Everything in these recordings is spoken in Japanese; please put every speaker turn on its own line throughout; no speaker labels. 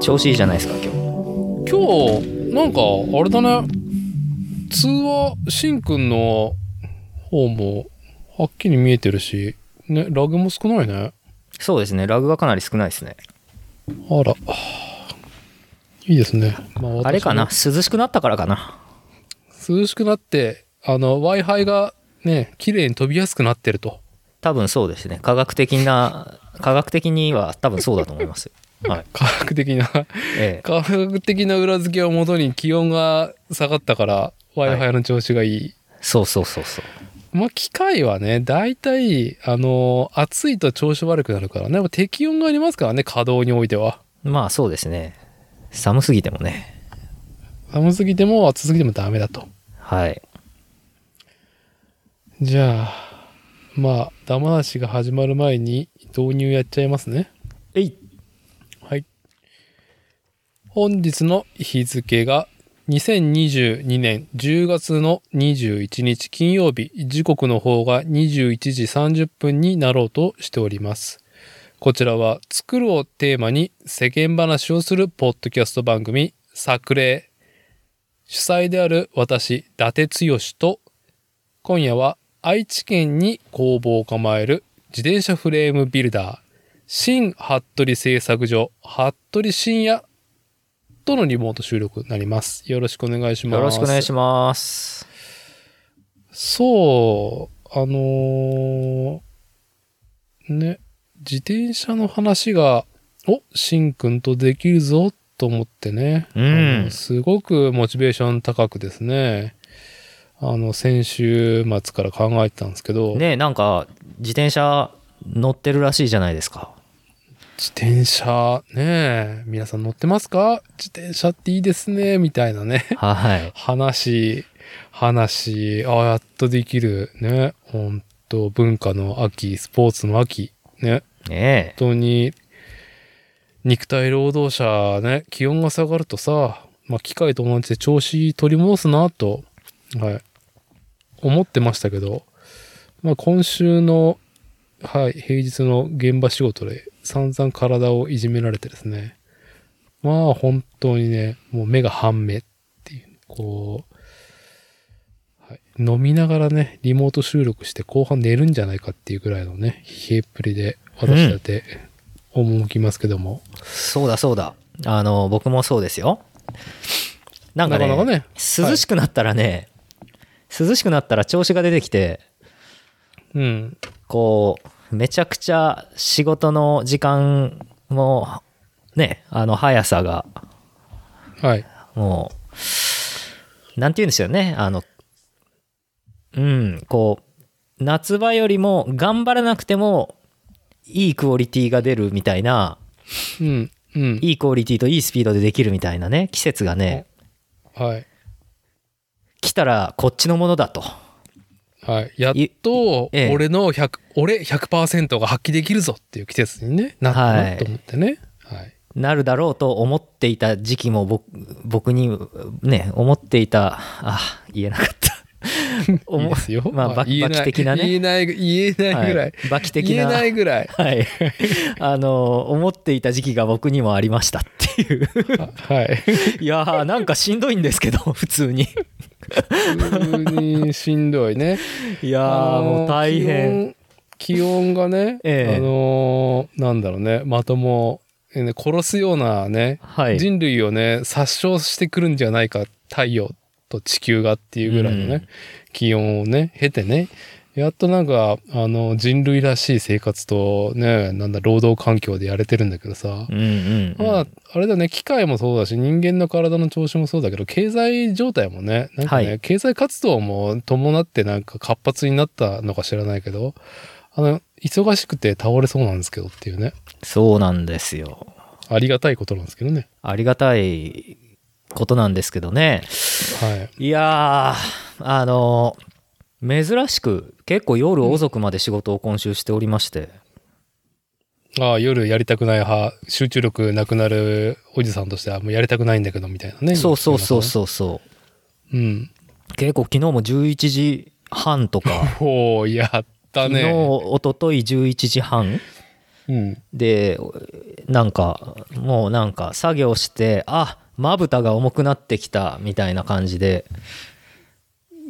調子いいじゃないですか今日
今日なんかあれだね通話しんくんの方もはっきり見えてるしねラグも少ないね
そうですねラグがかなり少ないですね
あらいいですね、ま私も
あれかな涼しくなったからかな
涼しくなってあの w i f i がね綺麗に飛びやすくなってると
多分そうですね科学的な 科学的には多分そうだと思い ますよはい
科学的な
ええ
科学的な裏付けをもとに気温が下がったから w
い
i f i の調子がいい
そうそうそうそう
まあ、機械はね、大体、あのー暑いと調子悪くなるからね、やっぱ適温がありますからね、稼働においては。
まあそうですね寒すぎてもね
寒すぎても暑すぎてもダメだと。
はい
じゃあ、まあ、ダマなしが始まる前に導入やっちゃいますね。
えい
はい。本日の日付が2022年10月の21日金曜日、時刻の方が21時30分になろうとしております。こちらは、作るをテーマに世間話をするポッドキャスト番組、作例。主催である私、伊達剛と、今夜は愛知県に工房を構える自転車フレームビルダー、新服部製作所、服部深也とのリモート収録になります。よろしくお願いしま
よ
す。
ろしくお願いします
そう、あのーね、自転車の話が、おしんくんとできるぞと思ってね、
うん
あのすごくモチベーション高くですね、あの、先週末から考えてたんですけど、
ねえなんか自転車乗ってるらしいじゃないですか
自転車ね、皆さん乗ってますか自転車っていいですね、みたいなね。
はい
話、話、あやっとできる。ね。ほんと、文化の秋、スポーツの秋。ね。
ねえ
本当に、肉体労働者ね、気温が下がるとさ、まあ、機械と同じで調子取り戻すなと、はい、思ってましたけど、まあ、今週の、はい、平日の現場仕事で散々体をいじめられてですね、まあ、本当にね、もう目が半目っていう、こう、はい、飲みながらね、リモート収録して後半寝るんじゃないかっていうぐらいのね、冷えっぷりで私だって赴きますけども、
そうだそうだあの僕もそうですよなんかね
なかなかね
涼しくなったらね、涼しくなったら調子が出てきて
うん、
こうめちゃくちゃ仕事の時間もねあの速さが
はい。
もうなんて言うんですよねあのうんこう夏場よりも頑張らなくてもいいクオリティが出るみたいな
うん、うん、
いいクオリティといいスピードでできるみたいなね季節がね
はい。
来たらこっちのものだと
はい。やっ
い
と、
ええ
俺の100、俺100%が発揮できるぞっていう季節にね、なった
は
ないと思ってね。はい。
なるだろうと思っていた時期も僕僕にね思っていたあ言えなかった
いい
思
です よ。
まあバ
言えない
バキ的なね
言えない、言えないぐら。
はいバキ的
言え
な
ないぐらい。
はい、 あの思っていた時期が僕にもありました っていう
はい。
いやーなんかしんどいんですけど普通に
普通にしんど いね。
いやー
のー
もう大変
気温。気温がね、
ええ
あのーなんだろうね、まとも、えーね殺すようなね、
はい
人類をね、殺傷してくるんじゃないか、太陽と地球がっていうぐらいのね、
うん
気温をね、経てね、やっとなんか、あの、人類らしい生活とね、なんだ、労働環境でやれてるんだけどさ、
うんうん、うん
まあ、あれだね、機械もそうだし、人間の体の調子もそうだけど、経済状態もね、なんかね、
はい
経済活動も伴ってなんか活発になったのか知らないけど、あの、忙しくて倒れそうなんですけどっていうね、
そうなんですよ
ありがたいことなんですけどね。
ありがたいことなんですけどね
はい。
いやーあの珍しく結構夜遅くまで仕事を今週しておりまして、
ああ、夜やりたくない派、集中力なくなるおじさんとしては、もうやりたくないんだけどみたいなね。
そうそうそうそうそう
う。うん。
結構昨日も11時半 とか
おおやった
昨日
ね。
おととい11時半
うん。
でなんかもうなんか作業してあまぶたが重くなってきたみたいな感じで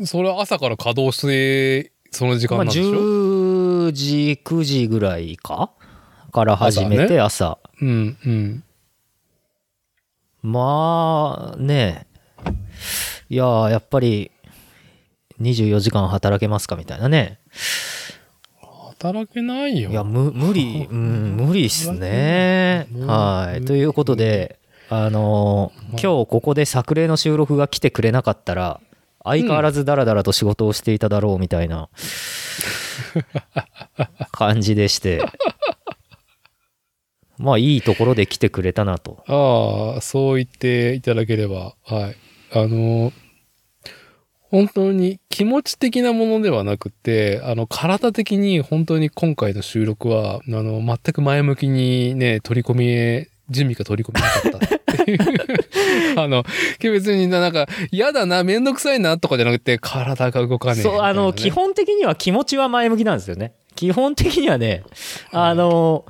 それは朝から稼働して、その時間
ま
な
あ、
んでしょ、
10時9時ぐらいかから始めて朝,、
うん、うん。
まあねいやーやっぱり24時間働けますかみたいなね
働けないよ。
いやむ無理、 うん、無理っすね
無理
はいということであのー今日ここで作例の収録が来てくれなかったら相変わらずダラダラと仕事をしていただろうみたい な感じでしてまあいいところで来てくれたなと
ああ、そう言っていただければ、はい。あの、本当に気持ち的なものではなくて、あの、体的に本当に今回の収録は、あの、全く前向きにね、取り込みへ、準備が取り込めなかったっ ていう。あの、別になんか、嫌だな、めんどくさいなとかじゃなくて、体が動かねえみたい
そう
なね
あの基本的には気持ちは前向きなんですよね基本的にはねあの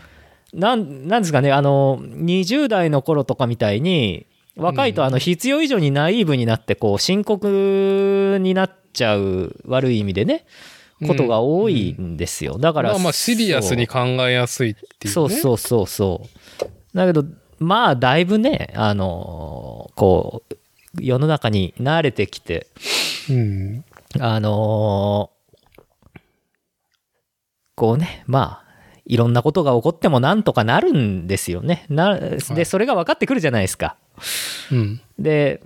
なんなんですかねあの20代の頃とかみたいに若いとあの必要以上にナイーブになってこう深刻になっちゃう悪い意味でねことが多いんですよだから
まあまあ、シリアスに
そ
考えやすいっていうう、ね。
そうそうそうそうだけどまあだいぶねあのこう世の中に慣れてきて
うん。
あのーこうね、まあ、いろんなことが起こってもなんとかなるんですよね。なで、それが分かってくるじゃないですか。
うん。
で、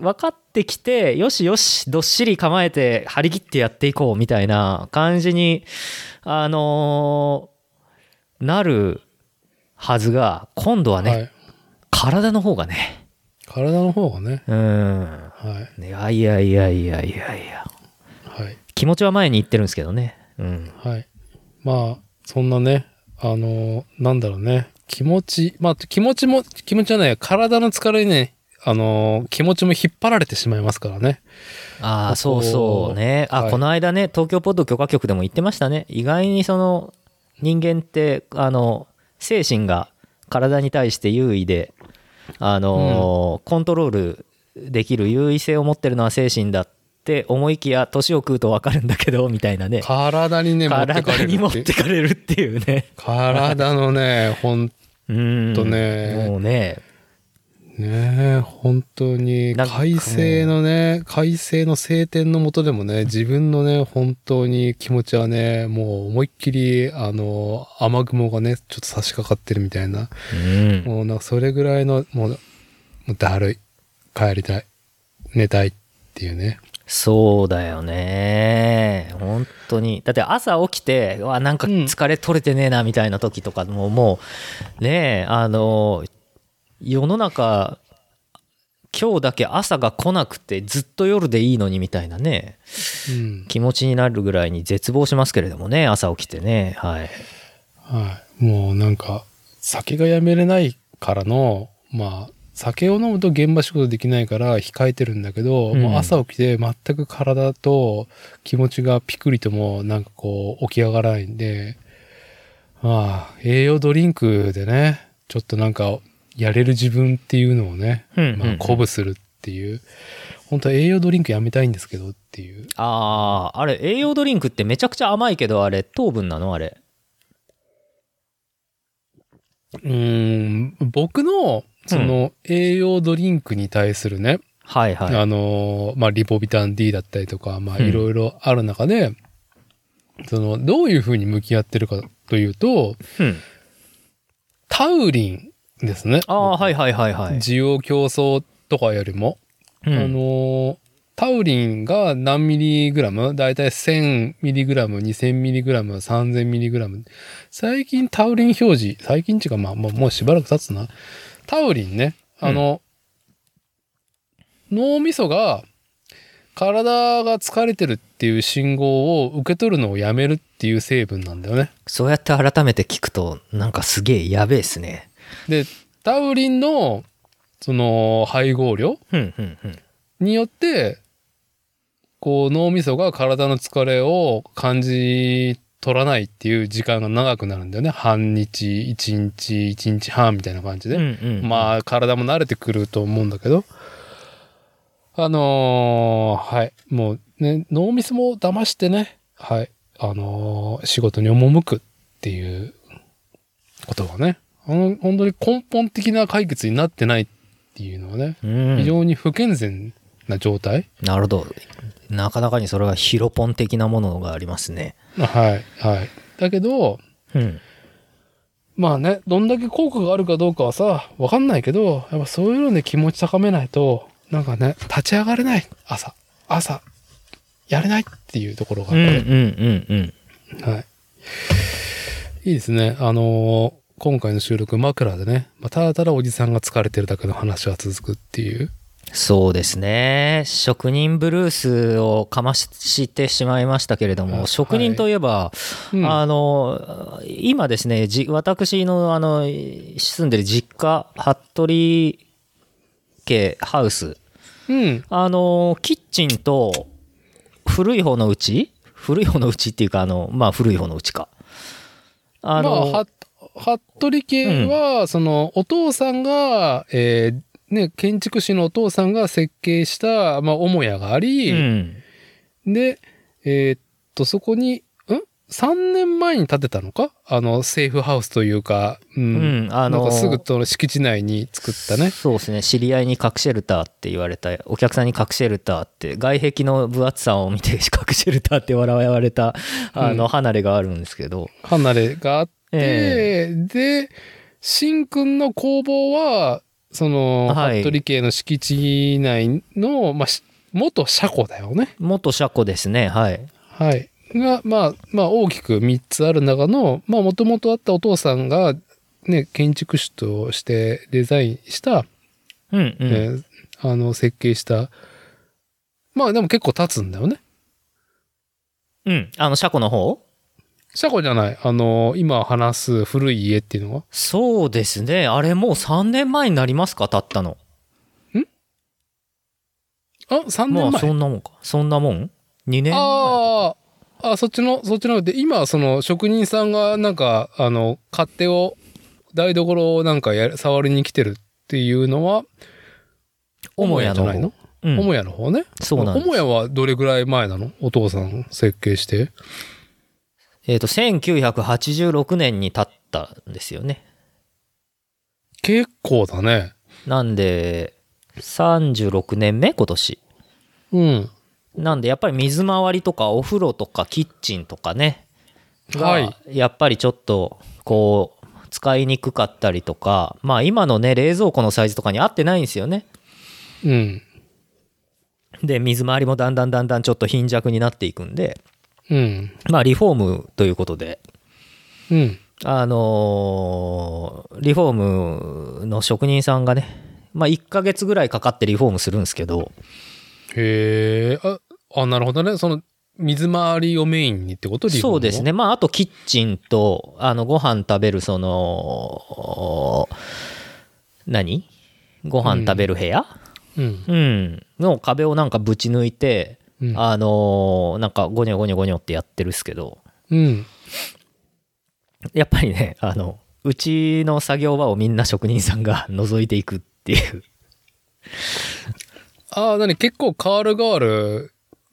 分かってきて、よしよし、どっしり構えて、張り切ってやっていこうみたいな感じに、あのーなるはずが、今度はね、
はい。
体の方がね、
体の方がね、
うん、
はい。
いやいやいやいやいやいや、
はい。
気持ちは前に行ってるんですけどね。うん
はい。まあ、そんなね、あの、なんだろうね、気持ち、まあ、気持ちも、気持ちじゃない、体の疲れにね、あの、気持ちも引っ張られてしまいますからね。
ああ
こ
そ
こ
うそうねあ、
はい
この間ね東京ポッド許可局でも言ってましたね意外にその人間ってあの精神が体に対して優位であのー、コントロールできる優位性を持ってるのは精神だって思いきや年を食うと分かるんだけど みたいなね
体にね、持ってか
体
れる
に持
っ
って
いう。
てかれるっていうね
体のね、ほん
うん
とね
もうね
ね本当に、
なんか
快晴のね、快晴の晴天のもとでもね、自分のね、本当に気持ちはね、もう思いっきり、あの、雨雲がね、ちょっと差し掛かってるみたいな。
うん
もうなんかそれぐらいの、もう、もうだるい。帰りたい。寝たいっていうね。
そうだよね本当にだって朝起きてうわなんか疲れ取れてねえなみたいな時とかも、もうねえあの世の中今日だけ朝が来なくてずっと夜でいいのにみたいなね
うん。
気持ちになるぐらいに絶望しますけれどもね朝起きてねはい
はい。もうなんか、酒がやめれないからの、まあ、酒を飲むと現場仕事できないから控えてるんだけど、
うん
もう朝起きて全く体と気持ちがピクリともなんかこう起き上がらないんで、まあ、栄養ドリンクでね、ちょっとなんかやれる自分っていうのをね、
うんうんうん
まあ、鼓舞するっていう、本当は栄養ドリンクやめたいんですけどっていう。
あーあれ栄養ドリンクってめちゃくちゃ甘いけどあれ糖分なのあれ
うーん、僕の、その栄養ドリンクに対するね、
はいはい
あのーまあ、リポビタン D だったりとか、まあ、
うん
いろいろある中で、その、どういうふうに向き合ってるかというと、
うん
タウリンですね。
ああはいはいはいはい、
需要競争とかよりも、
うん
あのータウリンが何ミリグラムだいたい1000ミリグラム、2000ミリグラム、3000ミリグラム。最近タウリン表示、最近っていうかまあもうもうしばらく経つな。タウリンね、あの、脳みそが体が疲れてるっていう信号を受け取るのをやめるっていう成分なんだよね。
そうやって改めて聞くとなんかすげえやべえっすね。
で、タウリンのその配合量
うんうんうん。
によってこう脳みそが体の疲れを感じ取らないっていう時間が長くなるんだよね。半日、一日、一日半みたいな感じで。
うんうん、
まあ、体も慣れてくると思うんだけど。あのーはい。もうね、脳みそも騙してね、はい。あのー仕事に赴くっていうことがね、あの、本当に根本的な解決になってないっていうのはね、
うん
非常に不健全な状態。
なるほどなかなかにそれはヒロポン的なものがありますね
はい、はい。だけど、
うん
まあね、どんだけ効果があるかどうかはさ、わかんないけど、やっぱそういうので気持ち高めないと、なんかね、立ち上がれない。朝、朝、やれないっていうところが
うんう
やっ
んうんうん
ぱり、はい。いいですね。あのー今回の収録枕でね、まあ、ただただおじさんが疲れてるだけの話は続くっていう。
そうですね職人ブルースをかましてしまいましたけれど
あは
も
い
職人といえば、
うん
あの今ですねじ私のあの住んでる実家服部家ハウス
うん。
あのキッチンと古い方のうち古い方のうちっていうかあのまあ古い方のうちかあの、
まあ、は、服部家は、その、お父さんが、えーね、建築士のお父さんが設計した、まあ、母屋があり、
うん、
で、えーっと、そこに、ん ?3 年前に建てたのかあの、セーフハウスというか、う。
うんん、あの
なんかすぐと敷地内に作ったね。
そうですね知り合いに核シェルターって言われたお客さんに核シェルターって外壁の分厚さを見て核シェルターって 笑われたあの離れがあるんですけど、
離れがあって、
え
で、しんくんの工房は、その、
はい
服部家の敷地内の、まあ、し元車庫だよね。
元車庫ですねはい
はい。が、まあ、まあ、大きく3つある中の、まあ、もともとあったお父さんが、ね、建築士としてデザインした、
うんうん、
えーあの、設計した、まあ、でも結構経つんだよね。
うんあの車庫の方
車庫じゃない。あの、今話す古い家っていうのは。
そうですねあれもう3年前になりますかたったの
あ、3年
まあ
前。
そんなもんかそんなもん2年前
あーあ、そっちの、そっちの、で、今、その、職人さんが、なんか、あの、勝手を、台所をなんかや、触りに来てるっていうのは、
母屋
じ
の
ゃないの
方うん
母屋の方ね。
そうなんです
母屋はどれぐらい前なのお父さん設計して。
えっ、と1986年に建ったんですよね
結構だね。
なんで36年目今年
うん。
なんでやっぱり水回りとかお風呂とかキッチンとかねが、
はい。
やっぱりちょっとこう使いにくかったりとかまあ今のね冷蔵庫のサイズとかに合ってないんですよね
うん。
で水回りもだんだんだんだんちょっと貧弱になっていくんで
うん。
まあリフォームということで
うん。
あのーリフォームの職人さんがねまあ1ヶ月ぐらいかかってリフォームするんですけど
へえ。あ、あ、なるほどね。その、水回りをメインにってこと
そうです。ね。まあ、あとキッチンと、あの、ご飯食べる、その、何ご飯食べる部屋、
リフォーム
うん、の壁をなんかぶち抜いて、
うん。
あのーなんかゴニョゴニョゴニョってやってるっすけど、
うん。
やっぱりね、あの、うちの作業場をみんな職人さんが 覗いていくっていう。
ああ、なに結構変わる変わる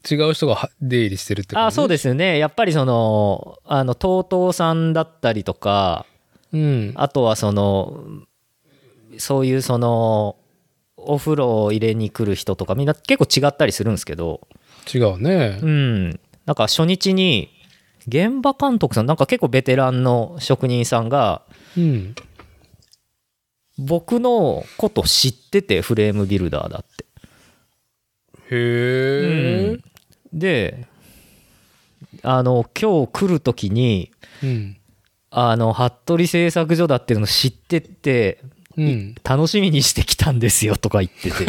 違う人がは出入りしてるってこと、
あそう
で
ですね。やっぱりその、あの、TOTO さんだったりとか、
す。うん。
あとはそのそういうそのお風呂を入れに来る人とかみんな結構違ったりするんですけど
違うね
う。んなんか初日に現場監督さんなんか結構ベテランの職人さんが
うん。
僕のこと知っててフレームビルダーだって。
へえ。
うん、であの今日来る時に
うん。
あの服部製作所だっていうの知ってて
うん。
楽しみにしてきたんですよとか言ってて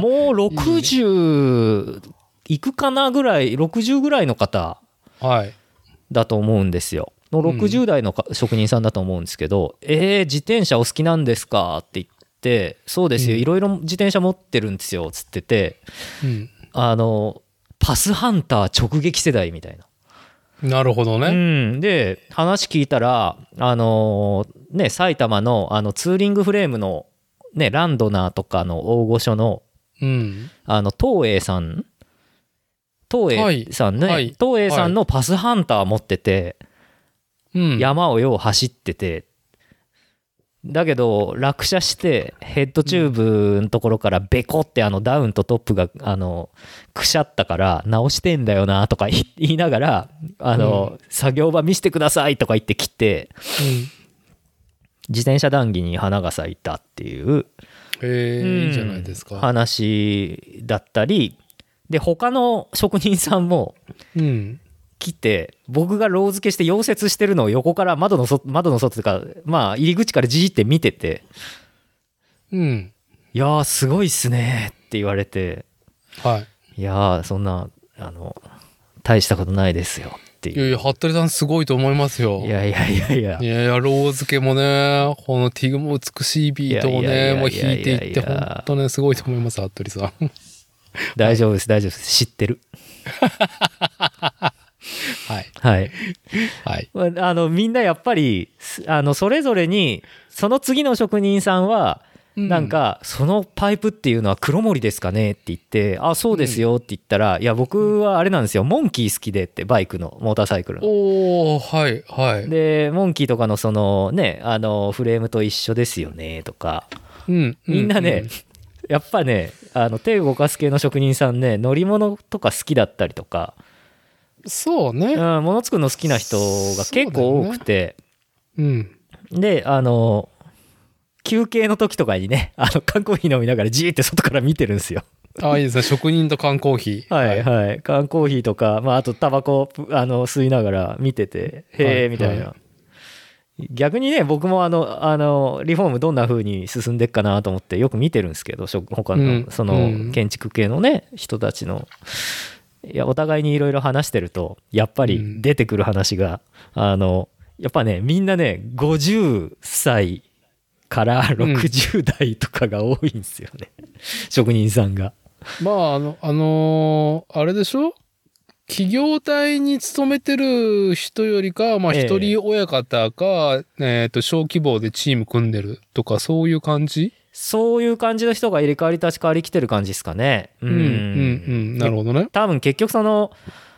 もう60いくかなぐらい60ぐらいの方
はい。
だと思うんですよの
うん
60代のか職人さんだと思うんですけど「えー、自転車お好きなんですか?」って言って「そうですよ
うん
いろいろ自転車持ってるんですよ」つってて
うん。
あのパスハンター直撃世代みたいな
なるほど
う
ね。
ん、で話聞いたら、あのーね、埼玉のあのツーリングフレームの、ね、ランドナーとかの大御所の
うん。
あの東映さん東映さんね、
はいはい
東映さんのパスハンター持ってて、
うん。
山をよう走っててだけど落車してヘッドチューブのところからベコってあのダウンとトップがあのくしゃったから直してんだよなとか言い言いながらあの、作業場見せてくださいとか言って来て
うん
自転車談義に花が咲いたっていう
へえ、
うん
いいじゃないですか。
話だったりで他の職人さんも
うん。
来て僕がロー付けして溶接してるのを横から窓の外窓の外とかまあ入り口からじーって見てて
うん。
「いやーすごいっすね」って言われて
は
「いやーそんなあの大したことないですよ」って
い。いや
いう。
いや、服部さんすごいと思いますよ。
いやいやいやいや
いやいや、ロー漬けもね、このティグも美しいビートを
いやいやいやい
ね、
や
もう弾いていっ
い
て、
やいやいや
本当ね、すごいと思います、服部さん。
大丈夫です大丈夫です知ってる
はい。
はい
はい。
まああのみんなやっぱりすあのそれぞれにその次の職人さんはなんか、そのパイプっていうのは黒森ですかねって言って、あ、そうですよって言ったら、いや、僕はあれなんですよ、モンキー好きでって、バイクの、モーターサイクルの。
おー、はい、はい。
で、モンキーとかのそのね、あの、フレームと一緒ですよねとか、
うん。う
みんなね、
う
やっぱね、あの手動かす系の職人さんね、乗り物とか好きだったりとか、
そう
う
ね。
ん、もの作るの好きな人が結構多くて、
うん。
で、あの、休憩の時とかにね、あの缶コーヒー飲みながらじーって外から見てるんですよ。
あ、いいですね。職人と缶コーヒー。
はい。はい、缶コーヒーとか、まあ、あとタバコぷあの吸いながら見てて
は
へ
い
えみたいな、
は
逆にね僕もあのあのリフォームどんな風に進んでっかなと思ってよく見てるんですけど職他の,、
うん
そうの
ん
建築系のね人たちのいやお互いにいろいろ話してるとやっぱ
う
り
ん
出てくる話が、あのやっぱねみんなね50歳から60代とかが多いんですよね、職人さんが。
まあ、あの、あのーあれでしょ企業体に勤めてる人よりか、まあ、
ええ
一人親方か、えっ、と、小規模でチーム組んでるとか、そういう感じ
そういう感じの人が入れ替わり立ち替わり来てる感じですかね。う。
うんうん、うん。なるほどね。
多分結局その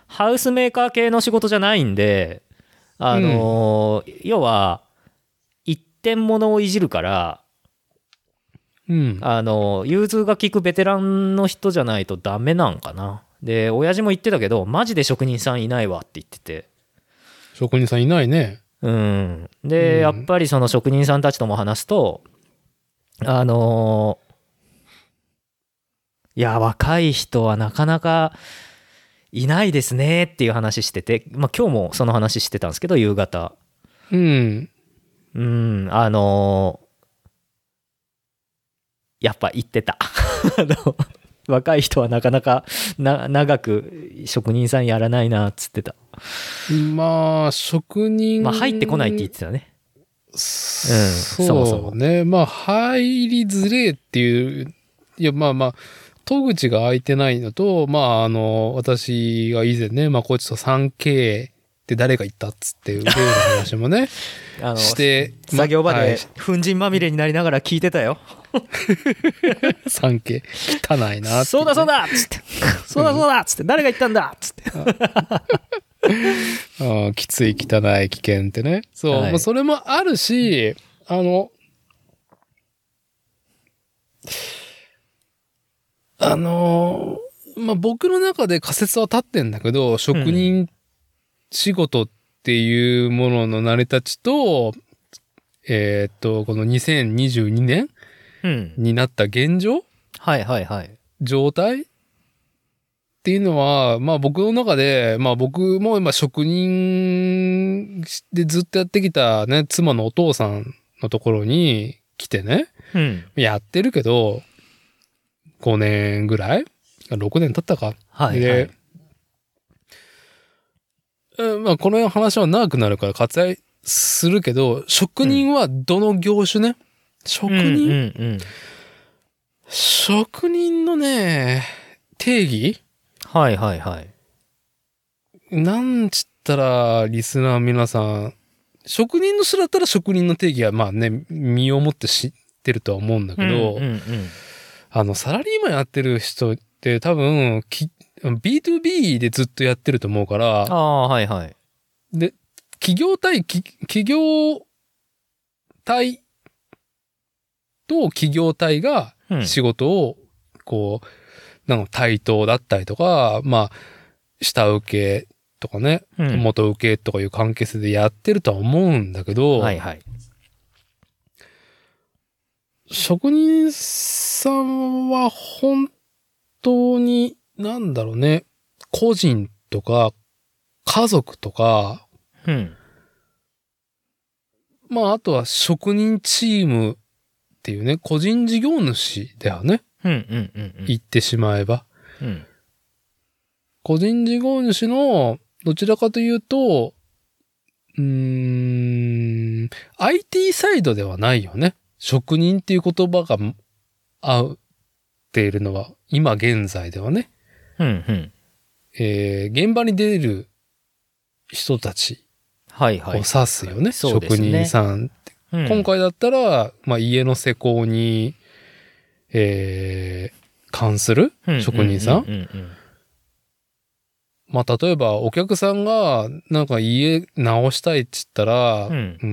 ハウスメーカー系の仕事じゃないんで、あのー要は一点物をいじるから、
うん。
あのー融通が利くベテランの人じゃないとダメなんかな。で、親父も言ってたけど、マジで職人さんいないわって言ってて。
職人さんいないね。
うん、で、
うん
やっぱりその職人さんたちとも話すとあのーいや若い人はなかなかいないですねっていう話してて、まあ、今日もその話してたんですけど夕方
うん。
うんあのーやっぱ言ってた あの若い人はなかなかな長く職人さんやらないなっつってた、
まあ、職人。
まあ、入ってこないって言ってたね
そうね。
そもそも
まあ、入りづれえっていう、いや、まあまあ、戸口が開いてないのと、まあ、あの、私が以前ね、まあ、こっちと 3K って誰が言ったっつっていう例の話 もね、
あの
して、ま
作業場
はい
で粉塵まみれになりながら聞いてたよ。
3K、汚いなっていうね、
そうだそうだっつって。そうだそうだっつって。誰が言ったんだっつって。
ああきつい、汚い、危険ってね。そう、
はい
まあそれもあるし、あの、あの、まあ、僕の中で仮説は立ってんだけど、職人仕事っていうものの成り立ちと、えーっと、この2022年
うん。
になった現状
はいはいはい。
状態っていうのは、まあ僕の中で、まあ僕も今職人でずっとやってきたね、妻のお父さんのところに来てね、
うん。
やってるけど、5年ぐらい ?6 年経ったか
はい、はい。
で、うんまあこの話は長くなるから割愛するけど、職人はどの業種ね、職
うんう
人、
んうん。
職人のね、定義
はいはいはい。
なんちったら、リスナー皆さん、職人の人だったら職人の定義は、まあね、身をもって知ってるとは思うんだけど、
うんうんうん
あの、サラリーマンやってる人って多分、き B2B でずっとやってると思うから、
ああはいはい
で、企業対、き企業体と企業体が
うん
仕事を、こう、なの、対等だったりとか、まあ、下請けとかね、
うん
元請けとかいう関係性でやってるとは思うんだけど、
はいはい
職人さんは本当に、なんだろうね、個人とか、家族とか、
うん
まあ、あとは職人チームっていうね、個人事業主だよね。
うんうんうんうん
言ってしまえば。
うん
個人事業主の、どちらかというと、うーん、IT サイドではないよね。職人っていう言葉が合っているのは、今現在ではね、
うんうん
えー現場に出る人たち
はい
を
はい
指すよね。
そうで
職
すね
人さん
うん
今回だったら、まあ、家の施工に、えー関する、
うん
職人さん
ううんうん
まあ、例えばお客さんが、なんか家直したいって言ったら、
うんう
うんー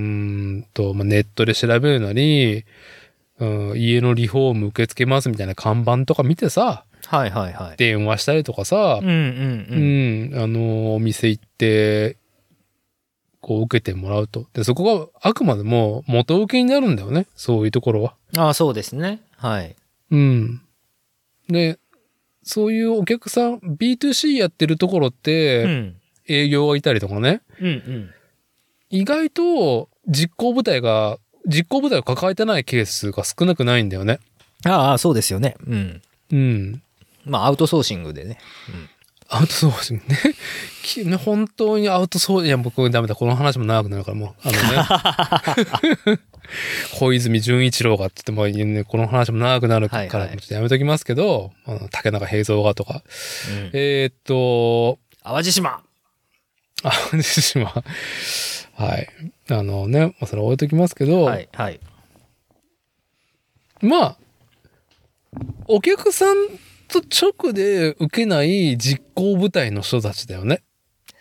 んと、まあ、ネットで調べるなり、うん、家のリフォーム受け付けますみたいな看板とか見てさ、
はいはいはい
電話したりとかさ
うん、うんう
う、
んん
あの、お店行って、こう受けてもらうと。で、そこがあくまでも元請けになるんだよね。そういうところは。
ああそうですねはい
うん。で、そういうお客さん、B2C やってるところっ
う
て、
ん
営業がいたりとかね、
うんうん
意外と実行部隊が、実行部隊を抱えてないケースが少なくないんだよね。
ああそうですよねうん
うん。
まあアウトソーシングでね
アウトソーシングね きね。本当にアウトソーシング、いや、僕ダメだ。この話も長くなるから、もう、あのね。小泉純一郎がって言っても、ね、この話も長くなるから、
はいはい
ちょっとやめときますけど、あの竹中平蔵がとか。
うん
えーっと、
淡路島
あ、 淡路島。はい。あのね、まあそれ置いときますけど、
はいはい
まあ、お客さんと直で受けない実行部隊の人たちだよね。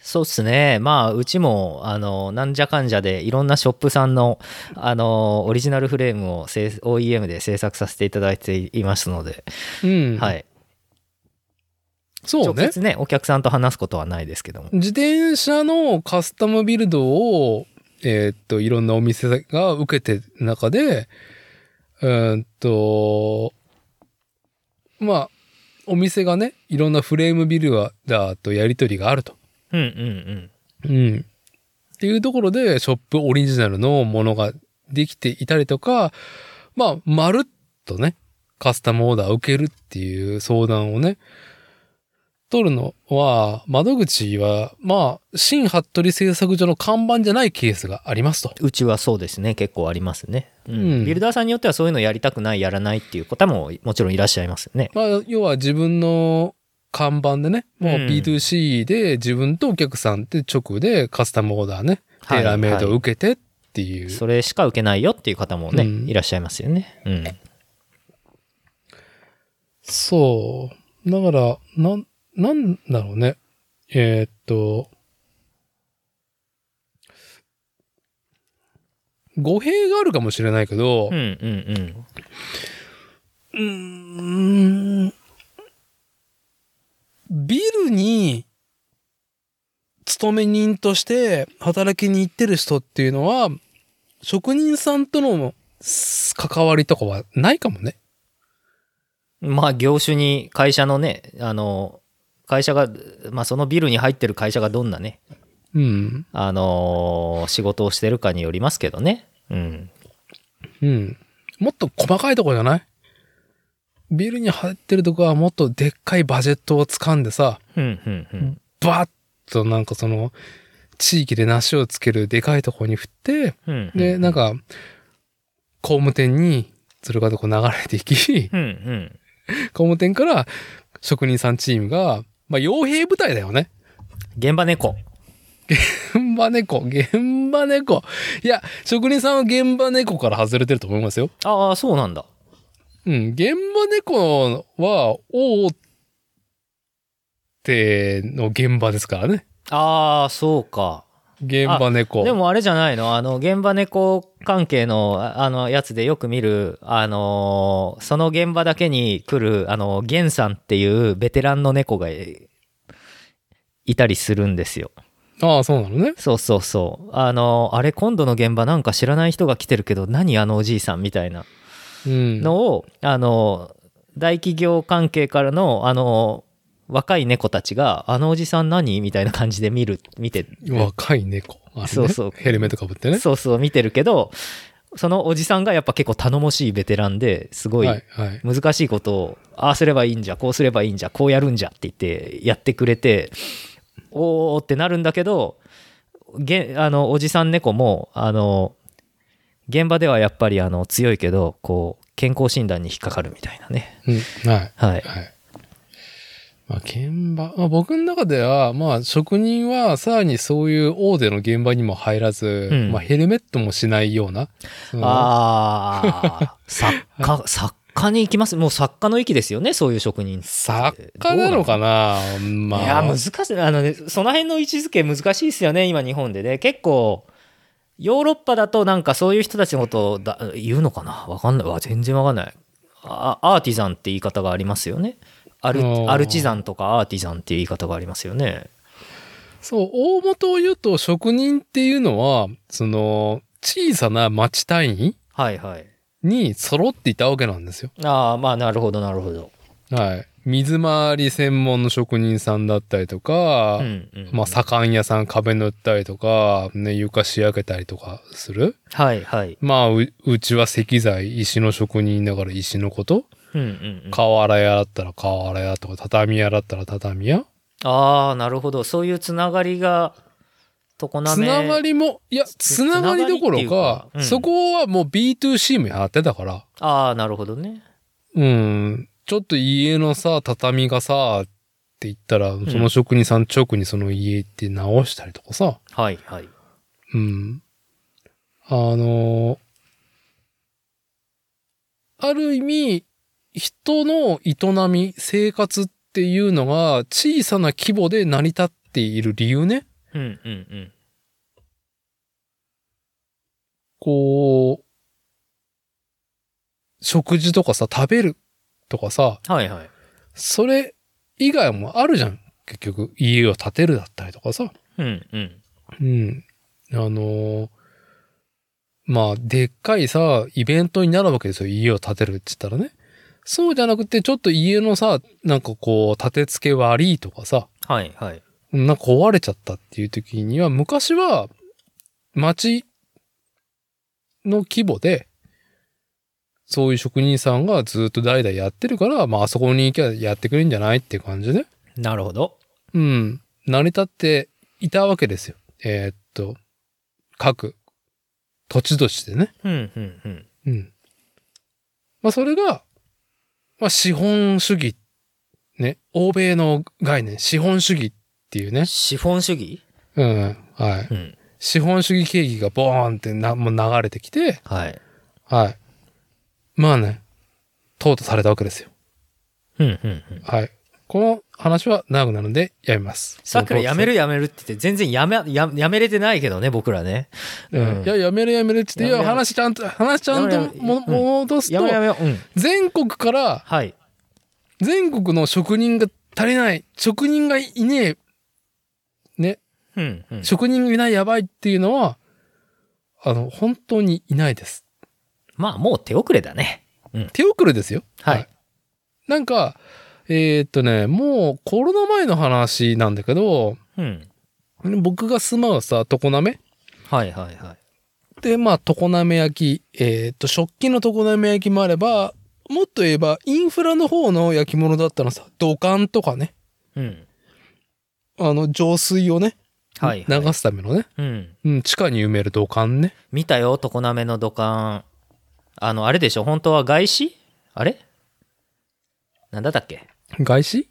そうっすね。まあ、うちも、あの、なんじゃかんじゃで、いろんなショップさんの、あの、オリジナルフレームを製 OEM で制作させていただいていますので、
うん。。
はいい。
そう
直
ね。
接ね、お客さんと話すことはないですけども。
自転車のカスタムビルドを、えーっと、いろんなお店が受けてる中で、うーんと、まあ、お店がね、いろんなフレームビルダーとやりとりがあると。
うんうん
うん。っていうところで、ショップオリジナルのものができていたりとか、まあ、まるっとね、カスタムオーダーを受けるっていう相談をね、取るのは、窓口は、まあ、新服部製作所の看板じゃないケースがありますと。
うん。うちはそうですね、結構ありますね。うん。
うん
ビルダーさんによってはそういうのやりたくない、やらないっていう方ももちろんいらっしゃいますよね。
まあ、要は自分の看板でね、もううん B2C で自分とお客さんって直でカスタムオーダーね、
はい
テーラーメイドを受けてっていう。
それしか受けないよっていう方もね、
うん
いらっしゃいますよね。うん。
そう。だから、なん、なんだろうね。えーっと、語弊があるかもしれないけど
うんうんう、ん。
うーんビルに、勤め人として働きに行ってる人っていうのは、職人さんとの関わりとかはないかもね。
まあ業種に会社のねあの会社が、まあ、そのビルに入ってる会社がどんなね
うん。
あの仕事をしてるかによりますけどねうん
うん。もっと細かいとこじゃないビルに入ってるとこはもっとでっかいバジェットを掴んでさ、
うんうんうん
バッとなんかその、地域で梨をつけるでかいとこに振って、
うん
で、なんか、工務店に、それがこう流れていき、
うんうん
工務店から職人さんチームが、まあ、傭兵部隊だよね。
現場猫
現場猫、現場猫。いや、職人さんは現場猫から外れてると思いますよ。
ああ、そうなんだ。
うん、現場猫は、大手の現場ですからね。
ああ、そうか。
現場猫。
でもあれじゃないのあの、現場猫関係の、ああの、やつでよく見る、あのーその現場だけに来る、あの、ゲンさんっていうベテランの猫がえいたりするんですよ。
ああ、そうなのね。
そうそうそう。あのーあれ、今度の現場なんか知らない人が来てるけど、何あのおじいさんみたいな
うん。
のを、あのー大企業関係からの、あのー若い猫たちが、あのおじさん何みたいな感じで見る、見て
若い猫。あれね
そうそう
ヘルメットかぶってね。
そうそう見てるけどそのおじさんがやっぱ結構頼もしいベテランですご
はいい、はい。
難しいことをああすればいいんじゃこうすればいいんじゃこうやるんじゃって言ってやってくれておーってなるんだけどげあのおじさん猫もあの現場ではやっぱりあの強いけどこう健康診断に引っかかるみたいなね
うん、はい。
はい
はい。まあ、現場、まあ、僕の中では、まあ、職人はさらにそういう大手の現場にも入らず、
うん
まあ、ヘルメットもしないような。その
ああ作家作家に行きますもう作家の域ですよねそういう職人って
作家なのかなまあ。
いや難しいあの、ね、その辺の位置づけ難しいですよね今日本でね結構ヨーロッパだとなんかそういう人たちのことをだ言うのかなわかんないわ全然わかんないあアーティザンって言い方がありますよねア
あー
ルアルチザンとかアーティザンっていう言い方がありますよね
そう、大元を言うと、職人っていうのは、その、小さな町単位
はいはい
に揃っていたわけなんですよ。
ああまあなるほどなるほど
はい。水回り専門の職人さんだったりとか、
うんうん
まあ、左官屋さん壁塗ったりとか、ね、床仕上げたりとかする。
はいはいう
まあ、ううちは石材、石の職人だから石のこと。
うんうんうん
瓦屋だったら瓦屋とか、畳屋だったら畳屋。
ああなるほどそういうつながりが常
つ
滑
ながりも、いや、
つ
つながりどころ
つながりっ
か
ていうか、うん
そこはもう B2C もやってたから、
ああなるほどね
うん、ちょっと家のさ、畳がさ、って言ったら、その職人さん直にその家行って直したりとかさ、
はいはい
うん。あのーある意味、人の営み、生活っていうのが小さな規模で成り立っている理由ね。
うんうんうん
こう、食事とかさ、食べるとかさ、
はいはい
それ以外もあるじゃん。結局、家を建てるだったりとかさ。
うんうん。
うん。あのーまあ、でっかいさ、イベントになるわけですよ。家を建てるって言ったらね。そうじゃなくて、ちょっと家のさ、なんかこう、建て付け悪いとかさ、
はいはい。
なんか壊れちゃったっていう時には、昔は、町の規模で、そういう職人さんがずっと代々やってるから、まあ、あそこに行きゃやってくれるんじゃないっていう感じで。
なるほど。
うん。成り立っていたわけですよ。えーっと、各土地土地でね。
うんうんうん。
うん。まあそれが、まあ資本主義、ね。欧米の概念、資本主義っていうね。
資本主義
うん。はい。
ん。
資本主義景気がボーンってな、もう流れてきて、
はい。
はい。まあね、淘汰されたわけですよ。
うんうんうん。
はい。この話は長くなるのでやめます。
さくらやめ
る
るやめるって言って全然やめ、ややめれてないけどね、僕らね。
うんいや、やめるやめるって言って、い
やめる
や、話ちゃんと、話ちゃん
やめ
と
る
も
うん
戻す
やめようや
と、
めよう。うん。
全国から、
はい。
全国の職人が足りない、職人がいねえ、ね、
うんうん。
職人がいないやばいっていうのは、あの、本当にいないです。
まあ、もう手遅れだね。
手遅れですよ。
はい。
なんか、えーっとね、もうコロナ前の話なんだけど、
うん。
僕が住まうさ、常滑
はいはいはい。
で、まあ、常滑焼き、えーっと、食器の常滑焼きもあれば、もっと言えば、インフラの方の焼き物だったらさ、土管とかね、
うん。
あの、浄水をね、
はい、はい。
流すためのね、
うん。
うん、地下に埋める土管ね。
見たよ、常滑の土管。あの、あれでしょ、本当は外資あれなんだったっけ
外資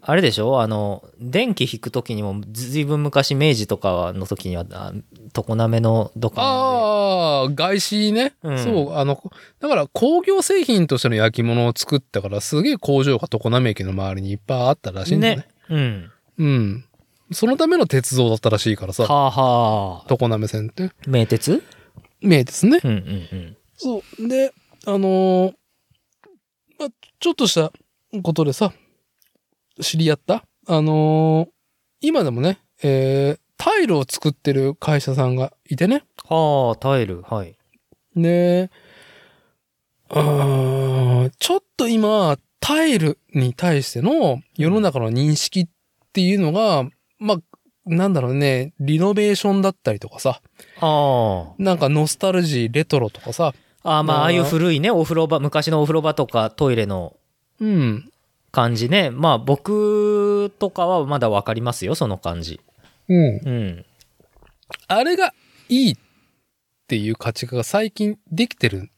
あれでしょあの電気引く時にもずずいぶん昔明治とかの時にはあ常滑のどか
ああ、外資ね、
うん
そう、あの、だから工業製品としての焼き物を作ったから、すげえ工場が常滑駅の周りにいっぱいあったらしいんだよね。
うん
うん。そのための鉄道だったらしいから
は
さ、
あはあ
常滑線って。
名鉄
名ですね。
うんうんうん
そう。で、あのーまあ、ちょっとしたことでさ、知り合った。あのー今でもね、えータイルを作ってる会社さんがいてね。
はあタイルはい
ねうーん、ちょっと今、タイルに対しての世の中の認識っていうのが、まあ、なんだろうね、リノベーションだったりとかさ、
あ
なんかノスタルジー、レトロとかさ、
ああーまあ
あー
ああいう古いねお風呂場昔のお風呂場とかトイレの
うん、
感じねまあ僕とかはまだ分かりますよその感じ
うん。
うん
あれがいいっていう価値化が最近できてる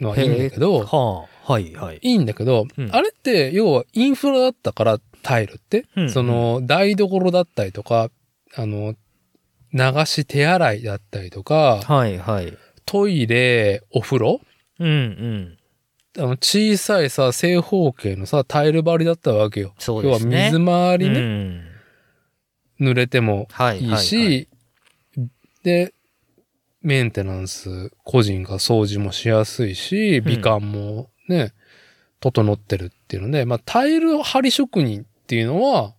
のはいいんだけ
へえ
ど、
はあはいはい
いいんだけど、
うん
あれって要はインフラだったからタイルって、
うん
その台所だったりとか、あの、流し手洗いだったりとか、
はいはい
トイレ、お風呂
うんうん
あの小さいさ、正方形のさ、タイル張りだったわけよ。
そうですね
要は水回り
う
ね、
ん
濡れても
はい
いいし、
はいはい
で、メンテナンス、個人が掃除もしやすいし、
ん
美観もね、整ってるっていうので、まあ、タイル張り職人っていうのは、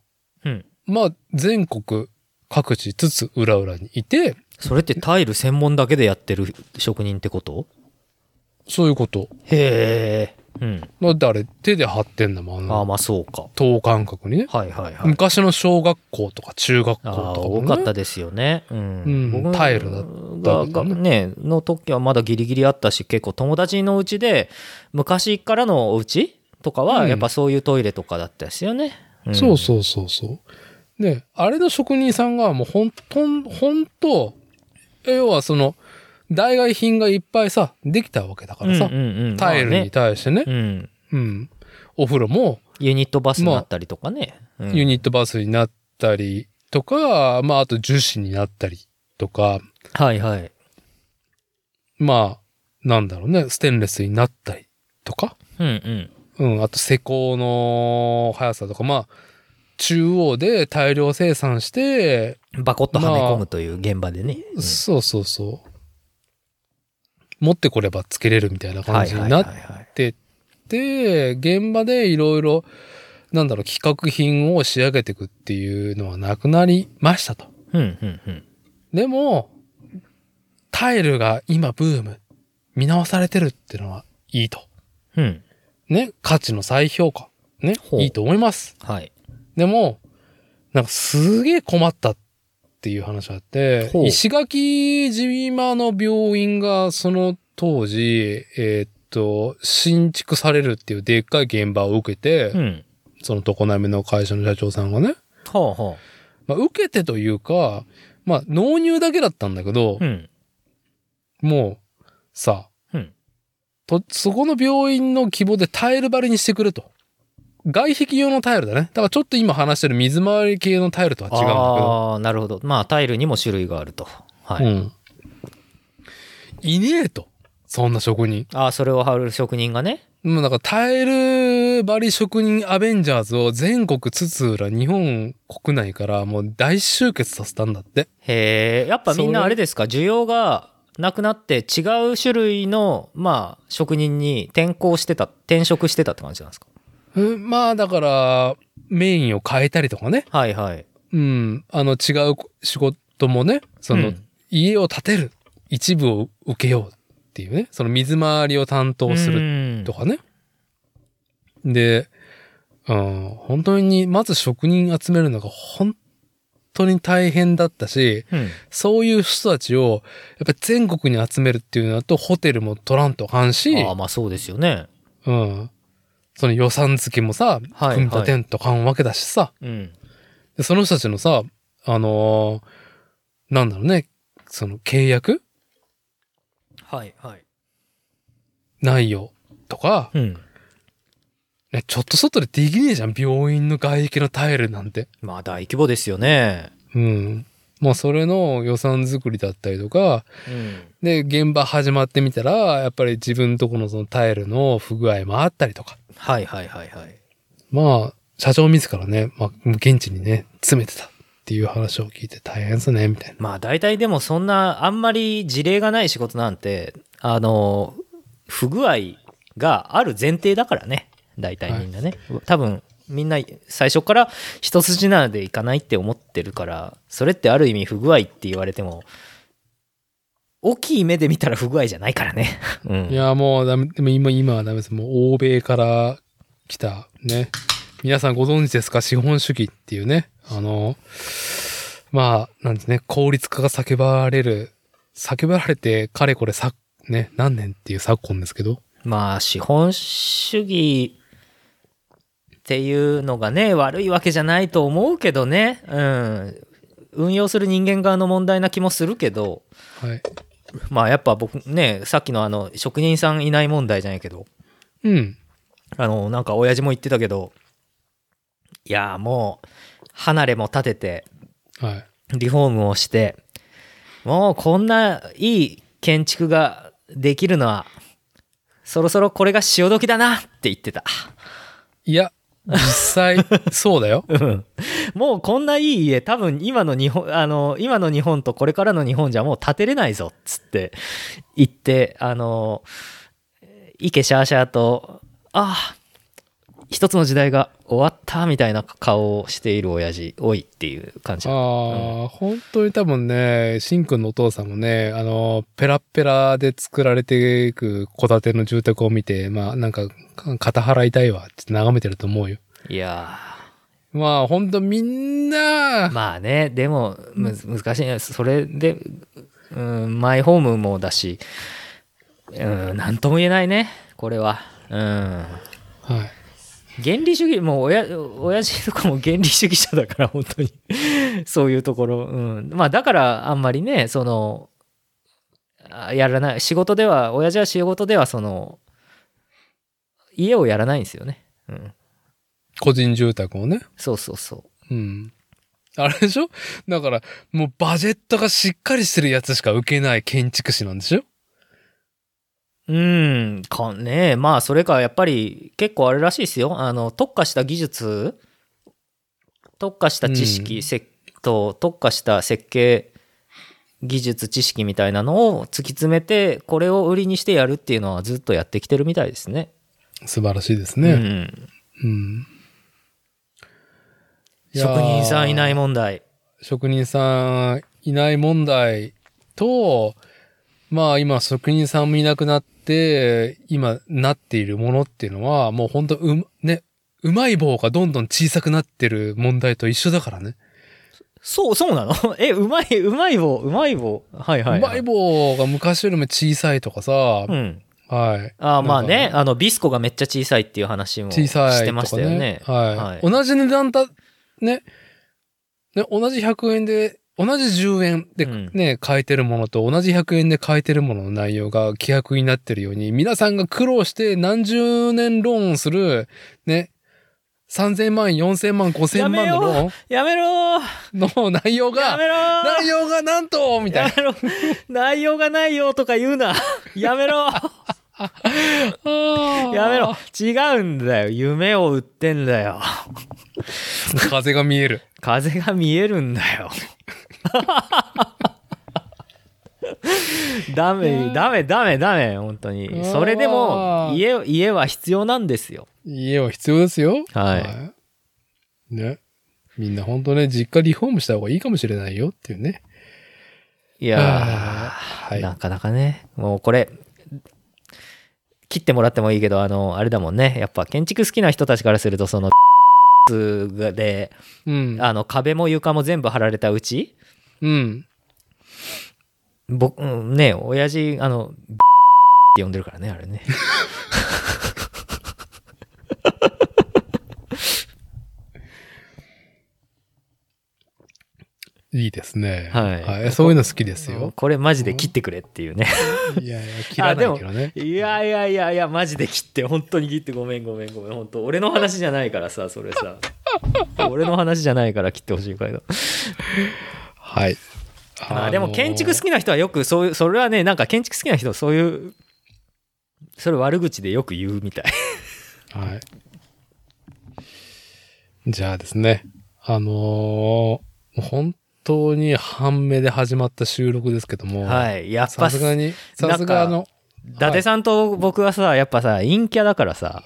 うん
まあ、全国各地つつ裏裏にいて、
それってタイル専門だけでやってる職人ってこと
そういうこと。
へえ。うん。
まあ、誰手で張ってんだもん、あ
ああ、
の、
まあそうか。
等間隔にね。
はいはいはい。
昔の小学校とか中学校と
ああ、
か
多
もね、
かったですよね。うん。
うん
僕
タイルだったわけだ
が
ね
ね、の時はまだギリギリあったし、結構友達のうちで、昔からのお家とか
う
は、
ん
やっぱそういうトイレとかだったですよね。ん
そうそうそうそう。で、あれの職人さんがもうほんとん、ほんと、要はその、代替品がいっぱいさ、できたわけだか
うんう
ら
ん
さ、
うん。
タイルに
ま
対してね、
あねうん。
うん。お風呂も
ユニットバスになったりとかね。うん
ユニットバスになったりとか、まああと樹脂になったりとか、
はいはい。
まあ、なんだろうね、ステンレスになったりとか、
うんうん。
うん、あと施工の速さとか、まあ、中央で大量生産して、
バコッとはめ込むという現場でね。うん
そうそうそう。持ってこればつけれるみたいな感じになっ
はいはい。
てって、現場でいろいろ、なんだろう、企画品を仕上げていくっていうのはなくなりましたと。
うんうんうん。
でも、タイルが今ブーム、見直されてるっていうのはいいと。
うん。
ね、価値の再評価。ね、
ほう
いいと思います。
はい。
でも、なんかすげえ困ったっていう話があって
ほ、う
石垣島の病院がその当時、えーっと、新築されるっていうでっかい現場を受けて、
うん。
その常滑の会社の社長さんがね、
はあはあ。
まあ、受けてというか、まあ、納入だけだったんだけど
う、ん。
もう、さ、
うん
と、そこの病院の規模でタイル張りにしてくれと。外壁用のタイルだね。だからちょっと今話してる水回り系のタイルとは違うんだけど。
ああ、なるほど。まあ、タイルにも種類があると。はい。
うん。いねえと。そんな職人。
ああ、それを貼る職人がね。
もうなんかタイル張り職人アベンジャーズを全国津々浦日本国内からもう大集結させたんだって。
へえ、やっぱみんな
それ
あれですか、需要がなくなって違う種類の、まあ、職人に転校してた、転職してたって感じなんですか
うんまあだからメインを変えたりとかね。
はいはい。
うん。あの違う仕事もね。その、
うん
家を建てる一部を受けようっていうね。その水回りを担当する
る
とかね。で、うん、本当に、まず職人集めるのが本当に大変だったし、
うん。
そういう人たちを、やっぱり全国に集めるっていうのだと、ホテルも取らんとあかんし、
ああ、まあそうですよね。
うん。その予算付けもさ、
はい
組み立てんとかんわけだしさ、
うん。
でその人たちのさ、あのーなんだろうね、その契約
はいはい。
内容とか、
うん。
ね、ちょっと外でできねえじゃん、病院の外壁のタイルなんて。
まあ大規模ですよね。
うん。まあ、それの予算作りだったりとか、
うん。
で、現場始まってみたら、やっぱり自分とこのそのタイルの不具合もあったりとか。
はいはいはいはい。
まあ、社長自らね、まあ、現地にね、詰めてたっていう話を聞いて大変ですね、みたいな。
まあ大体でもそんなあんまり事例がない仕事なんてあの不具合がある前提だからね大体みんなね、多分みんな最初から一筋縄でいかないって思ってるからそれってある意味不具合って言われても大きい目で見たら不具合じゃないからね、うん、
いや、もうダメ、でも今、今はダメです。もう欧米から来た、ね。皆さんご存知ですか資本主義っていうね。あの、まあ、なんですね。効率化が叫ばれる、叫ばれて、かれこれさ、ね、何年っていう昨今ですけど。
まあ資本主義っていうのがね悪いわけじゃないと思うけどね、うん、運用する人間側の問題な気もするけど
はい。
まあやっぱ僕ねさっきのあの職人さんいない問題じゃないけど
うん。
あのなんか親父も言ってたけどいやーもう離れも立てて
はい。
リフォームをしてもうこんないい建築ができるのはそろそろこれが潮時だなって言ってた。
いや、実際、そうだよ。
うんもうこんないい家多分今の日本あの今の日本とこれからの日本じゃもう建てれないぞっつって言ってあの池シャーシャーとああ一つの時代が終わったみたいな顔をしている親父多いっていう感じ
ああ、本当に多分ね、しんくんのお父さんもね、あの、ペラッペラで作られていく戸建ての住宅を見て、まあなんか、か肩払いたいわって眺めてると思うよ。
いや
まあ本当みんな、
ーまあねでもむ難しいねそれで、うん、マイホームもだしうん何とも言えないねこれはうん
はい。
原理主義もう親親父とかも原理主義者だから本当にそういうところ、うん、まあだからあんまりねそのあやらない仕事では親父は仕事ではその家をやらないんですよね、うん、
個人住宅をね。
そうそうそ
うん。あれでしょだから、もうバジェットがしっかりしてるやつしか受けない建築士なんでしょ
ううんかねまあそれかやっぱり結構あれらしいですよあの特化した技術特化した知識、
うん
せと特化した設計技術知識みたいなのを突き詰めてこれを売りにしてやるっていうのはずっとやってきてるみたいですね。
素晴らしいです
う
ね。
ん、
うん。いやー
職人さんいない問題。
職人さんいない問題と、まあ今職人さんもいなくなって、今なっているものっていうのは、もう本当うま、ね、うまい棒がどんどん小さくなってる問題と一緒だからね。
そうそうなの えうまいうまい棒うまい棒はいはい、はいう
まい棒が昔よりも小さいとかさ、
うん、
はい。
あーまあ
なん
ね
か
あのビスコがめっちゃ小さいっていう話も
小さ
し
い
て
と
まし
か
たよね。
ね。はい、
はい
同じ値段だ、ね。ね、同じ100円で、同じ10円で
うん
ね、買えてるものと同じ100円で買えてるものの内容が規約になってるように、皆さんが苦労して何十年ローンする、ね、3000万、4000万、5000万のロー
やめろー
ンの 内容
や
が、
めろー
内容がなんとみたい
や
な。
めろ内容がないよとか言うなやめろや
や
めろ。違うんだよ夢を売ってんだよ
風が見える。
風が見えるんだよ ダメダメダメダメ本当にそれでも
あ
家
ー
家は必要なんですよ
家は必要ですよ。
はい
いね。みんな本当ね、実家リフォームした方がいいかもしれないよっていうね。
い
あ
やー、
ーは。
ないかなかねもうこれ切ってもらってもいいけどあのあれだもんねやっぱ建築好きな人たちからするとその で
うん。
あの壁も床も全部張られたうち
うん。
僕、うんね親父あの って呼んでるからねあれね
いいいですね。
はい
そういうの好きですよ。
これマジで切ってくれっていうね。
いやいや、切らないけどね。
いやいやいやいや、マジで切って、本当に切って、ごめんごめんごめん、本当俺の話じゃないからさ、それさ。俺の話じゃないから切ってほしいから。
はい。
あーでも建築好きな人はよくそういうそれはねなんか建築好きな人はそういうそれ悪口でよく言うみたい
き。はい。じゃあですね。あのー本当に半目で始まった収録ですけども。
はいやっ
さ
ぱ
すが
伊
に、さすがあの、
達さんと僕はさやっぱさ陰キャだからさ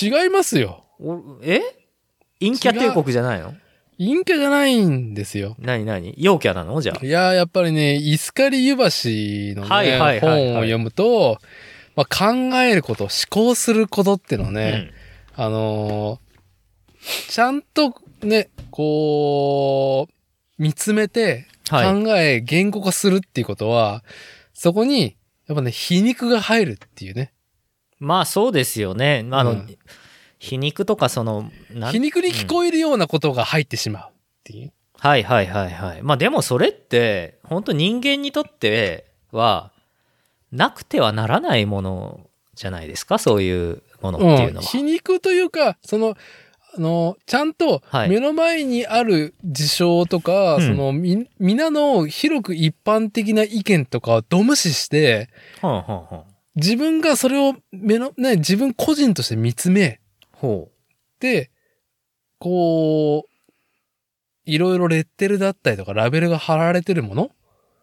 違いますよ。
おえ陰キャ帝国じゃないの
陰キャじゃないんですよ。
何何陽キャなのじゃあ
いやーやっぱりね、イスカリユバシのね、
はいはいはいはい
本を読むと、まあ、考えること、思考することっていうのをね、あのーちゃんとね、こう、見つめて、
うん
考
はい
え、言語化するっていうことは、そこに、やっぱね、皮肉が入るっていうね。
まあそうですよねあの、
うん
皮肉とかそのなん
皮肉に聞こえるようなことが入ってしまうっていう。
はいはいはいはいまあでもそれって本当人間にとってはなくてはならないものじゃないですかそういうものっていうのは、
皮肉というか、その、あの、ちゃんと
はい
目の前にある事象とか、
うん
その、み、皆の広く一般的な意見とかをど無視して、
はんはんはん
自分がそれを目の、ね、自分個人として見つめ
ほ
て、こう、いろいろレッテルだったりとか、ラベルが貼られてるもの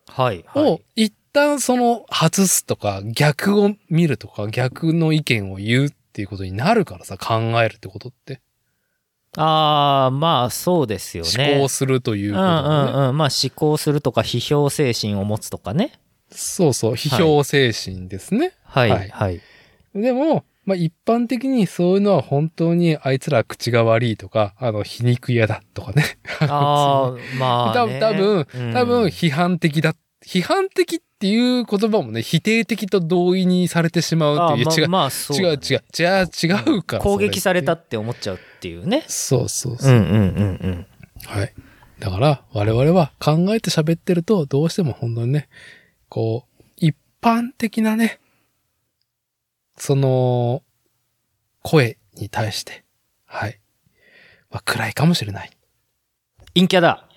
うはいはい
を、一旦その、外すとか、逆を見るとか、逆の意見を言うっていうことになるからさ、考えるってことって。
ああまあそうですよね
思考するといううんことだね
うんうんまあ思考するとか批評精神を持つとかね
そうそう、批評精神ですね。
はい
は
はいい、
でも、まあ、一般的にそういうのは本当にあいつら口が悪いとか、あの、皮肉屋だとかね。
ああまあ、ね、
多分
分
多分批判的だ。批判的っていう言葉もね、否定的と同意にされてしまうっていう。違う、
まあそうだ
違
ね
う、違う。じゃあ違うから。
攻撃された
そ
って思っちゃうっていうね
れそうそう
うん
そう。
うんうんうん
はい。だから、我々は考えて喋ってると、どうしても本当にね、こう、一般的なね、その、声に対して、はい。まあ、暗いかもしれない。
陰キャだ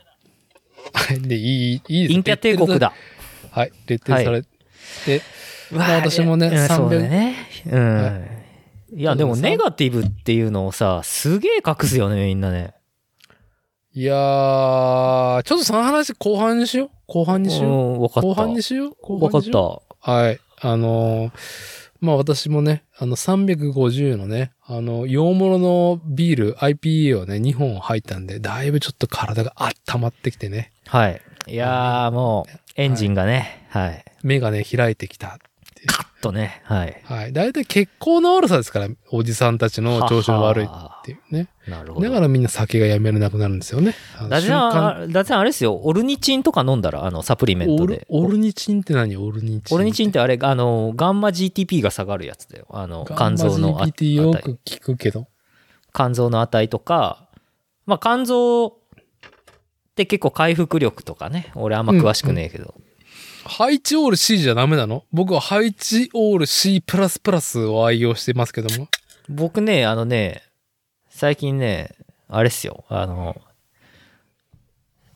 はいで、いい、いいです
陰キャ帝国。だ
はい。レッテルされて、まあ私もね
いや
300
そうだねうん、、
はい
やでもネガティブっていうのをさすげえ隠すよねみんなね
いやー、ちょっとその話後半にしよう。後半にしよう。
うん分かった
後半にしよう。後
分か
半
っ
にしよう
た
はい。あのーまあ私もね、あの350のね、あの、洋物のビール、IPA をね、2本入ったんで、だいぶちょっと体が温まってきてね、
はい。いやー、もう、エンジンがね、はい。
目がね、開いてきた。
カッとね、はい。
はい。だいたい血行の悪さですから、おじさんたちの調子の悪いっていうね。
なるほ
だか
ど。
らみんな酒がやめれなくなるんですよね。あの
ダジ
瞬間
さん、ダジさんあれですよ、オルニチンとか飲んだら、あの、サプリメン
オ
ト
ル
で。
オルニチンって何オルニチン。
オルニチンってあれ、あの、ガンマ GTP が下がるやつだよ。あの、肝臓のあ
ガンマ GPT よ
値。
く聞くけど。
肝臓の値とか、まあ、肝臓って結構回復力とかね、俺あんま詳しくねえけど。
ハイチオール C じゃダメなの僕はハイチオール C++ を愛用してますけども。
僕ね、あのね、最近ね、あれっすよ、あの、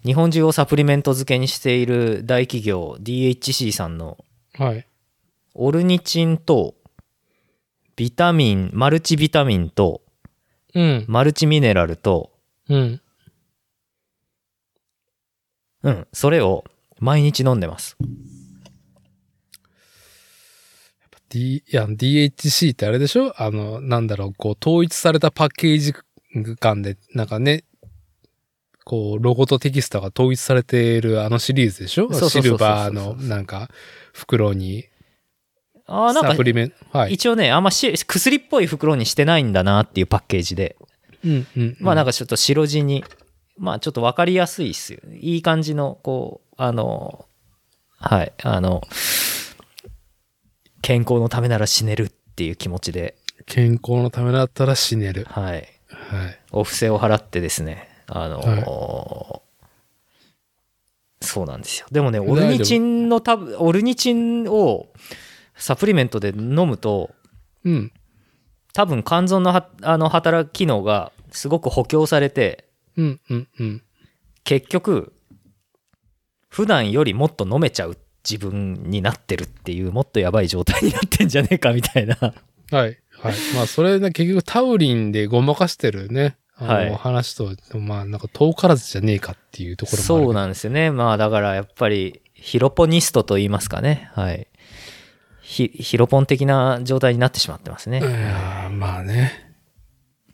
日本中をサプリメント漬けにしている大企業 DHC さんの
はい。
オルニチンとビタミン、マルチビタミンと
うん。
マルチミネラルと、
うん。
うん、それを毎日飲んでます。
D、いや、DHC ってあれでしょあの、なんだろう、こう、統一されたパッケージ感で、なんかね、こう、ロゴとテキストが統一されているあのシリーズでしょ
そうそうそうそうそう
シルバーの、なんか、袋に、
ああ、な
サ
ん
プ
か
リメント。はい。
一応ね、あんまし薬っぽい袋にしてないんだなっていうパッケージで、
うん、うん。
まあなん
か、
かちょっと白地に、まあちょっと分かりやすいっすよ。いい感じの、こう、あの、はい、あの、健康のためなら死ねるっていう気持ちで、
健康のためだったら死ねる。
はい、
はい。
お布施を払ってですね、あの、
は
そうなんですよ。でもね、オルニチンの多分、オルニチンをサプリメントで飲むと、
うん。
多分肝臓のはあの働く機能がすごく補強されて、
うん。うん。うん。
結局、普段よりもっと飲めちゃう自分になってるっていう、もっとやばい状態になってんじゃねえかみたいな。
はい。はい。まあ、それね、結局タウリンでごまかしてるね。あの
はい
話と、まあ、なんか遠からずじゃねえかっていうところもあるけど
そうなんですよね。まあだからやっぱりヒロポニストと言いますかね。はい。ひヒロポン的な状態になってしまってますね。
いやーまあね。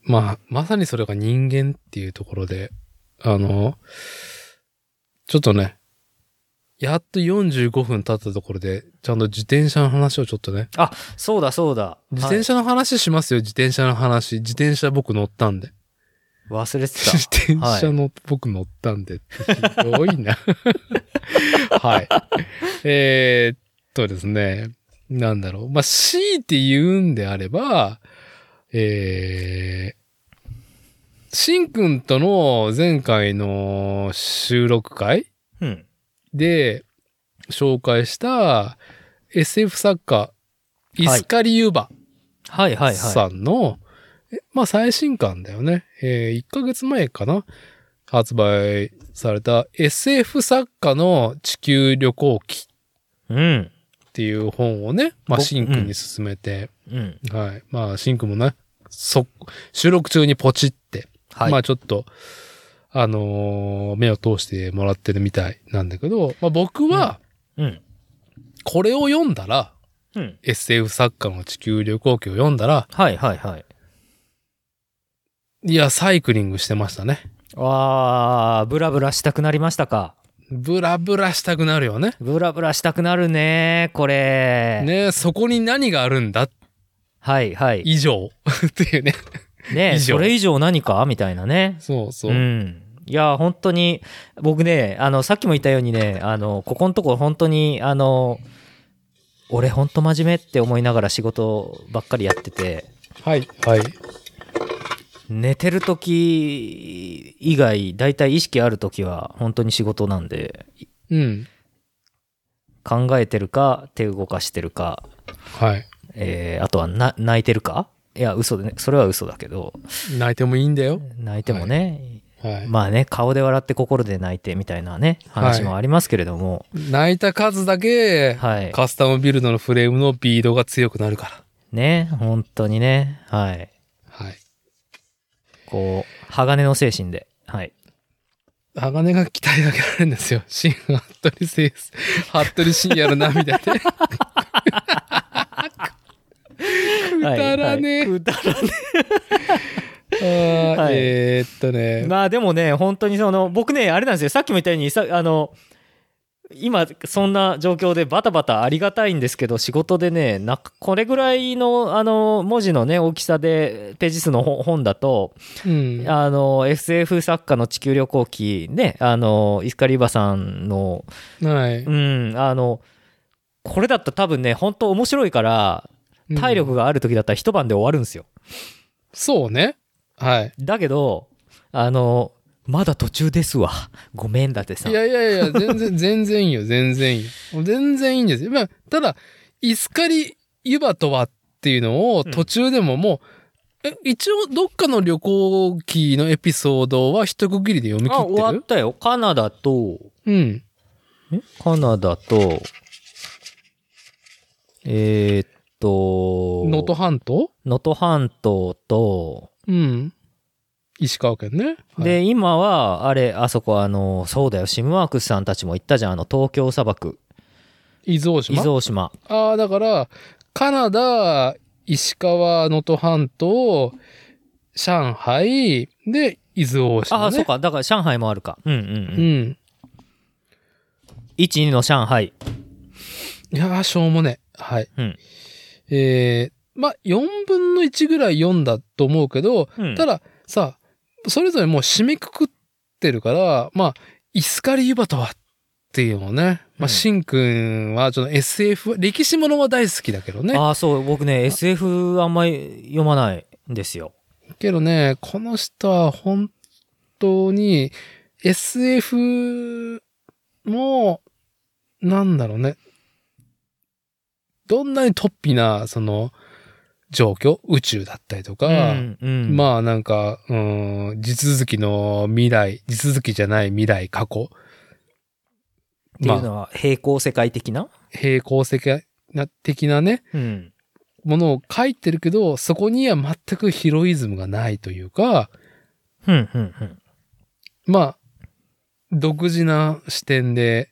まあ、まさにそれが人間っていうところで、あの、ちょっとね、やっと45分経ったところで、ちゃんと自転車の話をちょっとね、
あ、そうだそうだ。
自転車の話しますよ、自転車の話。自転車僕乗ったんで。
はい忘れて
自 転
た。は
車
い。
の僕乗ったんで。ひどいな。はい。えーっとですね。なんだろう。まあ、強いて言うんであれば、えー、しんくんとの前回の収録会
うん。
で紹介した SF 作家、イスカリユーバ
はいはいは
さんの、えまあ最新刊だよね。え1ヶ月前かな発売された SF 作家の地球旅行記
い。うん。
っていう本をね、まあ
ぼ
シンくんに勧めて、
うん。
はい。まあシンくんもね、そ、収録中にポチって、
はい。
まあちょっと、あのー目を通してもらってるみたいなんだけど、まあ僕は、
うん。
これを読んだら、
うん。
SF 作家の地球旅行記を読んだら、
はいはいはい。
いや、サイクリングしてましたね。
あー、ブラブラしたくなりましたか。
ブラブラしたくなるよね。
ブラブラしたくなるね、これ。
ねそこに何があるんだ
はいはい。
以上 っていうね。
ね
以上
それ以上何かみたいなね。
そうそう。
ん、いや本当に僕ねあのさっきも言ったようにねあのここのところ本当にあの俺本当真面目って思いながら仕事ばっかりやってて
はい。はい。
寝てる時以外だいたい意識ある時は本当に仕事なんで
うん。
考えてるか手動かしてるか、
はい。
えーあとはな泣いてるかいや嘘でねそれは嘘だけど
泣いてもいいんだよ。
泣いてもね、
はい。
まあね顔で笑って心で泣いてみたいなね話もありますけれども、
泣いた数だけ、
はい
カスタムビルドのフレームのビードが強くなるから。
ね本当にねはい
はい。
こう鋼の精神ではい
鋼が鍛え上げられるんですよ。 新服部聖ス服部深夜の涙 で。
く
だらねえ
くだらね
あー
はい
えーっと
え
ね。
まあでもね本当にその僕ねあれなんですよさっきも言ったようにさあの今そんな状況でバタバタありがたいんですけど仕事でねなこれぐらいのあの文字のね大きさでページ数の本本だと
うん。
あの SF 作家の地球旅行記ねあのイスカリーバさんの
はい。
うんあのこれだったら多分ね本当面白いから
うん
体力がある時だったら一晩で終わるんですよ。
そうね。はい。
だけど、あの、まだ途中ですわ。ごめんだってさ。
いやいやいや、全然、全然いいよ、全然いいよ。全然いいんですよ。まあ、ただ、イスカリ湯葉とはっていうのを
うん
途中でももう、え一応どっかの旅行記のエピソードは一区切りで読み
あ、終
切っ
わ
てる
ったよ。カナダと、
うん。
カナダと、えーっと、
能登半島
能登半島と、
うん。石川県ね。はい
で、、今は、あれ、あそこ、あの、そうだよ、シムワークスさんたちも行ったじゃん、あの、東京砂漠、
伊豆大
伊
島。
豆大島。
ああ、だから、カナダ、石川、能登半島、上海、で、伊豆大島、ね。
あ、そうか、だから上海もあるか。うんうん
う
うん。
ん。
1、2の上海。
いやー、しょうもね。はい。
うん
えー、まあ、4分の1ぐらい読んだと思うけど、
うん
ただ、さ、それぞれもう締めくくってるから、まあ、イスカリ湯葉とはっていうのをね、
う
まあ、
ん
シンくんは、ちょっと SF、歴史ものは大好きだけどね。
ああ、そう、僕ね、SF あんまり読まないんですよ。
けどね、この人は本当に SF もう、なんだろうね。どんなに突飛な、その、状況、宇宙だったりとか、
うんうん
まあなんか、うん、地続きの未来、地続きじゃない未来、過去。
っていう
まあ、
のは平行世界的な、
平行世界的なね、
うん
ものを書いてるけど、そこには全くヒロイズムがないというか、
うんうんうん
まあ、独自な視点で、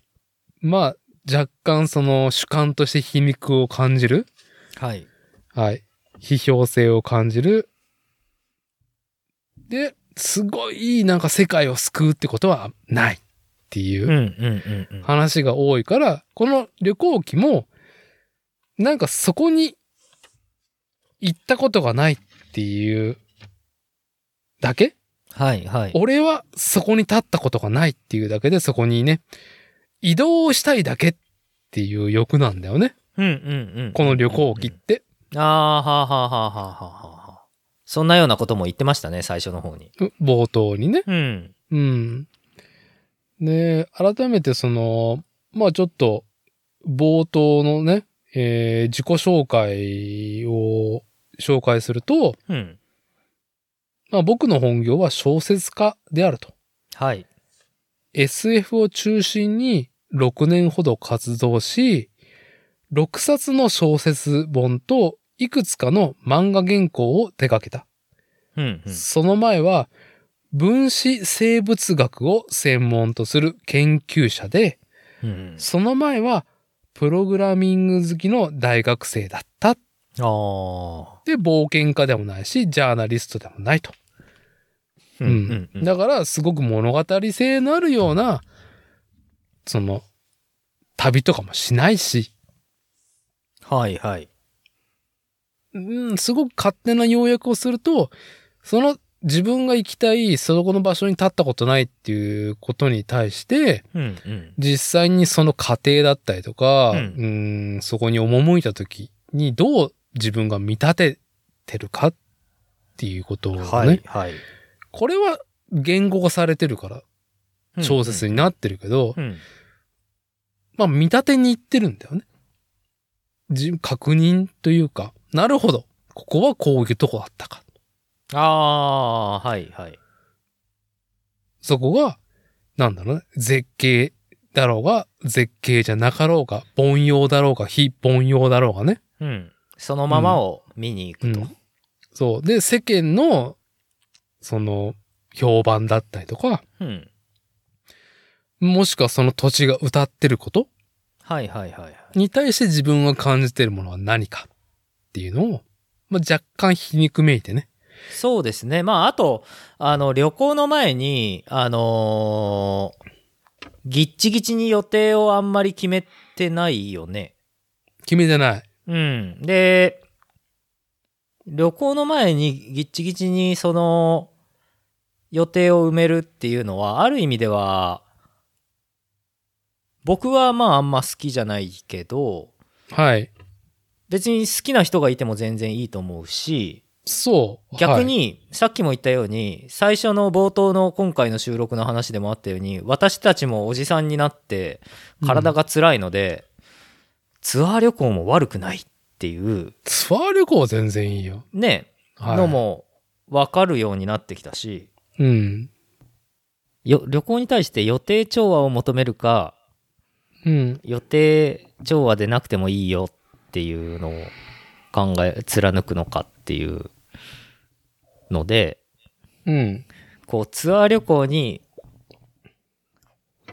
まあ、若干その主観として皮肉を感じる、
はい
はい、批評性を感じる。で、すごいなんか世界を救うってことはないっていううん
うんうんうん
話が多いから、この旅行記も、なんかそこに行ったことがないっていうだけ
はいはい
俺はそこに立ったことがないっていうだけで、そこにね、移動したいだけっていう欲なんだよね。
うんうんうん
この旅行記って。
ああはあはあはあはあはあはあそんなようなことも言ってましたね最初の方に
冒頭にね。
うん
うん。で、改めてその、まあちょっと、冒頭のね、えー自己紹介を紹介すると、
うん
まあ僕の本業は小説家であると。
はい
SF を中心に6年ほど活動し、6冊の小説本といくつかの漫画原稿を手掛けた。
うんうん
その前は分子生物学を専門とする研究者で、
うん
その前はプログラミング好きの大学生だった。
ああ
で、冒険家でもないし、ジャーナリストでもないと。
う
うん
うん
だからすごく物語性のあるような、その、旅とかもしないし、
はいはい
うん、すごく勝手な要約をすると、その自分が行きたい、そこの場所に立ったことないっていうことに対して、
うんうん
実際にその過程だったりとか、う
うん
ん、そこに赴いた時にどう自分が見立ててるかっていうことをね、
はいはい
これは言語化されてるから小説
に
になってるけど、
うん
まあ、見立てに行ってるんだよね。じ確認というか、なるほど。ここはこういうとこだったか。
ああーはいはい
そこが、なんだろうね。絶景だろうが、絶景じゃなかろうが、凡庸だろうが、非凡庸だろうがね。
うんそのままを見に行くと
うんそう。で、世間の、その、評判だったりとか、
うん
もしくはその土地が歌ってること
はいはいはいはい
に対して自分が感じてるものは何かっていうのを、まあ、若干皮肉めいてね。
そうですね。まあ、あと、あの、旅行の前に、あのーぎっちぎちに予定をあんまり決めてないよね。
決めてない。
うん。で、旅行の前にぎっちぎちにその、予定を埋めるっていうのは、ある意味では、僕はまああんま好きじゃないけど、
はい。
別に好きな人がいても全然いいと思うし、
そう。
逆に、さっきも言ったように最初の冒頭の今回の収録の話でもあったように私たちもおじさんになって体が辛いので、ツアー旅行も悪くないっていう
ツアー旅行は全然いいよ。
ね、
はい。
のも分かるようになってきたし
うん。
よ旅行に対して予定調和を求めるか
うん。
予定調和でなくてもいいよっていうのを考え貫くのかっていうので。
うん。
こうツアー旅行に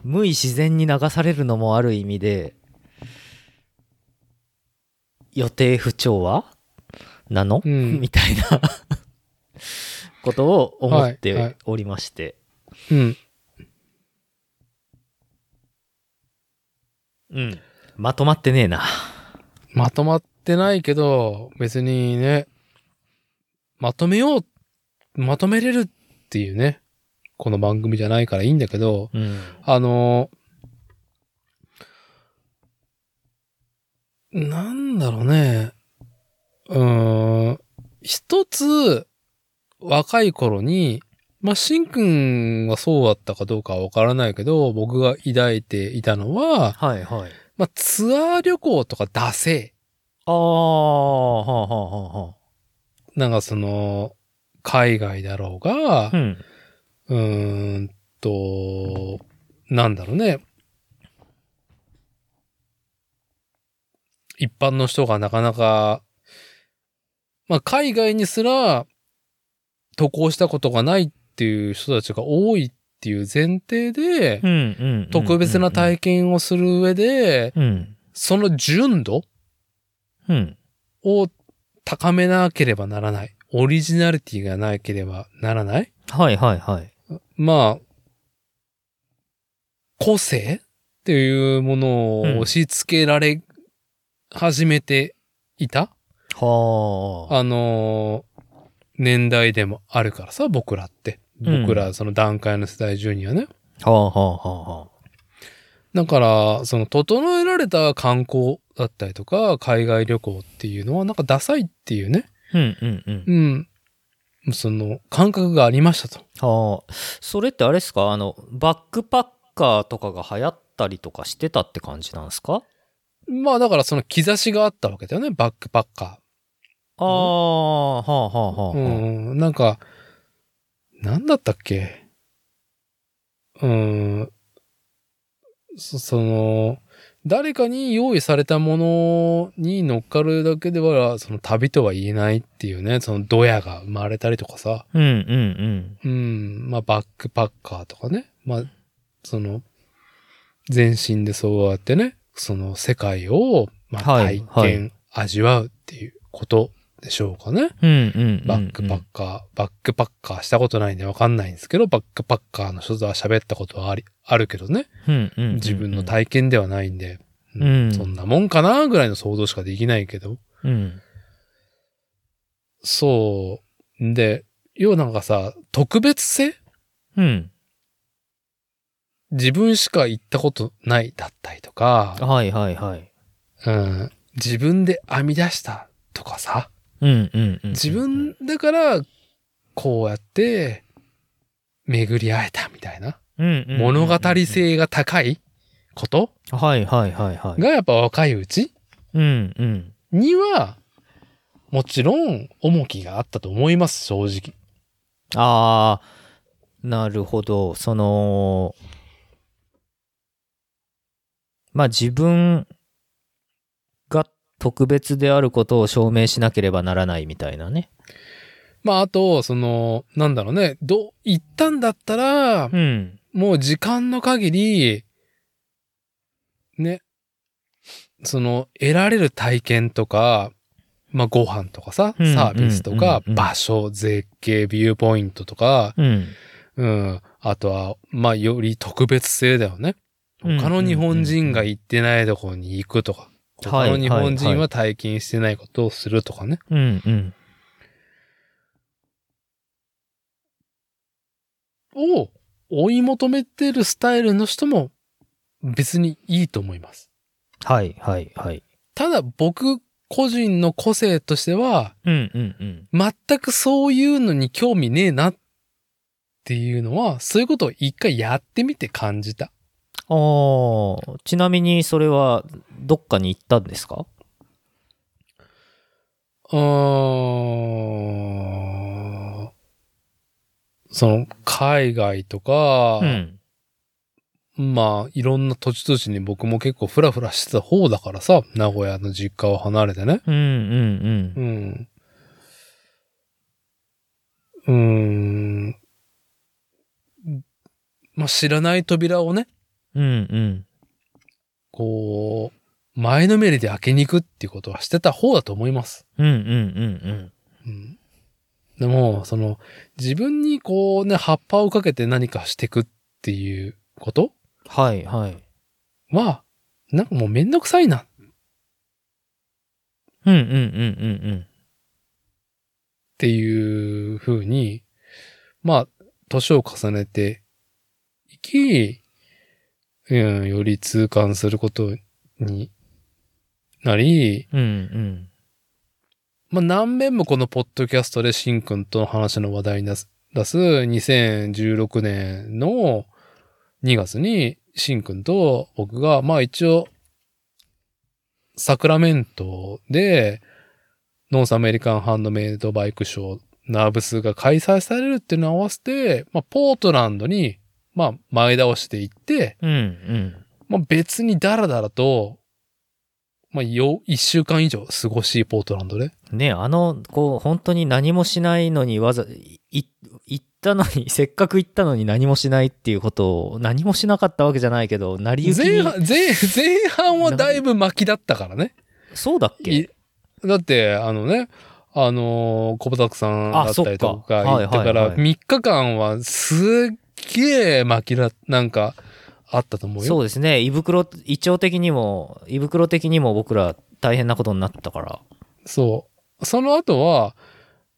無意自然に流されるのもある意味で予定不調和なの、
うん
みたいな ことを思っ
はいはい
ておりまして、
うん。
うん、まとまってねえな
まとまってないけど、別にね、まとめよう、まとめれるっていうね、この番組じゃないからいいんだけど、
うん
あのーなんだろうね。うーん。一つ、若い頃に、まあ、しんくんはそうだったかどうかはわからないけど、僕が抱いていたのは、
はいはい。
まあ、ツアー旅行とかダセ
ああ、はあはあはあは
え。なんかその、海外だろうが
あ。う、ん。
うーんと、なんだろうね。一般の人がなかなか、まあ、海外にすら渡航したことがないっていう人たちが多いっていう前提で
う、んうんうんうん。
特別な体験をする上で、
うん。
その純度
うん。
を高めなければならない。オリジナリティがなければならない。
はいはいはい。
まあ、個性っていうものを押し付けられ始めていた、
はあ。
あのー、年代でもあるからさ、僕らって。
うん
僕ら、その段階の世代中にはね。
はあはあはあはあ。
だから、その、整えられた観光だったりとか、海外旅行っていうのは、なんかダサいっていうね。
うんうんうん。
うん。その、感覚がありましたと。
はあ。それってあれですかあの、バックパッカーとかが流行ったりとかしてたって感じなんですか
まあ、だからその兆しがあったわけだよね、バックパッカー。
ああ、はあはあはあ。
うん、なんか、なんだったっけうん、そその、誰かに用意されたものに乗っかるだけでは、その旅とは言えないっていうね、そのドヤが生まれたりとかさ、
うんうん
うん、まあバックパッカーとかね、まあ、その、全身でそうやってね、その世界を、まあ
は
体
い
験、
は
味わうっていうことでしょうかね。
うん。うんうんうん。
バックパッカー、バックパッカーしたことないんでわかんないんですけど、バックパッカーの人とは喋ったことはあり、あるけどね。
うんうんうんうん
自分の体験ではないんで、うん
うん
そんなもんかなぐらいの想像しかできないけど。
うん。
そう。んで、要はなんかさ、特別性
うん。
自分しか行ったことないだったりとか、
はいはいはい。
うん、自分で編み出したとかさ、
うんうんうん。
自分だから、こうやって、巡り会えたみたいな。物語性が高いこと
はいはいはいはい。
がやっぱ若いうち
うんうん。
には、もちろん重きがあったと思います、正直。
ああ、なるほど。その、まあ自分が特別であることを証明しなければならないみたいなね。
まああと、その、なんだろうね、どう、行ったんだったら、
うん。
もう時間の限り、ね、その、得られる体験とか、まあご飯とかさ、サ
うん
ービスとか
うん、うん
場所、絶景、ビューポイントとか、
うん。
うん、あとは、まあより特別性だよね。
うん
他の日本人が行ってないところに行くとか、他の日本人は体験してないことをするとかね。
うんうん。
を追い求めてるスタイルの人も別にいいと思います。
はいはいはい。
ただ僕個人の個性としては、
うんうんうん。
全くそういうのに興味ねえなっていうのは、そういうことを一回やってみて感じた。
ああ、ちなみにそれはどっかに行ったんですか
うーん。その、海外とか、
うん。
まあ、いろんな土地土地に僕も結構フラフラしてた方だからさ、名古屋の実家を離れてね。
うんうんうん。
うん。うーん。まあ、知らない扉をね、
うんうん。
こう、前のめりで開けに行くっていうことはしてた方だと思います。
うんうんうん
うん。でも、その、自分にこうね、葉っぱをかけて何かしてくっていうこと
うん。はいはい。
は、なんかもうめんどくさいな
うんうんうんうんうん。
っていう風に、まあ、年を重ねていき、うん、より痛感することになり、
うん
まあ何遍もこのポッドキャストでしんくんとの話の話題にな出す2016年の2月に、しんくんと僕が、まあ一応、サクラメントで、ノースアメリカンハンドメイドバイクショー、ナーブスが開催されるっていうのを合わせて、まあポートランドに、まあ前倒していって、
うんうん。
まあ別にダラダラと、まあよ、一週間以上過ごし、ポートランドで。
ねあのこう本当に何もしないのにわざい行ったのに せっかく行ったのに何もしないっていうことを何もしなかったわけじゃないけど成り行き
前
に
半、前、前半はだいぶ巻きだったからね。
そうだっけ
いだって、あのね、あのー小畑さんだったりとか
あそっか
行ったか
はいはい
ら、
はい
3日間はすっげえ巻きだ、なんか、あったと思うよ。
そうですね胃袋胃腸的にも胃袋的にも僕ら大変なことになったから
そう。その後は、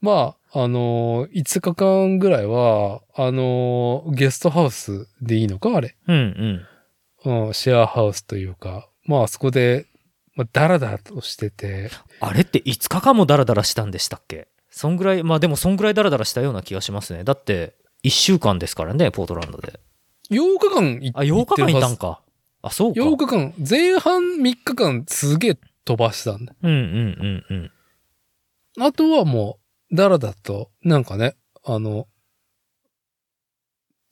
まあ、あのー、5日間ぐらいは、あのーゲストハウスでいいのかあれ。
うんうん
うん、シェアハウスというか、まあ、あそこで、まあ、ダラダラとしてて、
あれって5日間もダラダラしたんでしたっけそんぐらいまあでもそんぐらいダラダラしたような気がしますねだって1週間ですからねポートランドで
8日間い
あ8日間いたん
行ってるは
かあそう
ず
か
8日間、前半3日間すげえ飛ばしたんだ。
うんうん うんうん
あとはもう、ダラダラと、なんかね、あの、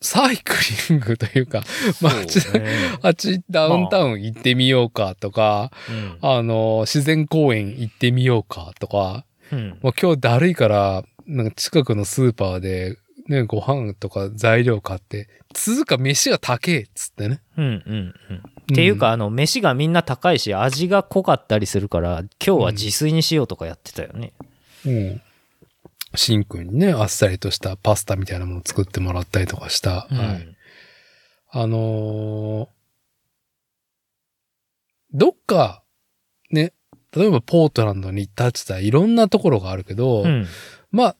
サイクリングというか、まあ、あっち
そうね
あっちダウンタウン行ってみようかとか、
うん
あの、自然公園行ってみようかとか、
うん
もう今日だるいから、なんか近くのスーパーで、ね、ご飯とか材料買って、つうか飯が高えっつってね。
うんうんうんっていうか、あの飯がみんな高いし味が濃かったりするから今日は自炊にしようとかやってたよね、
うん、うん。シンくんにね、あっさりとしたパスタみたいなものを作ってもらったりとかした。
うん
はい。あのーどっか、ね、例えばポートランドに立ってたらいろんなところがあるけど、
うん
まあ、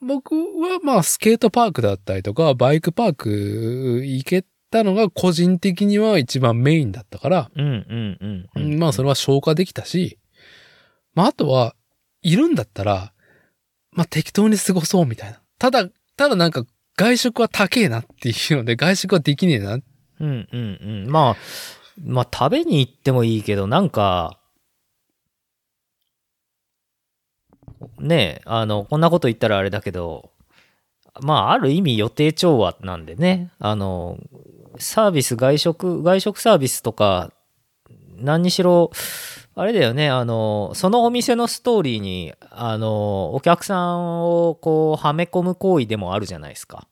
僕はまあスケートパークだったりとか、バイクパーク行けたのが個人的には一番メインだったから、
うんうんうんうん
まあそれは消化できたし、まああとは、いるんだったら、まあ適当に過ごそうみたいな。ただ、ただなんか外食は高えなっていうので、外食はできねえな
うんうんうん。まあ、まあ食べに行ってもいいけど、なんか、ねえ、あの、こんなこと言ったらあれだけど、まあ、ある意味予定調和なんでね、あの、サービス、外食、外食サービスとか、何にしろ、あれだよね、あの、そのお店のストーリーに、あの、お客さんをこう、はめ込む行為でもあるじゃないですか。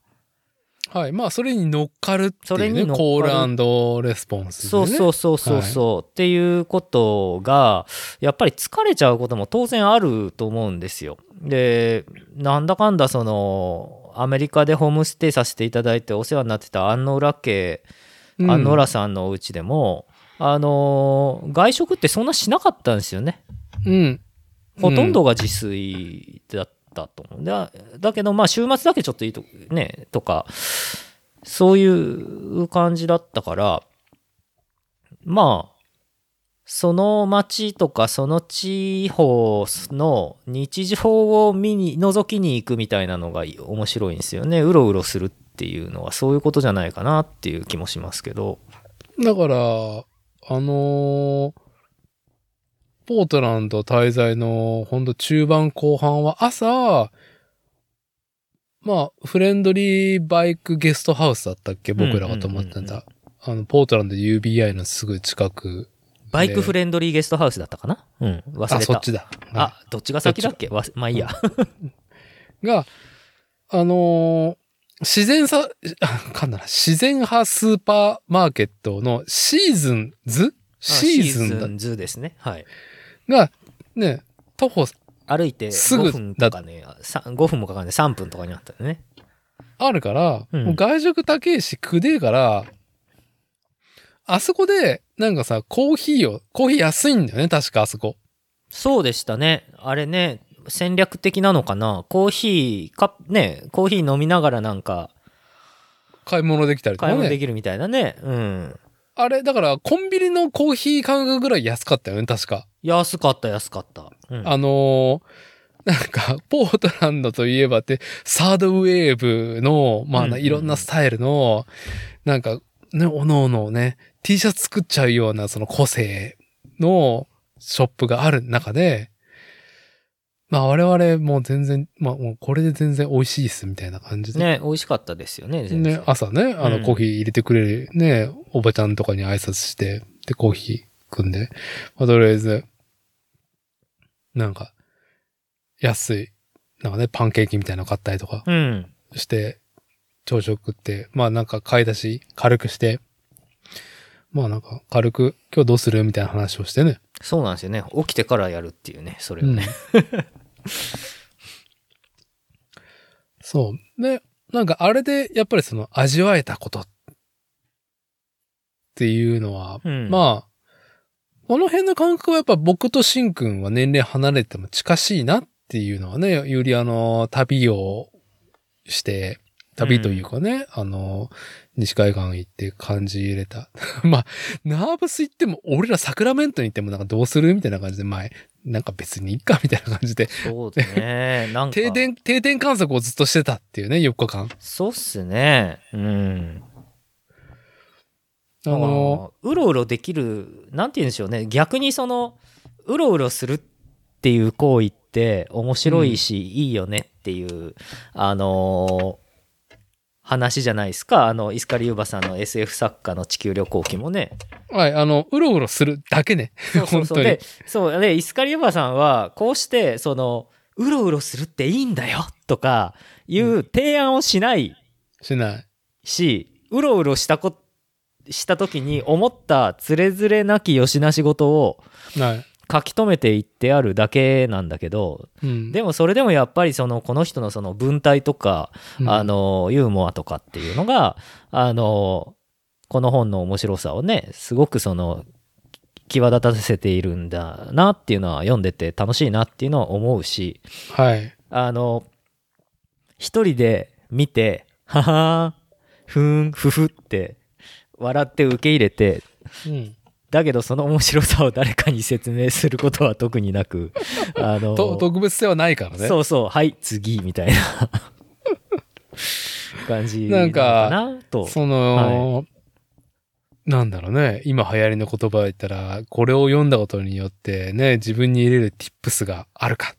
はい。まあ、それに乗っかるって
そ
い
れ
う
に乗っか
ね、
る
コールレスポンス、ね。
そうそうそうそうそう、っていうことがやっぱり疲れちゃうことも当然あると思うんですよ。でなんだかんだそのアメリカでホームステイさせていただいてお世話になってた安野浦家
うん。
安野浦さんのお家でも、あのー外食ってそんなしなかったんですよね。
うん。
ほとんどが自炊だったと思う。だだけど、まあ、週末だけちょっといいと、ね、とか、そういう感じだったから、まあ、その町とかその地方の日常を見に、覗きに行くみたいなのが面白いんですよね。うろうろするっていうのはそういうことじゃないかなっていう気もしますけど。
だから、あのーポートランド滞在の、ほんと中盤後半は朝、まあ、フレンドリーバイクゲストハウスだったっけ僕らが泊まってた、
うんうんうん
あの、ポートランド UBI のすぐ近く。
バイクフレンドリーゲストハウスだったかなうん、忘れた。
あ、そっちだ。はい
あ、どっちが先だっけわまあいいや。
が、あのー自然さ、 あかんだな、自然派スーパーマーケットのシーズンズ
あ
シーズンだ
シズですね。はい。
が、ね、徒歩、
歩いて
すぐ
5分とかね、さ5分もかかんない、3分とかにあったよね。
あるから、
うん
もう外食高えし、くでえから、あそこで、なんかさ、コーヒーを、コーヒー安いんだよね、確かあそこ。
そうでしたね。あれね、戦略的なのかな。コーヒー、か、ね、コーヒー飲みながらなんか、
買い物できたりと
買
か
い物で
ね。
きるみたいなね。うん。
あれ、だから、コンビニのコーヒー感覚ぐらい安かったよね、確か。
安かった、安かった。うん、
あのーなんか、 ポートランドといえばって、サードウェーブの、
う
ま
んうん
あ、いろんなスタイルの、なんか、ね、おのおのね、T シャツ作っちゃうような、その個性のショップがある中で、まあ、我々もう全然、まあ、もうこれで全然美味しいっす、みたいな感じで。
ね、美味しかったですよね、全然
ね、朝ね、あ
うん
の、コーヒー入れてくれる、ね、おばちゃんとかに挨拶して、で、コーヒー組んで、まあ、とりあえず、なんか、安い、なんかね、パンケーキみたいなの買ったりとか
うん。
して、朝食食って、まあなんか買い出し軽くして、まあなんか軽く、今日どうするみたいな話をしてね。
そうなんですよね。起きてからやるっていうね、それを
うん
ね。、
そう。で、なんかあれで、やっぱりその味わえたことっていうのは、
うん
まあ、この辺の感覚はやっぱ僕としんくんは年齢離れても近しいなっていうのはね、よりあの、旅をして、旅というかね、あの、西海岸行って感じ入れた。 まあ、ナーブス行っても、俺らサクラメントに行ってもなんかどうするみたいな感じで、前、なんか別にいいかみたいな感じで、
そうですね。なんか。
停電、停電観測をずっとしてたっていうね、4日間。
そうっすね。うん。
あの、
うろうろできる、なんて言うんでしょうね。逆にその、うろうろするっていう行為って面白いし、いいよねっていう、あのー話じゃないですか。あの、イスカリユーバさんの SF 作家の地球旅行記もね。
はい、あの、うろうろするだけね。
そうそうそう。
本当に
で、そう、で、イスカリユーバさんは、こうして、その、うろうろするっていいんだよとかいう提案をしない
しない。
し、うろうろしたこ、した時に思ったつれづれなきよしなし事を
ない。
書き留めていってあるだけなんだけど、
うん。
でもそれでもやっぱりその、この人のその文体とか、
うん
あの、ユーモアとかっていうのが、あの、この本の面白さをね、すごくその、際立たせているんだなっていうのは読んでて楽しいなっていうのは思うし、
はい。
あの、一人で見て、ははーん、ふーん、ふふって、笑って受け入れて、
うん。
だけどその面白さを誰かに説明することは特にな く、あの、
と、特別性はないからね。
そうそう、はい、次、みたいな 感じなのかなと。
その、なんだろうね。今流行りの言葉を言ったら、これを読んだことによってね、自分に入れる tips があるか、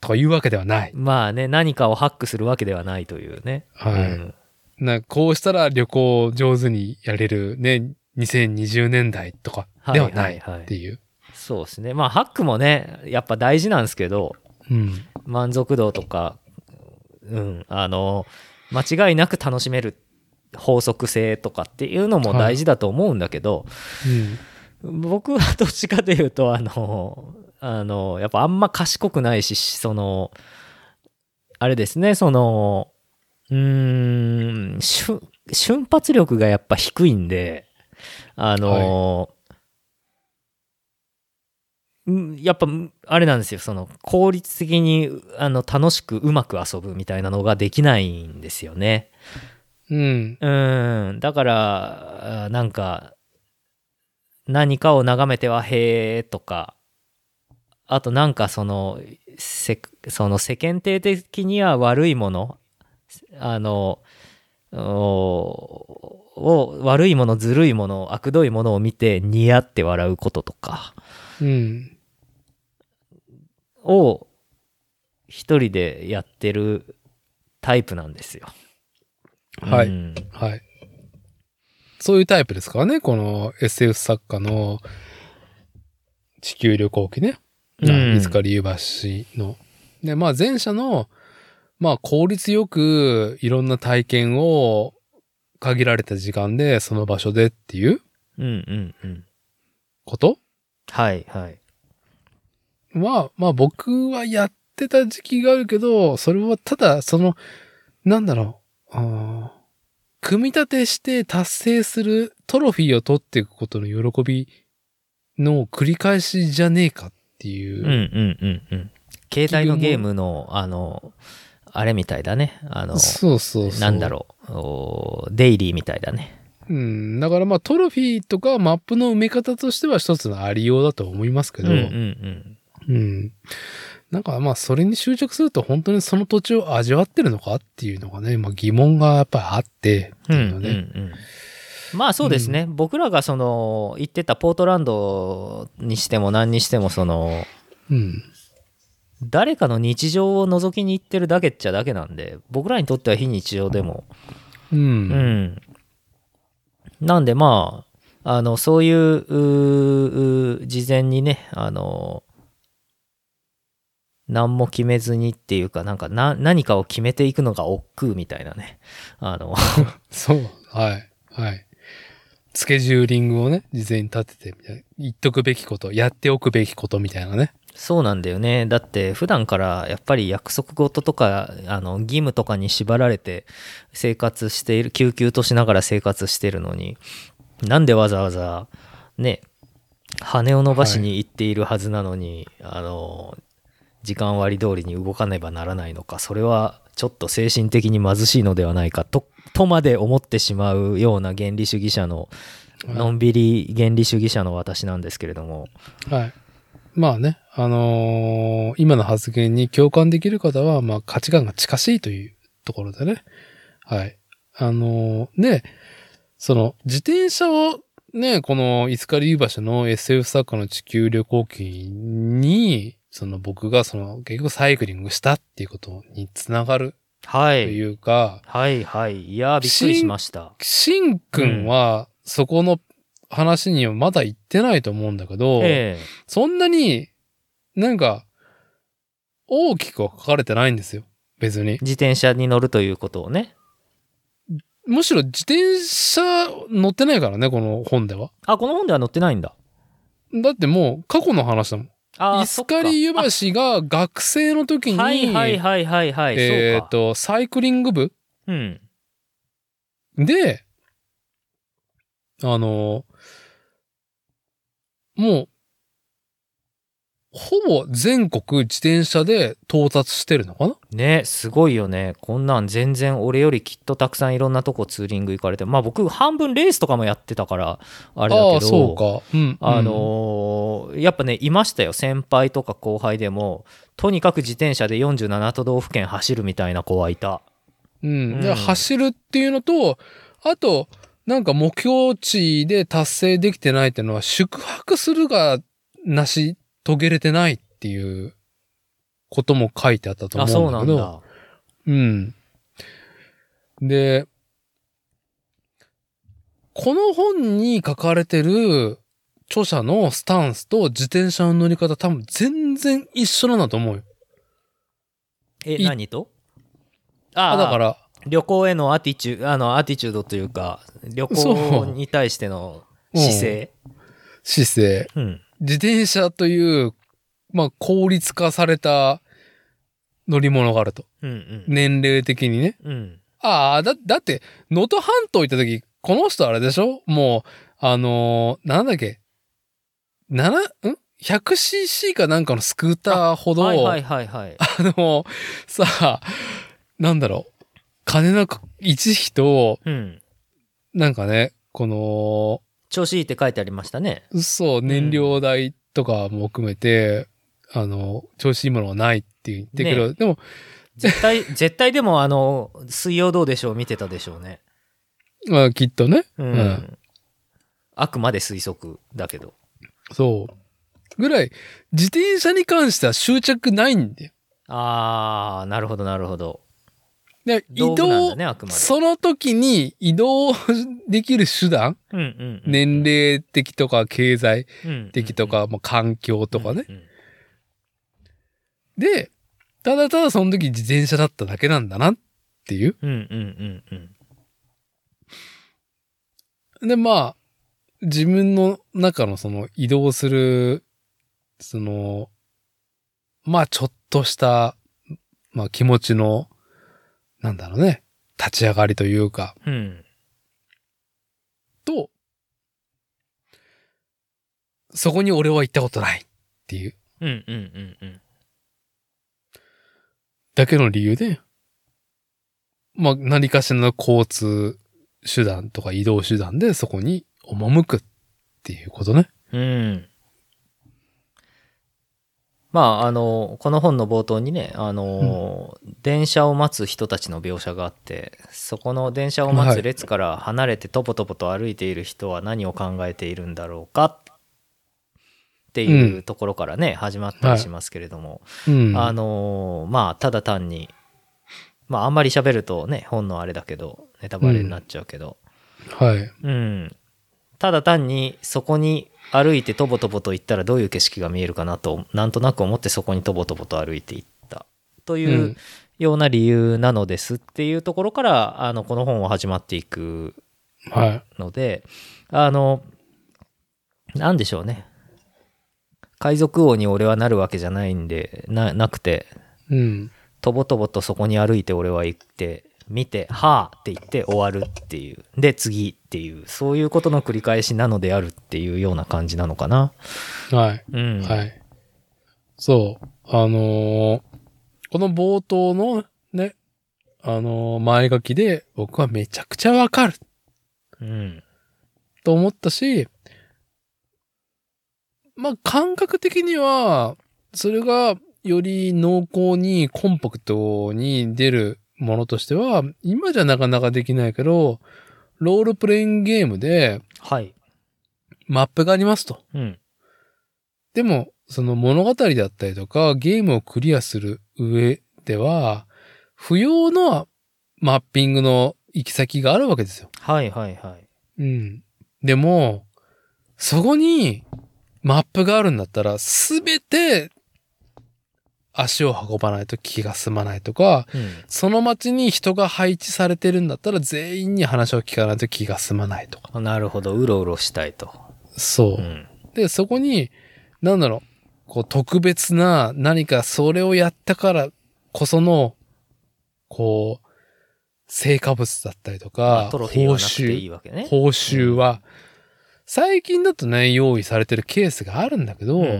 というわけではない。
まあね、何かをハックするわけではないというね。
はい
うん
なこうしたら旅行を上手にやれるね、2020年代とかではな
はい
い
はいはい
っていう。
そうですね。まあ、ハックもね、やっぱ大事なんですけど、
うん。
満足度とか、うん、あの、間違いなく楽しめる法則性とかっていうのも大事だと思うんだけど、
うん
僕はどっちかというと、あの、あの、やっぱあんま賢くないし、その、あれですね、その、うーん、瞬瞬発力がやっぱ低いんで、あの、うんやっぱ、あれなんですよ、その、効率的に、あの、楽しくうまく遊ぶみたいなのができないんですよね。
うん。
うん、だから、あなんか、何かを眺めては、へえとか、あとなんかその、せその世間体的には悪いもの、あの、おを悪いもの、ずるいもの、悪どいものを見て、ニヤって笑うこととか
うん。
を、一人でやってるタイプなんですよ。
はい。
うん
はい。そういうタイプですからね、この SF 作家の地球旅行記ね。
うん
いつか理由橋の。で、まあ前者の、まあ効率よくいろんな体験を限られた時間でその場所でっていう
うんうんうん。
こと
はいはい。
は、まあ僕はやってた時期があるけど、それはただその、なんだろう、あー組み立てして達成するトロフィーを取っていくことの喜びの繰り返しじゃねえかっていう。
うんうんうんうん。携帯のゲームの、あの、あれみたいだね。あの、
そうそうそう。
なんだろうおーデイリーみたいだね。
う。うん。だからまあトロフィーとかマップの埋め方としては一つのありようだと思いますけ
う
ど、
んうんうん。
うん。なんかまあそれに執着すると本当にその土地を味わってるのかっていうのがね、まあ疑問がやっぱりあってって
うん
いうのね。
うんうんまあそうですね、僕らがその行ってたポートランドにしても何にしてもその
うん。
誰かの日常を覗きに行ってるだけっちゃだけなんで僕らにとっては非日常でも、
う
うん
ん。
なんでまああのそういううう事前にねあの何も決めずにっていうかなんかな何かを決めていくのが億劫みたいなねあの
そう。はい。はい。スケジューリングをね、事前に立ててみたいな、言っとくべきこと、やっておくべきことみたいなね。
そうなんだよね。だって普段からやっぱり約束事とかあの義務とかに縛られて生活している、救急としながら生活してるのに、なんでわざわざね、羽を伸ばしに行っているはずなのに、あの、時間割り通りに動かねばならないのか、それはちょっと精神的に貧しいのではないかと、とまで思ってしまうような原理主義者の、のんびり原理主義者の私なんですけれども、
はい。まあね、あのー今の発言に共感できる方は、まあ価値観が近しいというところでね。はい。あのーで、その、自転車をね、この、イスカリユーバ社の SF 作家の地球旅行記に、その僕がその、結局サイクリングしたっていうことにつながる
は
と
い。
いうか、
はいはい。いやー、びっくりしました。
しんくんは、そこの話にはまだ行ってないと思うんだけど、
え
そんなに、なんか、大きくは書かれてないんですよ。別に
え。自転車に乗るということをね。
むしろ自転車乗ってないからね、この本では。
あ、この本では乗ってないんだ。
だってもう過去の話だも
あ
ん。
ー
イスカリユバシが学生の時
そっ
に、
かはいはいはいはいはい。そ
えっ
うか。
と、サイクリング部
うん。
で、あの、もう、ほぼ全国自転車で到達してるのかな
ね、すごいよね。こんなん全然俺よりきっとたくさんいろんなとこツーリング行かれて。まあ僕、半分レースとかもやってたから、あれだけど。
ああ、そうか。うん。
あのーやっぱねいましたよ先輩とか後輩でもとにかく自転車で47都道府県走るみたいな子はいた
うん、
うん
で走るっていうのと、あと、なんか目標値で達成できてないっていうのは、宿泊するがなし、遂げれてないっていうことも書いてあったと
あそ
思う
うん
だ
な
け
ん
ど。
だ
うん。で、この本に書かれてる著者のスタンスと自転車の乗り方多分全然一緒なんだと思うよ。
え
い
何とあ
あだから、
旅行へのアティチュあのアティチュードというか旅
そ
行
う
に対しての姿勢
姿勢。
うん
自転車という、まあ、効率化された乗り物があると。
うんうん
年齢的にね。
うん
ああ、だ、だって、能登半島行った時、この人あれでしょもう、あのーなんだっけ、7、ん ?100cc かなんかのスクーターほど、あ,、
はい はいはいはい
のーさあ、なんだろう、金なんか一匹と、
うん
なんかね、この、
調子いいって書いてありましたね
そう、燃料代とかも含めて、あの、調子いいものはないって言ってくる。でも、
絶対 絶対でもあの「水曜どうでしょう」見てたでしょうね
まあ、きっとね、
うん、
うん
あくまで推測だけど
そう。ぐらい、自転車に関しては執着ないんだよ。
あーなるほどなるほど
で移
道具なん
動、
だねあくまで
その時に移動できる手段、
うんうんうん
年齢的とか経済
うんうん
的とか、もう環境とかね。
うんうん
で、ただただその時自転車だっただけなんだなっていう。
うんうんうんうん
で、まあ、自分の中のその移動する、その、まあちょっとした、まあ気持ちの、なんだろうね、立ち上がりというか、
うん
と、そこに俺は行ったことないっていう
うんうんうんうん
だけの理由で、まあ何かしらの交通手段とか移動手段でそこに赴くっていうことね。
うん。まあ、あの、この本の冒頭にね、あの、電車を待つ人たちの描写があって、そこの電車を待つ列から離れてとぼとぼと歩いている人は何を考えているんだろうかっていううところからね、始まったりしますけれども、
うん。
あの、まあ、ただ単に、まあ、あんまり喋るとね、本のあれだけど、ネタバレになっちゃうけど、
はい。
うん。ただ単にそこに歩いてとぼとぼと行ったらどういう景色が見えるかなと、なんとなく思ってそこにとぼとぼと歩いていった。と
う。
いうんような理由なのですっていうところから、あの、この本は始まっていく
はい。
ので、あの、なんでしょうね。海賊王に俺はなるわけじゃないんで、な、なくて、
うん。
とぼとぼとそこに歩いて俺は行って見て「はあ」って言って終わるっていうで次っていうそういうことの繰り返しなのであるっていうような感じなのかな。
はい。
うん、
はい。そう。あのーこの冒頭のね、あのー前書きで僕はめちゃくちゃわかる
うん
と思ったし、まあ感覚的には、それがより濃厚にコンパクトに出るものとしては、今じゃなかなかできないけど、ロールプレイングゲームで
はい
マップがありますと。
うん
でも、その物語だったりとか、ゲームをクリアする上では、不要のマッピングの行き先があるわけですよ。
はいはいはい。
うん。でも、そこにマップがあるんだったら、すべて足を運ばないと気が済まないとか、
うん
その街に人が配置されてるんだったら全員に話を聞かないと気が済まないとか。
あなるほどうろうろしたいと。
そ
う。
う
ん
で、そこに、なんだろう、こう、特別な何かそれをやったからこその、こう、成果物だったりと
まあ
か、
トロフィー
報
はなくていい
酬、
わけね。
報酬は、最近だとね、用意されてるケースがあるんだけど、
うんうんう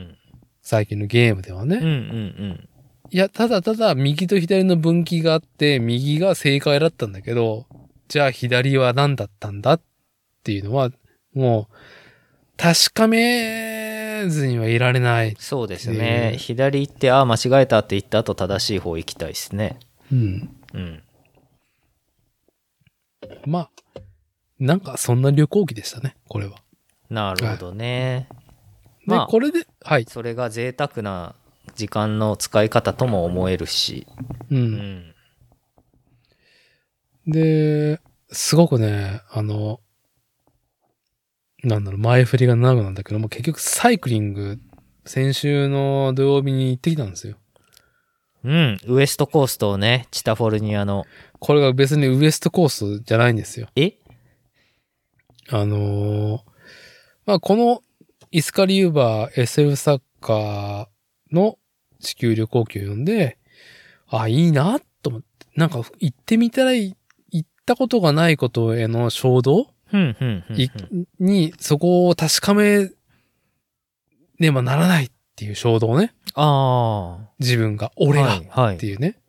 ん
最近のゲームではね。
うんうん
いや、ただただ右と左の分岐があって、右が正解だったんだけど、じゃあ左は何だったんだっていうのは、もう、確かめずにはいられない。
そうです
え
ね
ー
左行ってああ間違えたって言った後正しい方行きたいですね。
うん。
うん
まあ、なんかそんな旅行記でしたね、これは。
なるほどね。
で、
まあ
これで、はい。
それが贅沢な時間の使い方とも思えるし、
う。
うんん、
で、すごくね、あの、なんだろう、前振りが長くなんだけども、結局サイクリング、先週の土曜日に行ってきたんですよ。
うん、ウエストコーストをねチタフォルニアの
これが別にウエストコースじゃないんですよ。
え
あのーまあ、このイスカリウバー SF 作家の地球旅行記を読んで、あ、いいなと思って、なんか行ってみたい、行ったことがないことへの衝動、
ふんふんふんふん
いに、そこを確かめねばならないっていう衝動ね。
ああ
自分が、俺が。
はい、は
っ
い
ていうね、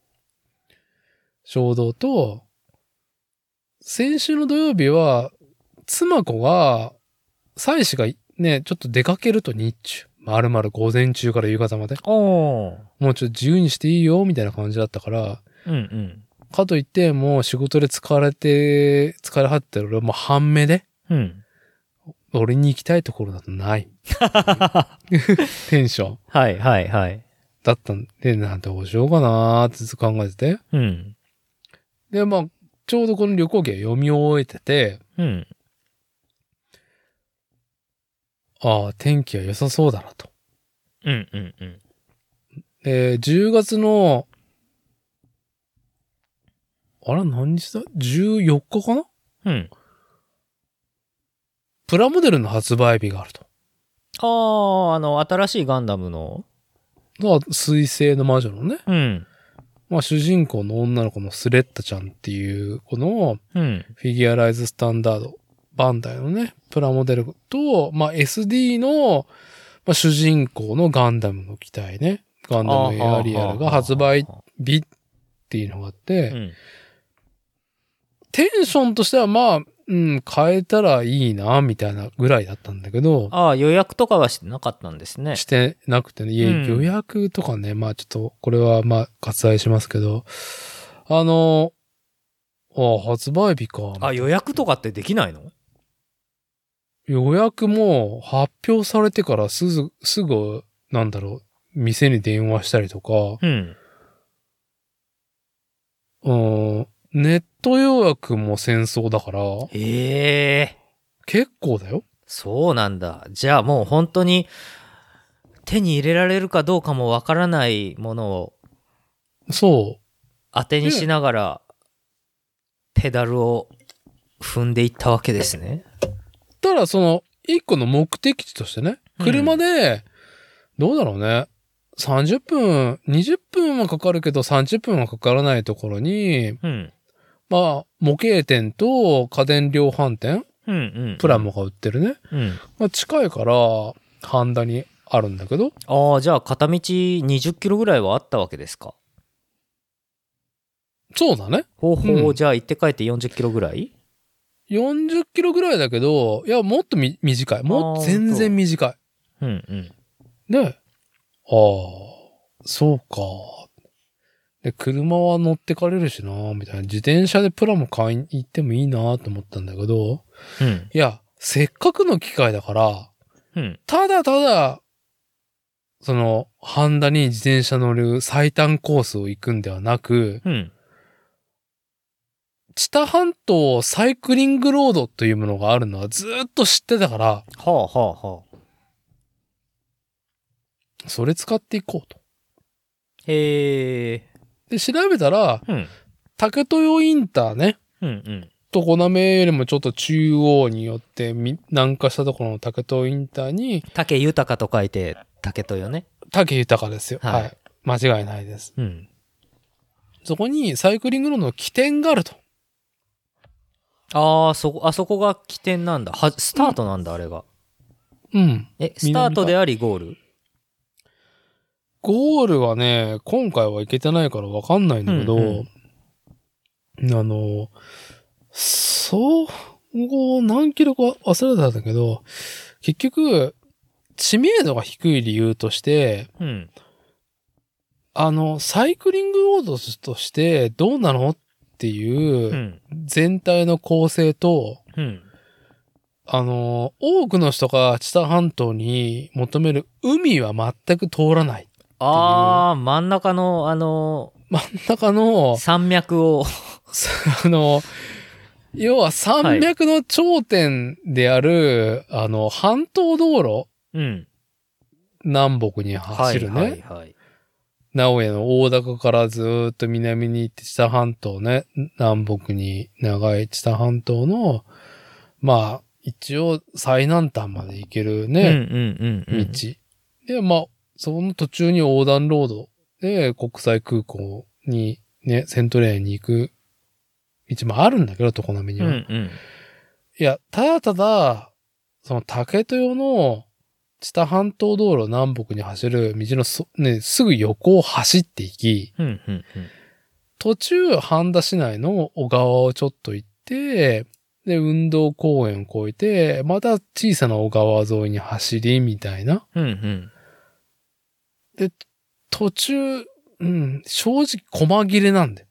衝動と、先週の土曜日は、妻子が、妻子がね、ちょっと出かけると日中、まるまる午前中から夕方まで、
おお
もうちょっと自由にしていいよ、みたいな感じだったから、
ーうんうん
かといって、もう仕事で疲れて、疲れ果ててる俺はもう半目で、
うん
俺に行きたいところだとない。テンション
はいはいはい
だったんで、なんてどうしようかなーってずっと考えてて。
うん
で、まあ、ちょうどこの旅行記は読み終えてて、
うん
ああ、天気は良さそうだなと。
うんうんうん
で、10月の、あら、何日だ ?14 日かな
うん
プラモデルの発売日があると。
あああの新しいガンダムの
まあ、水星の魔女のね、
うん
まあ、主人公の女の子のスレッタちゃんっていう、この
うん
フィギュアライズスタンダード、バンダイのね、プラモデルと、まあ、SD の、まあ、主人公のガンダムの機体ね、ガンダムエアリアルが発売日っていうのがあって、
うん
テンションとしてはまあ、うん、変えたらいいな、みたいなぐらいだったんだけど、
ああ、予約とかはしてなかったんですね。
してなくてね、いや
うん
予約とかね、まあちょっと、これはまあ割愛しますけど、あの、あ発売日か。
あ、予約とかってできないの
予約も発表されてからすぐ、すぐ、なんだろう、店に電話したりとか、
うん。
うん、ネット予約も戦争だから、
ええ
結構だよ。
そうなんだ。じゃあもう本当に手に入れられるかどうかもわからないものを
そ
当てにしながらペダルを踏んでいったわけですね。
う。ただその、一個の目的地としてね、
うん
車で、どうだろうね、30分、20分はかかるけど30分はかからないところに、
うん。
まあ、模型店と家電量販店、
うんうん。
プラモが売ってるね。
うん。
まあ、近いから、ハンダにあるんだけど、
ああ、じゃあ片道20キロぐらいはあったわけですか。
そうだね。
ほうほう、
うん
じゃあ行って帰って40キロぐらい
40キロぐらいだけど、いや、もっとみ短い。も
あ
う
ー
全然短い。
うんうん。
で、ああ、そうか。で、車は乗ってかれるしな、みたいな。自転車でプラも買いに行ってもいいなと思ったんだけど、
うん。
いや、せっかくの機会だから、
うん。
ただただ、その、ハンダに自転車乗る最短コースを行くんではなく、
うん。
知多半島サイクリングロードというものがあるのはずーっと知ってたから、
はあはあはあ。
それ使っていこうと。
へえ。
で、調べたら、
うん。
竹豊インターね、
うんうん。
と小めよりもちょっと中央によってみ南下したところの竹豊インターに、
竹豊と書いて竹豊ね。
竹豊ですよ、
は
はいい。間違いないです。
うん。
そこにサイクリングロードの起点があると。
ああ、そこ、あそこが起点なんだ。は、スタートなんだ、あれが。
うん。
え、スタートでありゴール
ゴールはね、今回は行けてないからわかんないんだけど、
うん
あの、総合何キロか忘れたんだけど、結局、知名度が低い理由として、
うん。。
あの、サイクリングロードとしてどうなのっていううん全体の構成と、
うん。
あの、多くの人が知多半島に求める海は全く通らない。
ああ、真ん中の、あの
真ん中の
ー、山脈を。
あの、要は山脈の頂点である、あの、半島道路、
うん。
南北に走るね。
はいはいはい。
直江の大高からずーっと南に行って、知多半島ね、南北に長い知多半島の、まあ、一応最南端まで行ける
うん
ね、
うんうんうん。
道。で、まあ、その途中に横断ロードで国際空港にね、セントレアに行く道もあるんだけど、常滑に
う
は。
んうん。
いや、ただただ、その竹豊の知多半島道路南北に走る道のそ、ね、すぐ横を走っていき、
うんうんうん。
途中、半田市内の小川をちょっと行って、で、運動公園を越えて、また小さな小川沿いに走り、みたいな。
うんうん。
途中、うん、正直、細切れなんで。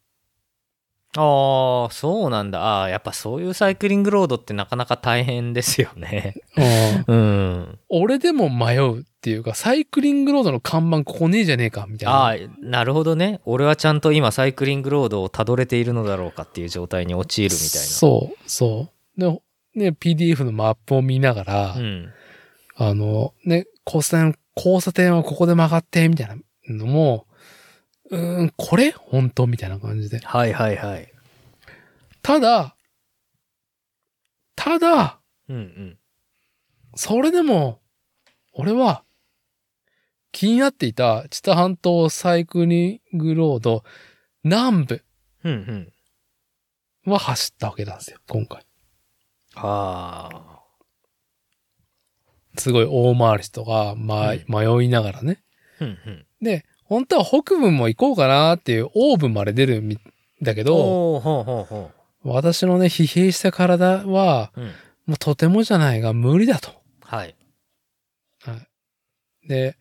ああ、そうなんだ。ああー、やっぱそういうサイクリングロードってなかなか大変ですよね。
うん、
うん。
俺でも迷うっていうか、サイクリングロードの看板ここねえじゃねえか、みたいな。
ああ、なるほどね。俺はちゃんと今サイクリングロードをたどれているのだろうかっていう状態に陥るみたいな。
そう、そう。で、ね、PDF のマップを見ながら、
うん。
あの、ね、交差点、交差点はここで曲がって、みたいなのも、うーん、これ本当みたいな感じで。
はいはいはい。
ただ、ただ、
うんうん。
それでも、俺は、気になっていた、知多半島サイクリングロード、南部
うんうん。
は走ったわけなんですよ、今回。
はあ。
すごい大回りとか、まあ、
うん
迷いながらね。
うんうん。
で、本当は北部も行こうかなっていうオーブまで出るみだけど、
おおほうほうほ
私のね、疲弊した体は、
うん
もうとてもじゃないが無理だと。
はい。
で、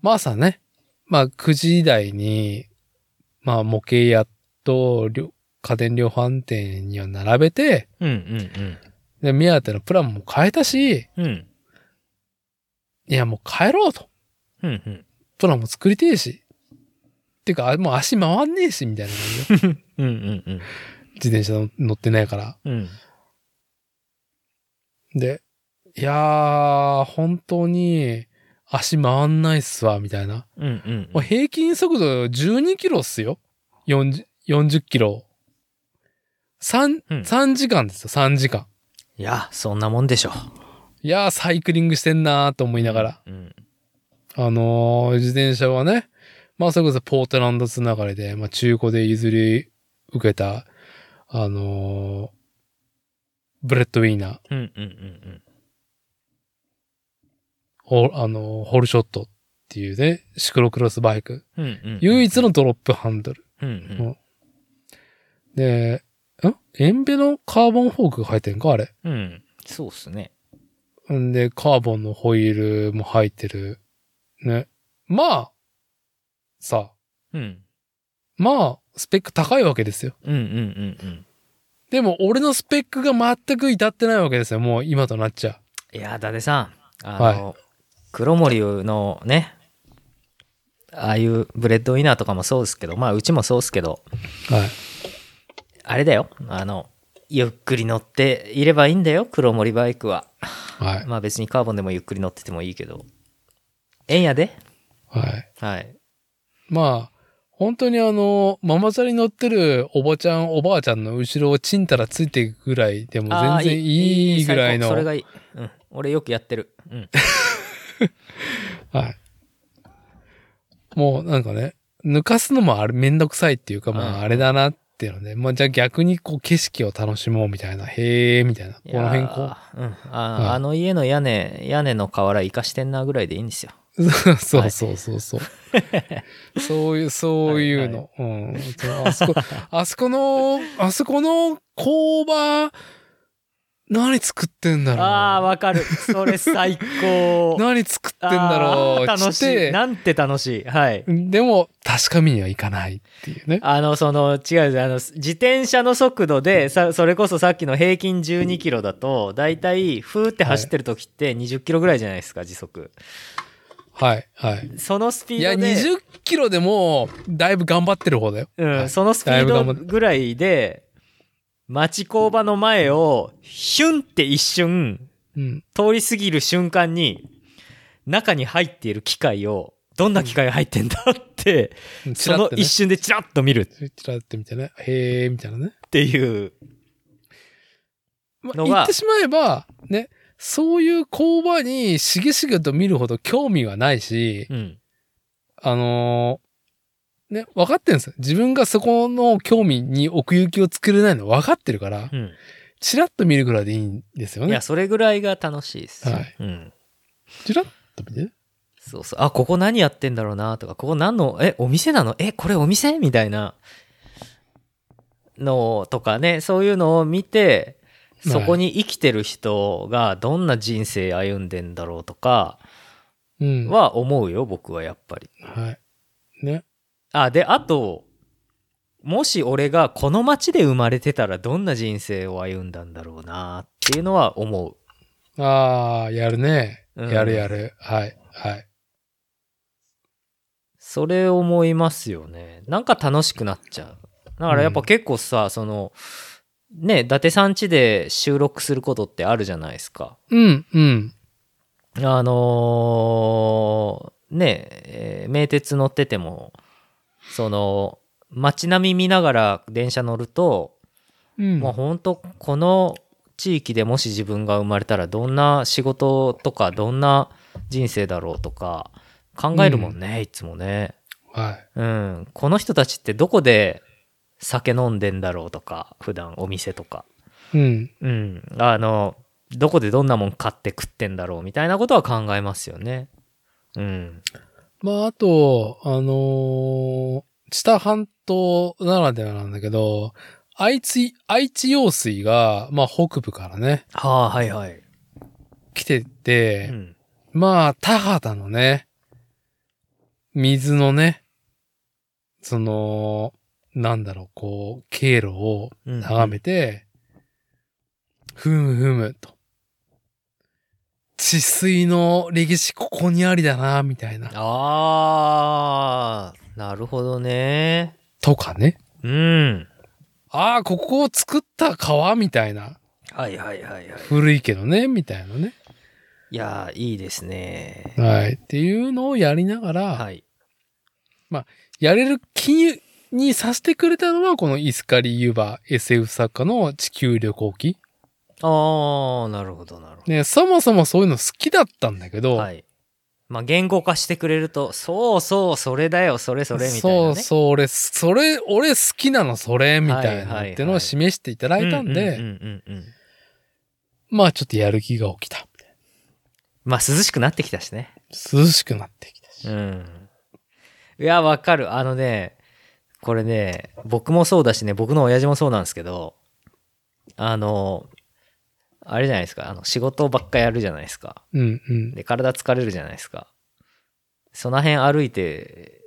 まあさね、まあ9時台に、まあ模型屋とりょ家電量販店には並べて、
うんうん
で、目当てのプランも変えたし、
うん。うん。
いやもう帰ろうと。
うんうん。
プランも作りてえし。てか、あもう足回んねえし、みたいな感じよ
うんうんうん。
自転車乗ってないから。
うん。
で、いやー、本当に足回んないっすわ、みたいな。
うんうん
もう平均速度12キロっすよ。40, 40キロ。3、
うん
3時間ですよ、3時間。
いや、そんなもんでしょ
いやー、サイクリングしてんなーと思いながら。
う。うん。
あのー自転車はね、まあ、それこそポートランドつながりで、まあ、中古で譲り受けた、あのーブレッドウィーナー、
うんうんうん
ホあのーホールショットっていうね、シクロクロスバイク。
うん。うんうん。
唯一のドロップハンドル。
うんうん。
で、んエンベのカーボンフォークが入ってんかあれ。
うん。そうっすね。
んで、カーボンのホイールも入ってる。ね。まあ、さ、
うん。
まあ、スペック高いわけですよ。
うんうんうんうん。
でも、俺のスペックが全く至ってないわけですよ。もう今となっちゃ。
いや、伊達さん、あの、黒森のね、ああいうブレッドウィナーとかもそうですけど、まあ、うちもそうですけど、
はい。
あれだよ、あの、ゆっくり乗っていればいいんだよ、黒森バイクは。
はい。
まあ別にカーボンでもゆっくり乗っててもいいけど。えんやで
はい。
はい。
まあ、本当にあの、ママチャリ乗ってるおばちゃん、おばあちゃんの後ろをチンたらついていくぐらいでも
あー
全然いいぐらいの。
最高それがいい。うん。俺よくやってる。うん。
はい。もうなんかね、抜かすのもあれめんどくさいっていうか、ま
う
あ
ん
あれだなっていうので、まあじゃあ逆にこう景色を楽しもうみたいな、へえみたいな、こ
いやー
の辺こ
うん。あ,、
はい
あの家の屋根、屋根の瓦生かしてんなぐらいでいいんですよ。
う、 そうそうそうそう。そういう、そういうの。うん。そのあそこ、あそこの、あそこの工場、何作ってんだろう。
ああ、わかる。それ最 高。
何作ってんだろ
あ
う。
ー楽
つ
し
って
い。なんて楽しい。はい。
でも、確かめにはいかないっていうね。
あの、その、違うんですあの、自転車の速度で、さ、それこそさっきの平均12キロだと、だいたい、ふーって走ってる時って20キロぐらいじゃないですか、時速。
はい、はい。
そのスピ
いや、
ードで。
20キロでも、だいぶ頑張ってる方だよ。
う
は
ん、
い
そのスピ
だい
ー
ぶ頑張
ド
って
ぐらいで、町工場の前を、ヒュンって一瞬、
うん。
通り過ぎる瞬間に、中に入っている機械を、どんな機械が入ってんだって、
チ
そ
ラッ
の
て
一
ね。
瞬でチラッと見るっ
チラッて見てね。へー、みたいなね。
ていう。
まあ、
のが
言ってしまえば、ね、そういう工場にしげしげと見るほど興味はないし、
うん。
あのーね、分かってるんですよ。自分がそこの興味に奥行きを作れないの分かってるから、
うん。
チラッと見るぐらいでいいんですよ
い
ね
や、。それぐらいが楽しいです。
はい
うん。
チラッと見てね。
そうそう。あ、ここ何やってんだろうなとか、ここ何の、え、お店なのえ、これお店みたいなのとかね、そういうのを見て、そこに生きてる人がどんな人生歩んでんだろうとか
うん。は
は思うよ、僕はやっぱり。
い。ね。
あ、で、あと、もし俺がこの街で生まれてたらどんな人生を歩んだんだろうなっていうのは思う。
あー、やるね。
うん
やるやる。はい。はい。
それ思いますよね。なんか楽しくなっちゃう。だからやっぱ結構さ、その、ね、伊達さん家で収録することってあるじゃないですか。
うん、うん。
あのーね、えー名鉄乗ってても、その、街並み見ながら電車乗ると、
うん。
もうほんとこの地域でもし自分が生まれたらどんな仕事とかどんな人生だろうとか考えるもんね、いつもね。
はい。
うん、この人たちってどこで酒飲んでんだろうとか普段お店とか、
うん。
うん、あのどこでどんなもん買って食ってんだろうみたいなことは考えますよね。うん、
まあ、あと、あのー、知多半島ならではなんだけど、愛知、愛知用水が、まあ北部からね、
はあ、はいはい。
来て
う
て、
ん。
まあ田畑のね、水のね、その、なんだろう、こう、経路を
うん
眺めて、ふむふむと。治水の歴史ここにありだな、みたいな。
あー、なるほどね。
とかね。
うん。
ああ、ここを作った川みたいな。
はいはいはいはい。
古いけどね、みたいなね。
いやー、いいですね。
はい。っていうのをやりながら、
はい。
やれる気にさせてくれたのは、このイスカリ・ユーバー SF 作家の地球旅行記。
あー、なるほどなるほ
ね、そもそもそういうの好きだったんだけど、
ど。はい。まあ、言語化してくれると、そうそう、それだよ、それそれ、みたいな
そ
ね。
うそう、俺、それ、俺好きなの、それ、みたい
はいはいは
ないってのを示していただいたん
う
で、
んうんうんうんうん
まあちょっとやる気が起きた。
まあ、涼しくなってきたしね。
涼しくなってきたし。
うん。いや、わかる。あのね、これね、僕もそうだしね、僕の親父もそうなんですけど、あの、あれじゃないですか、あの仕事ばっかやるじゃないですか。
うんうん。
で、体疲れるじゃないですか。その辺歩いて、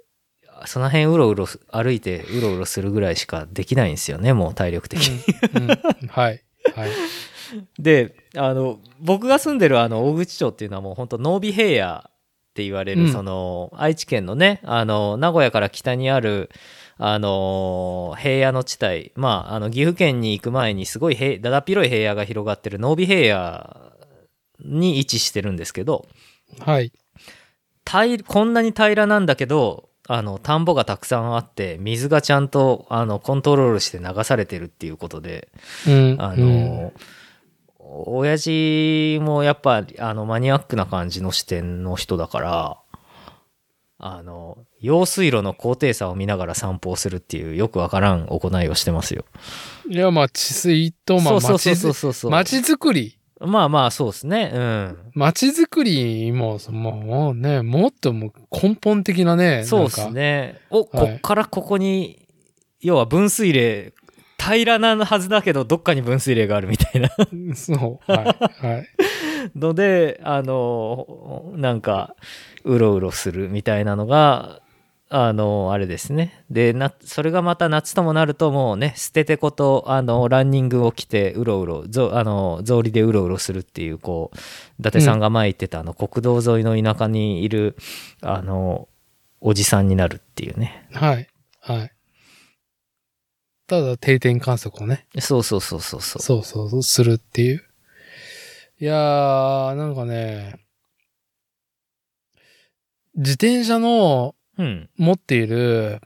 その辺うろうろす歩いてうろうろするぐらいしかできないんですよね、もう体力的に。
うんはい。はい。
で、あの、僕が住んでるあの、大口町っていうのはもう本当濃尾平野って言われる、
うん
その、愛知県のね、あの、名古屋から北にある、あの、平野の地帯、まあ、あの、岐阜県に行く前にすごい平だだっ広い平野が広がってる濃尾平野に位置してるんですけど、
はい。
平こんなに平らなんだけど、あの、田んぼがたくさんあって、水がちゃんと、あの、コントロールして流されてるっていうことで、
うん。
あ
うん
の、親父もやっぱあのマニアックな感じの視点の人だから、あの、用水路の高低差を見ながら散歩をするっていうよくわからん行いをしてますよ。
いや、まあ、治水と、まあ、
そうそう
町
そうそう
づ
そうそう。
町づくり。
まあまあそうですね。うん。
町づくりも、そもうもうね、もっともう根本的なね、
そうです
なんか。
ね。お、
はい
こっからここに、要は分水嶺、平らなはずだけど、どっかに分水嶺があるみたいな。
そう。はい。はい。
のであのなんかうろうろするみたいなのがあのあれですねでなそれがまた夏ともなるともうね捨ててことあのランニングを着てうろうろぞあの草履でうろうろするっていうこう伊達さんが前言ってた、あの国道沿いの田舎にいるあのおじさんになるっていうね
はい。はい。ただ定点観測をね、
そうそうそうそうそう
そうそうそう、するっていう。いやー、なんかね、自転車の
うん
持っている、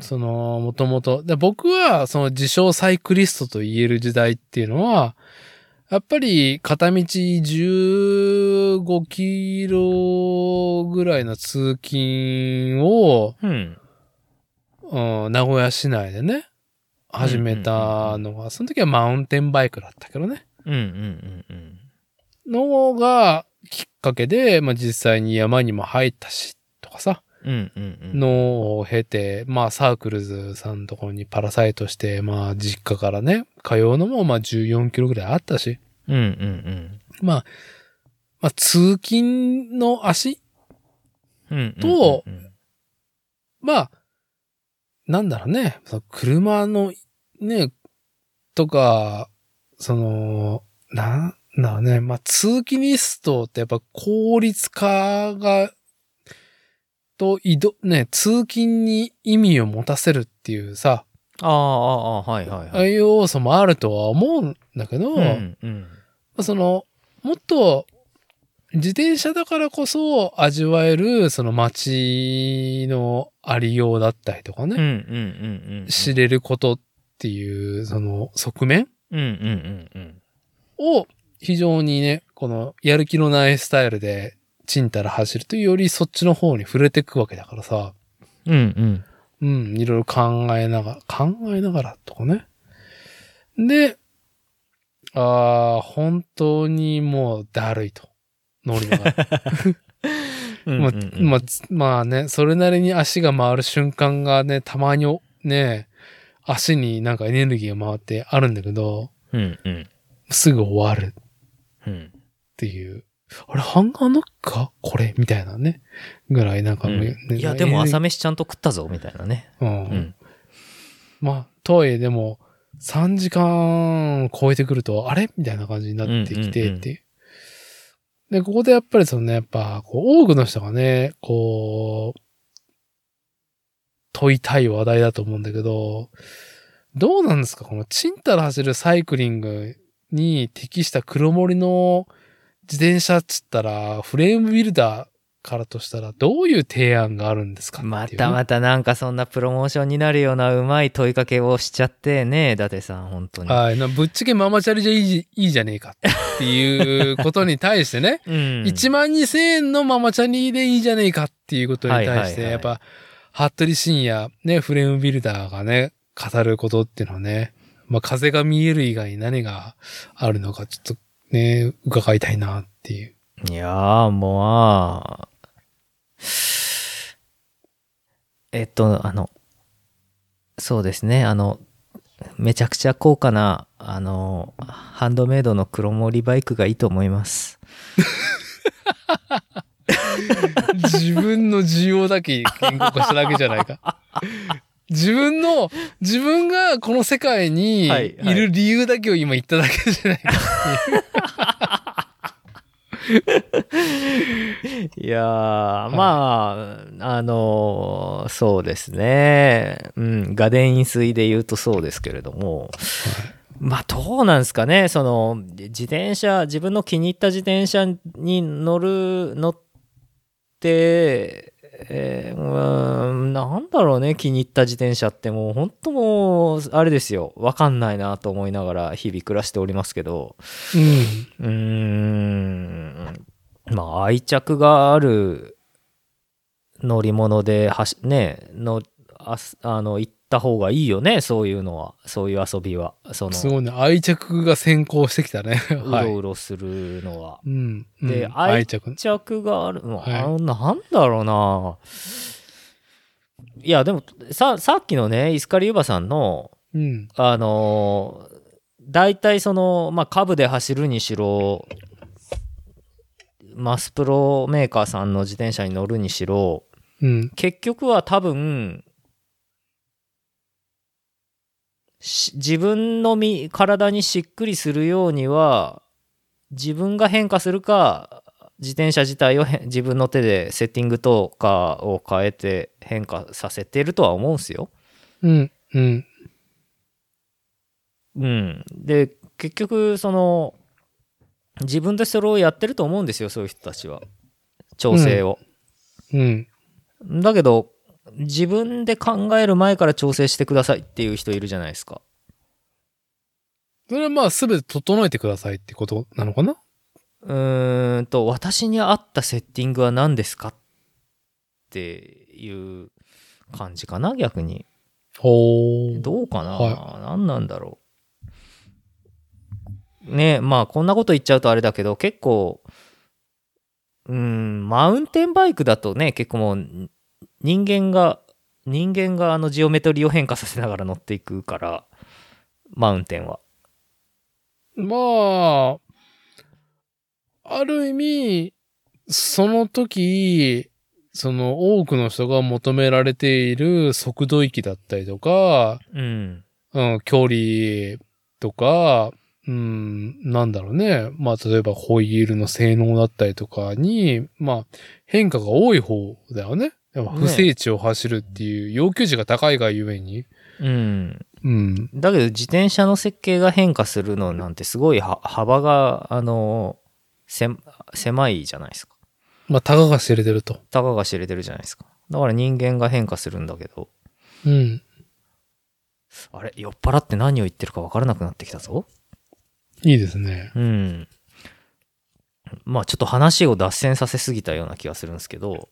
その、もともと、で僕は、その自称サイクリストと言える時代っていうのは、やっぱり片道15キロぐらいの通勤を、
うん
うん、名古屋市内でね、始めたのが、その時はマウンテンバイクだったけどね、
うんうんうんうん
のがきっかけで、まあ実際に山にも入ったし、とかさ、
うんうんうん
のを経て、まあサークルズさんのところにパラサイトして、まあ実家からね、通うのもまあ14キロぐらいあったし、
うんうん
まあ、まあ通勤の足
うんうん
と
うんうん
まあ、なんだろうね、その車の、ね、とか、その、なんだろうね、まあ、通勤リストってやっぱ効率化が、と移動、ね、通勤に意味を持たせるっていうさ、
ああ、ああ、はいはいはい。
要素もあるとは思うんだけど、
うんうん
その、もっと、自転車だからこそ味わえる、その街のありようだったりとかね
うんうんう。んうん。
知れることっていう、その側面
うんうんうんうん。
を非常にね、このやる気のないスタイルでちんたら走るというよりそっちの方に触れていくわけだからさ、
うんうん。
うん、いろいろ考えながら、考えながらとかね。で、ああ、本当にもうだるいと。乗りながら。
うん
まあ
うんうん
まあ、つまあね、それなりに足が回る瞬間がね、たまにおね、足になんかエネルギーが回ってあるんだけど、
うんうん
すぐ終わるっ
うん
ていう。あれ、ハンガーノックかこれみたいなね。ぐらいなんか、
うん
ね
いやでも朝
目。
飯ちゃんと食ったぞみたいなね
うん。
うん
まあ、とはいえでも、3時間超えてくると、あれみたいな感じになってき
うん
て
うんうん
っていう。で、ここでやっぱりそのね、やっぱ、こう、多くの人がね、こう、問いたい話題だと思うんだけど、どうなんですかこの、チンタラ走るサイクリングに適した黒森の自転車っつったら、フレームビルダーからとしたら、どういう提案があるんですかっていうね
またまたなんかそんなプロモーションになるようなうまい問いかけをしちゃってね伊達さん本当に、
はい、なぶっちゃけママチャリじゃいいじいいじゃねえかっていうことに対してね
うん
1万2000円のママチャリでいいじゃねえかっていうことに対して、
はいはいはい
やっぱ、服部深也、ね、フレームビルダーがね、語ることっていうのはね、まあ、風が見える以外に何があるのか、ちょっとね、伺いたいなっていう。
いやーもうあーえっとあのそうですねあのめちゃくちゃ高価なあのハンドメイドの黒森バイクがいいと思います
自分の需要だけ言語化しただけじゃないか。 自分の、自分がこの世界にい
はいはい
る理由だけを今言っただけじゃないか
いやー、まああのそうですねうんガデン飲水で言うとそうですけれどもまあどうなんですかねその自転車自分の気に入った自転車に乗る乗って、えーうーんなんだろうね気に入った自転車ってもう本当もうあれですよわかんないなと思いながら日々暮らしておりますけど。
うん。
うーんまあ愛着がある乗り物ではしねのあすあの行った方がいいよねそういうのはそういう遊びはそ
す
の
ごいね。愛着が先行してきたね。
う
は
ろ
い。
うろするのは。
うん。うん
で
愛着ね
愛。着があるの、
はい
あのなんだろうないやでもささっきのねイスカリユバさんの
うん。
あのー大体その、まあ、カブで走るにしろ、マスプロメーカーさんの自転車に乗るにしろ、
うん。
結局は多分、し自分の身、体にしっくりするようには、自分が変化するか、自転車自体を変自分の手でセッティングとかを変えて変化させてるとは思うんですよ。
うん。うん。
うん、で結局その自分でそれをやってると思うんですよそういう人たちは調整を、
うん。
だけど自分で考える前から調整してくださいっていう人いるじゃないですか
それはまあ全て整えてくださいってことなのかな
うーんと私に合ったセッティングは何ですかっていう感じかな逆に
ほー。
どうかな、
は
何なんだろう。ねえまあこんなこと言っちゃうとあれだけど結構うんマウンテンバイクだとね結構もう人間が人間があのジオメトリーを変化させながら乗っていくからマウンテンは。
まあ、ある意味、その時、その多くの人が求められている速度域だったりとか、
うん
うん、距離とか、うん、なんだろうね。まあ、例えばホイールの性能だったりとかに、まあ、変化が多い方だよね。やっぱ
ね
不整地を走るっていう要求値が高いがゆえに。
うん、
うん。
だけど自転車の設計が変化するのなんてすごいは幅があのせ狭いじゃないですか。
まあ、たかが知れてると。
たかが知れてるじゃないですか。だから人間が変化するんだけど、
うん。
あれ、酔っ払って何を言ってるか分からなくなってきたぞ。
いいですね。
うん。まあちょっと話を脱線させすぎたような気がするんですけど、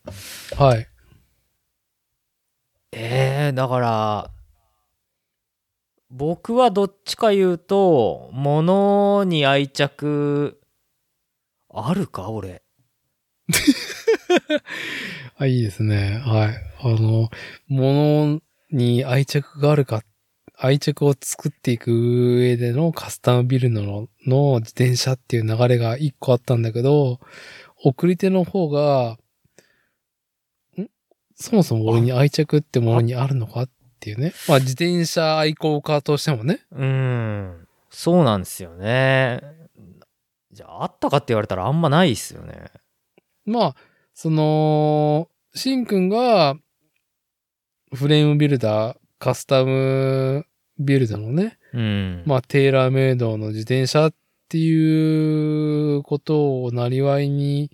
はい。
えー、だから、僕はどっちか言うと、物に愛着、あるか俺。
あ、いいですね。はい。あの、物に愛着があるか、愛着を作っていく上でのカスタムビルドのの自転車っていう流れが一個あったんだけど、送り手の方が、んそもそも俺に愛着ってものにあるのかっていうね。まあ自転車愛好家としてもね。
うんそうなんですよねじゃああったかって言われたらあんまないですよね
まあ、その、しんくんが、フレームビルダー、カスタムビルダーのね、
うん
まあ、テーラーメイドの自転車っていうことをなりわいに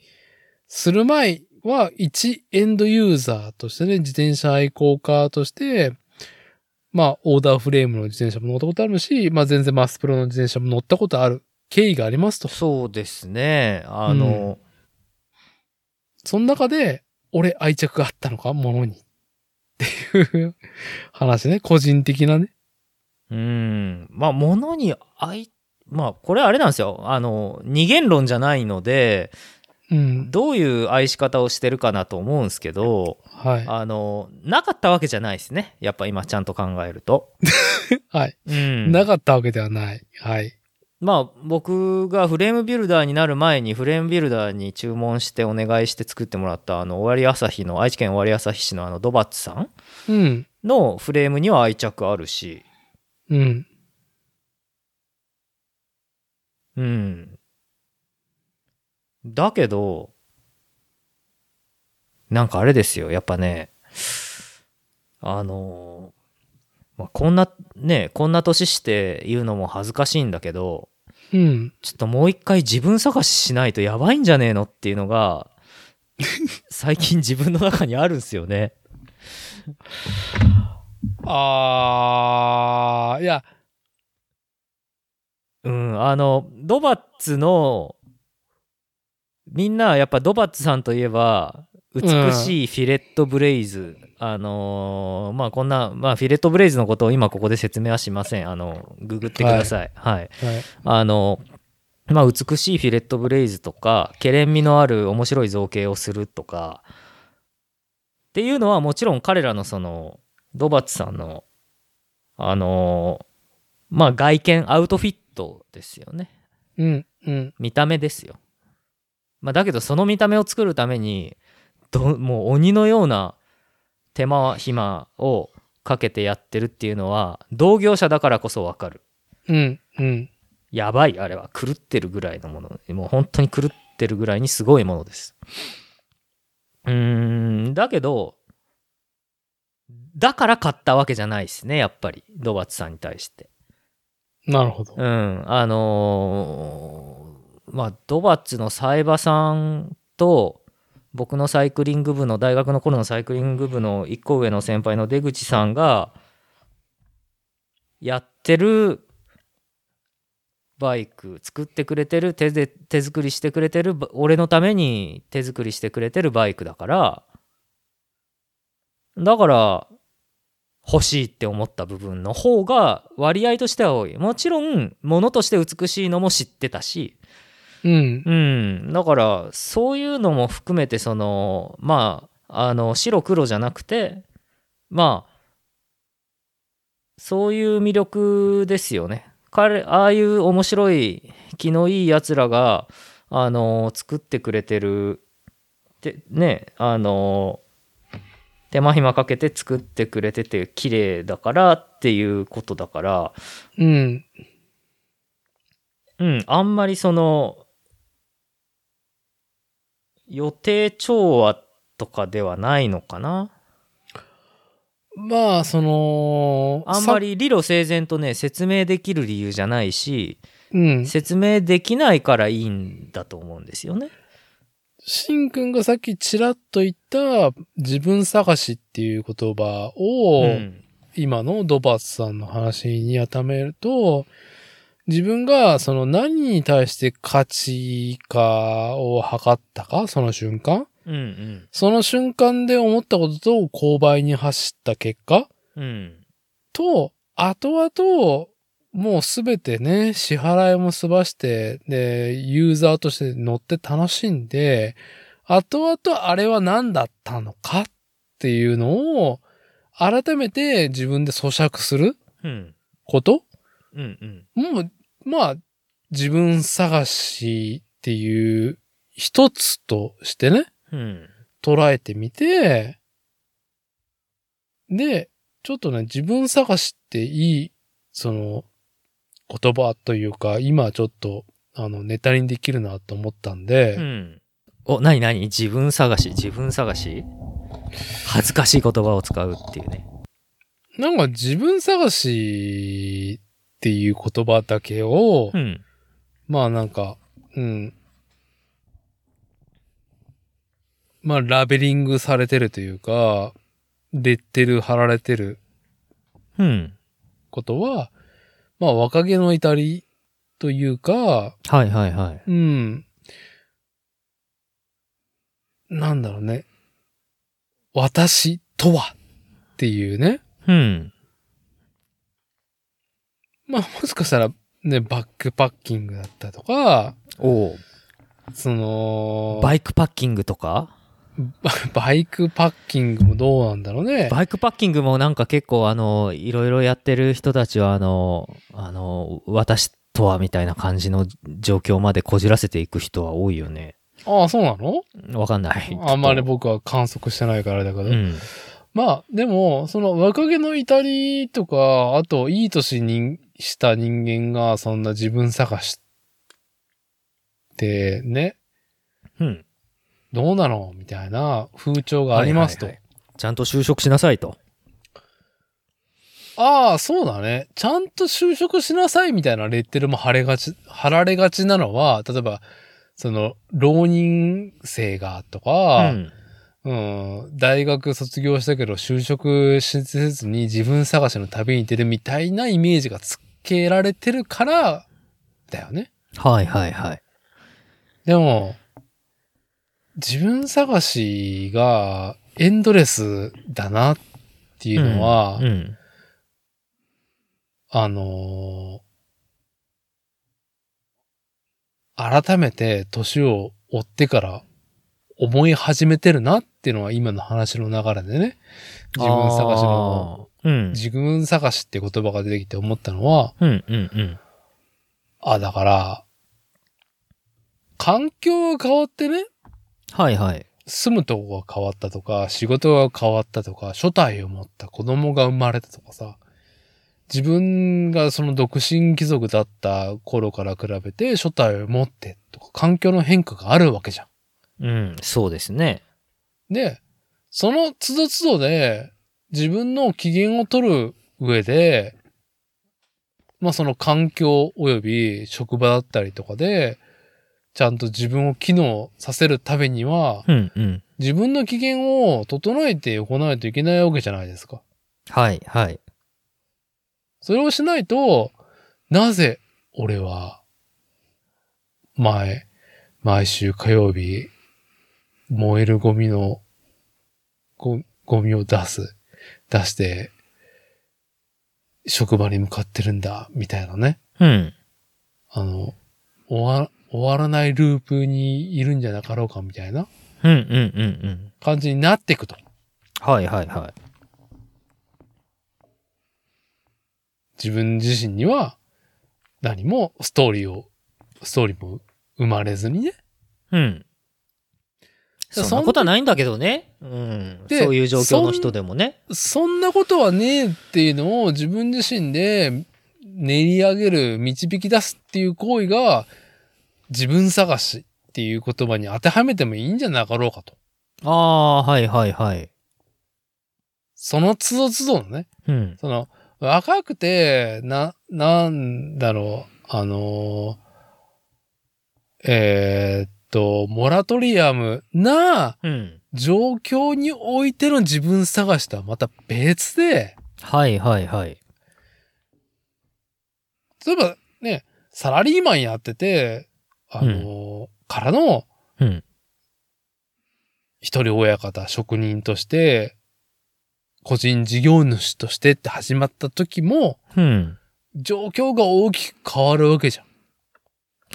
する前は、一エンドユーザーとしてね、自転車愛好家として、まあ、オーダーフレームの自転車も乗ったことあるし、まあ、全然マスプロの自転車も乗ったことある経緯がありますと。
そうですねあの、
その中で、俺愛着があったのか、ものに。っていう話ね。個人的なね。
うん、まあ物に愛まあこれあれなんですよあの二元論じゃないので
うん。
どういう愛し方をしてるかなと思うんですけど
はい。
あのなかったわけじゃないですねやっぱ今ちゃんと考えると。
はい。
うん、
なかったわけではない。はい。
まあ僕がフレームビルダーになる前にフレームビルダーに注文してお願いして作ってもらったあの終わり朝日の愛知県終わり朝日市のあのドバッツさん
うん。
のフレームには愛着あるし
うん。
うんだけどなんかあれですよやっぱねあのまあ、こんなねこんな年して言うのも恥ずかしいんだけど
うん。
ちょっともう一回自分探ししないとやばいんじゃねえのっていうのが最近自分の中にあるんですよね。
あー、いや、
うん、あのドバッツのみんなやっぱドバッツさんといえば美しいフィレットブレイズ、あのーまあこんな、まあ、フィレットブレイズのことを今ここで説明はしませんあのググってください、はい、
はい。
あの、まあ、美しいフィレットブレイズとか、けれん味のある面白い造形をするとか、っていうのはもちろん彼らのその、ドバッツさんの、あの、まあ、外見、アウトフィットですよね。
うん。うん。
見た目ですよ。まあ、だけどその見た目を作るためにどもう鬼のような手間暇をかけてやってるっていうのは同業者だからこそわかる。
うん。うん。
やばい、あれは。狂ってるぐらいのもの。もう本当に狂ってるぐらいにすごいものです。うーん、だけど、だから買ったわけじゃないですね、やっぱり。ドバッツさんに対して。
なるほど。
うん、あのーまあ、ドバッツのサイバさんと、僕のサイクリング部の、大学の頃のサイクリング部の一個上の先輩の出口さんが、やってるバイク、作ってくれてる、手で、手作りしてくれてる、ば俺のために手作りしてくれてるバイクだから、だから、欲しいって思った部分の方が割合としては多いもちろんものとして美しいのも知ってたし
うん。
うんだからそういうのも含めてそのまああの白黒じゃなくてまあそういう魅力ですよね彼ああいう面白い気のいいやつらがあの作ってくれてるてねあの手間暇かけて作ってくれてて綺麗だからっていうことだから
うん。
うん、あんまりその、予定調和とかではないのかな。
まあ、その、
あんま
り。
り理路整然とね、説明できる理由じゃないし、
うん。
説明できないからいいんだと思うんですよね。
しんくんがさっきちらっと言った自分探しっていう言葉を、
うん。
今のドバースさんの話に当てはめると、自分がその何に対して価値かを測ったか、その瞬間。
うんうん。
その瞬間で思ったことと勾配に走った結果
うん。
と、後々、もうすべてね、支払いも済まして、で、ユーザーとして乗って楽しんで、後々あれは何だったのかっていうのを、改めて自分で咀嚼する。
うん。
こと
うんうん。
もう、まあ、自分探しっていう一つとしてね、
うん。
捉えてみて、で、ちょっとね、自分探しっていい、その、言葉というか、今ちょっと、あの、ネタにできるなと思ったんで、
うん。お、なになに自分探し、自分探し恥ずかしい言葉を使うっていうね。
なんか自分探しっていう言葉だけを、
ん。
まあなんか、うん。まあラベリングされてるというか、レッテル貼られてる
うん。
ことは、まあ若気の至りというか、
はいはいはい。
うん。なんだろうね。私とはっていうね。
うん。
まあもしかしたらね、バックパッキングだったとか、
お
その、
バイクパッキングとか
バイクパッキングもどうなんだろうね。
バイクパッキングもなんか結構あのいろいろやってる人たちはあのあの私とはみたいな感じの状況までこじらせていく人は多いよね。
ああ、そうなの
わかんない。
あんまり
ちょっ
僕は観測してないからあれだけ
と
ど。
うん。
まあ、でも、その若気の至りとか、あと、いい年にした人間が、そんな自分探しってね、
うん。
どうなのみたいな風潮がありますと。
はいはいちゃんと就職しなさいと。
ああ、そうだね。ちゃんと就職しなさいみたいなレッテルも貼れがち、貼られがちなのは、例えば、その、浪人生がとか、
うん
うん、大学卒業したけど就職しせずに自分探しの旅に出るみたいなイメージがつけられてるから、だよね。
はいはいはい。
でも、自分探しがエンドレスだなっていうのは、
うん。
あのー改めて年を追ってから思い始めてるなっていうのは今の話の流れでね、自分探しの
あー。うん。
自分探しって言葉が出てきて思ったのは、
うんうんうん。
あ、だから、環境が変わってね、
はいはい。
住むとこが変わったとか、仕事が変わったとか、初代を持った子供が生まれたとかさ、自分がその独身貴族だった頃から比べて初代を持ってとか、環境の変化があるわけじゃ
うん。そうですね。
ん。で、その都度都度で自分の機嫌を取る上で、まあその環境及び職場だったりとかで、ちゃんと自分を機能させるためには、
うんうん。
自分の機嫌を整えておかないといけないわけじゃないですか。
はいはい。
それをしないと、なぜ俺は、前、毎週火曜日、燃えるゴミの、ごゴミを出す、出して、職場に向かってるんだ、みたいなね。
うん。
あの、終わ、終わらないループにいるんじゃなかろうか、みたいな
うんうんうんうん。
感じになっていくと。
はいはいはい。
自分自身には何もストーリーを、ストーリーも生まれずにね。
うん。
で
そんなことはないんだけどね。うん。
で
そういう状況の人でもね。
そんなことはねえっていうのを自分自身で練り上げる、導き出すっていう行為が自分探しっていう言葉に当てはめてもいいんじゃなかろうかと。
ああー、はいはいはい。
その都度都度のね、
うん。
その若くて、な、なんだろう、あのー、えーっと、モラトリアムな、
うん。
状況においての自分探しとはまた別で、
はいはいはい。
例えばね、サラリーマンやってて、あのーからの
うん。
一人親方、職人として、個人事業主としてって始まった時も、
うん。
状況が大きく変わるわけじゃん。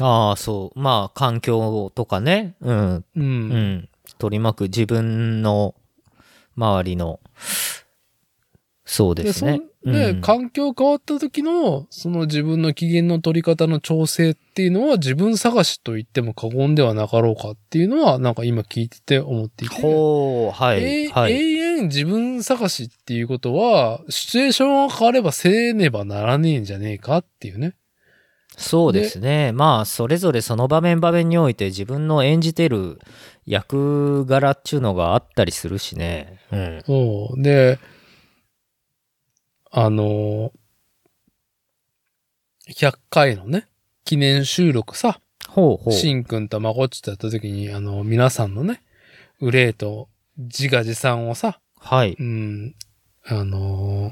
ああ、そう。まあ、環境とかね。うん。
うん。
うん。取り巻く自分の周りの、そうですね。
そんで、
うん
環境変わった時の、その自分の機嫌の取り方の調整っていうのは自分探しと言っても過言ではなかろうかっていうのは、なんか今聞いてて思っていて。
ほう、はい、
え
はい。
永遠自分探しっていうことは、シチュエーションが変わればせねばならねえんじゃねえかっていうね。
そうですね。まあ、それぞれその場面場面において自分の演じてる役柄っちゅうのがあったりするしね。うん。
そう。で、あの、100回のね、記念収録さ、
ほうほう。
しんくんとまこっちとやった時に、あの、皆さんのね、憂いと自画自賛をさ、
はい。
うん、あのー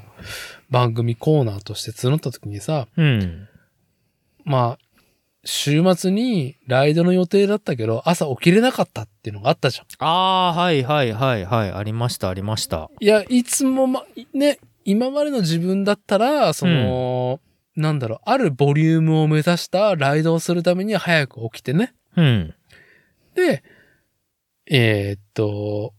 番組コーナーとして募った時にさ、
うん。
まあ、週末にライドの予定だったけど、朝起きれなかったっていうのがあったじゃん。
ああ、はいはいはいはい。ありました、ありました。
いや、いつもま、ね、今までの自分だったら、その、なんだろう、あるボリュームを目指したライドをするためには早く起きてね、
うん。
で、えーっと、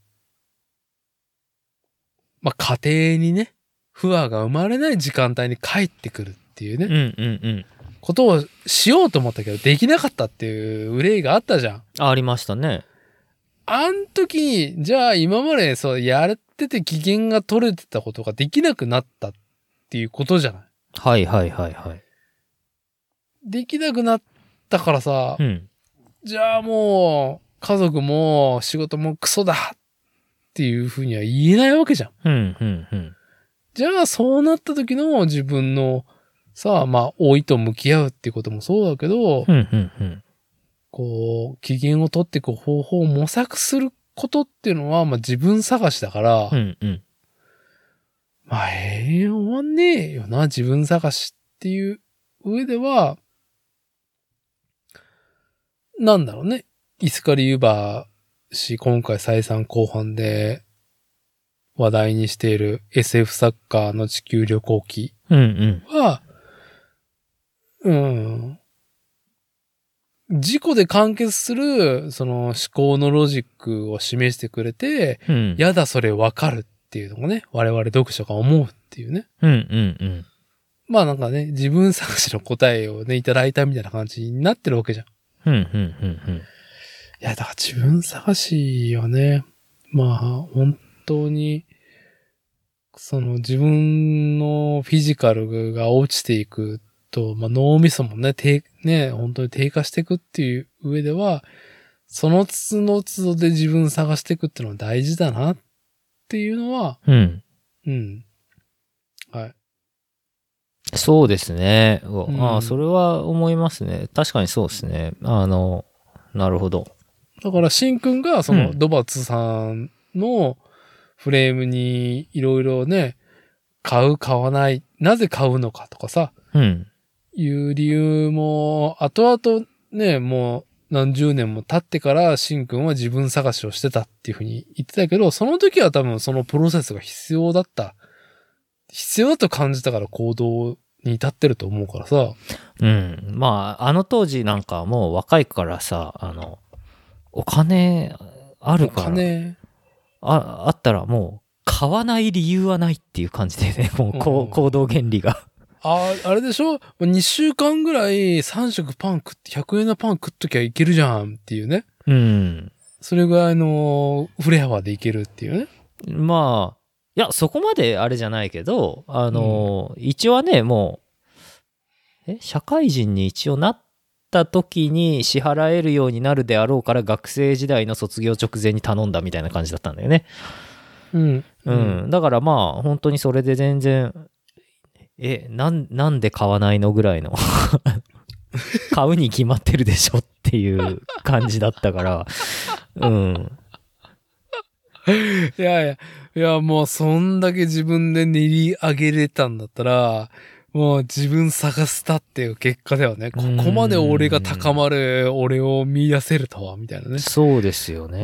まあ、家庭にね、不和が生まれない時間帯に帰ってくるっていう
うん
ね、
うんうん。
ことをしようと思ったけど、できなかったっていう憂いがあったじゃん。
あありましたね。
あん時に、じゃあ今までそう、やってて機嫌が取れてたことができなくなったっていうことじゃない。
はいはいはいはい。
できなくなったからさ、
うん。
じゃあもう、家族も仕事もクソだっていうふうには言えないわけじゃん。
うんうんうん。
じゃあそうなった時の自分のさあまあ老いと向き合うってこともそうだけど、
うんうんうん。
こう機嫌を取っていく方法を模索することっていうのはまあ自分探しだから、
うんうん。
まあ永遠終わんねえよな自分探しっていう上ではなんだろうねイスカリユーバーし今回再三後半で話題にしている SF サッカーの地球旅行記
うんうん。
は、うん。事故で完結する、その思考のロジックを示してくれて、
うん。
やだそれわかるっていうのがね、我々読者が思うっていうね。
うんうんうん。
まあなんかね、自分探しの答えをね、いただいたみたいな感じになってるわけじゃん。い
うんうんうん
や、だから自分探しはね、まあ本当に、その自分のフィジカルが落ちていくと、まあ、脳みそもね、低、ね、本当に低下していくっていう上では、その都度都度で自分探していくっていうのは大事だなっていうのは、
うん。うん。
うん。はい。
そうですね。うわ
うん
ああ、それは思いますね。確かにそうですね。あの、なるほど。
だから、シンくんが、その、
うん
ドバツさんのフレームにいろいろね、買う、買わない、なぜ買うのかとかさ、
うん。
いう理由も、後々ね、もう何十年も経ってから、しんくんは自分探しをしてたっていうふうに言ってたけど、その時は多分そのプロセスが必要だった。必要だと感じたから行動に至ってると思うからさ。
うん。まあ、あの当時なんかはもう若いからさ、あの、お金ある
お
から。
金。
ああったらもう買わない理由はないっていう感じでね、もうこう
うん
行動原理が。
ああ、あれでしょ ?2 週間ぐらい3食パン食って、100円のパン食っときゃいけるじゃんっていうね。
うん。
それぐらいのフレ幅でいけるっていうね。
まあ、いや、そこまであれじゃないけど、あの、一応はね、もう、え、社会人に一応なった時に支払えるようになるであろうから学生時代の卒業直前に頼んだみたいな感じだったんだよね。
うん。
うん、だからまあ本当にそれで全然えなんなんで買わないのぐらいの 買うに決まってるでしょっていう感じだったからうん
いやいや、いやもうそんだけ自分で練り上げれたんだったら、もう自分探したっていう結果だよね。ここまで俺が高まる、俺を見出せるとは、みたいな ね。
そうですよ
あ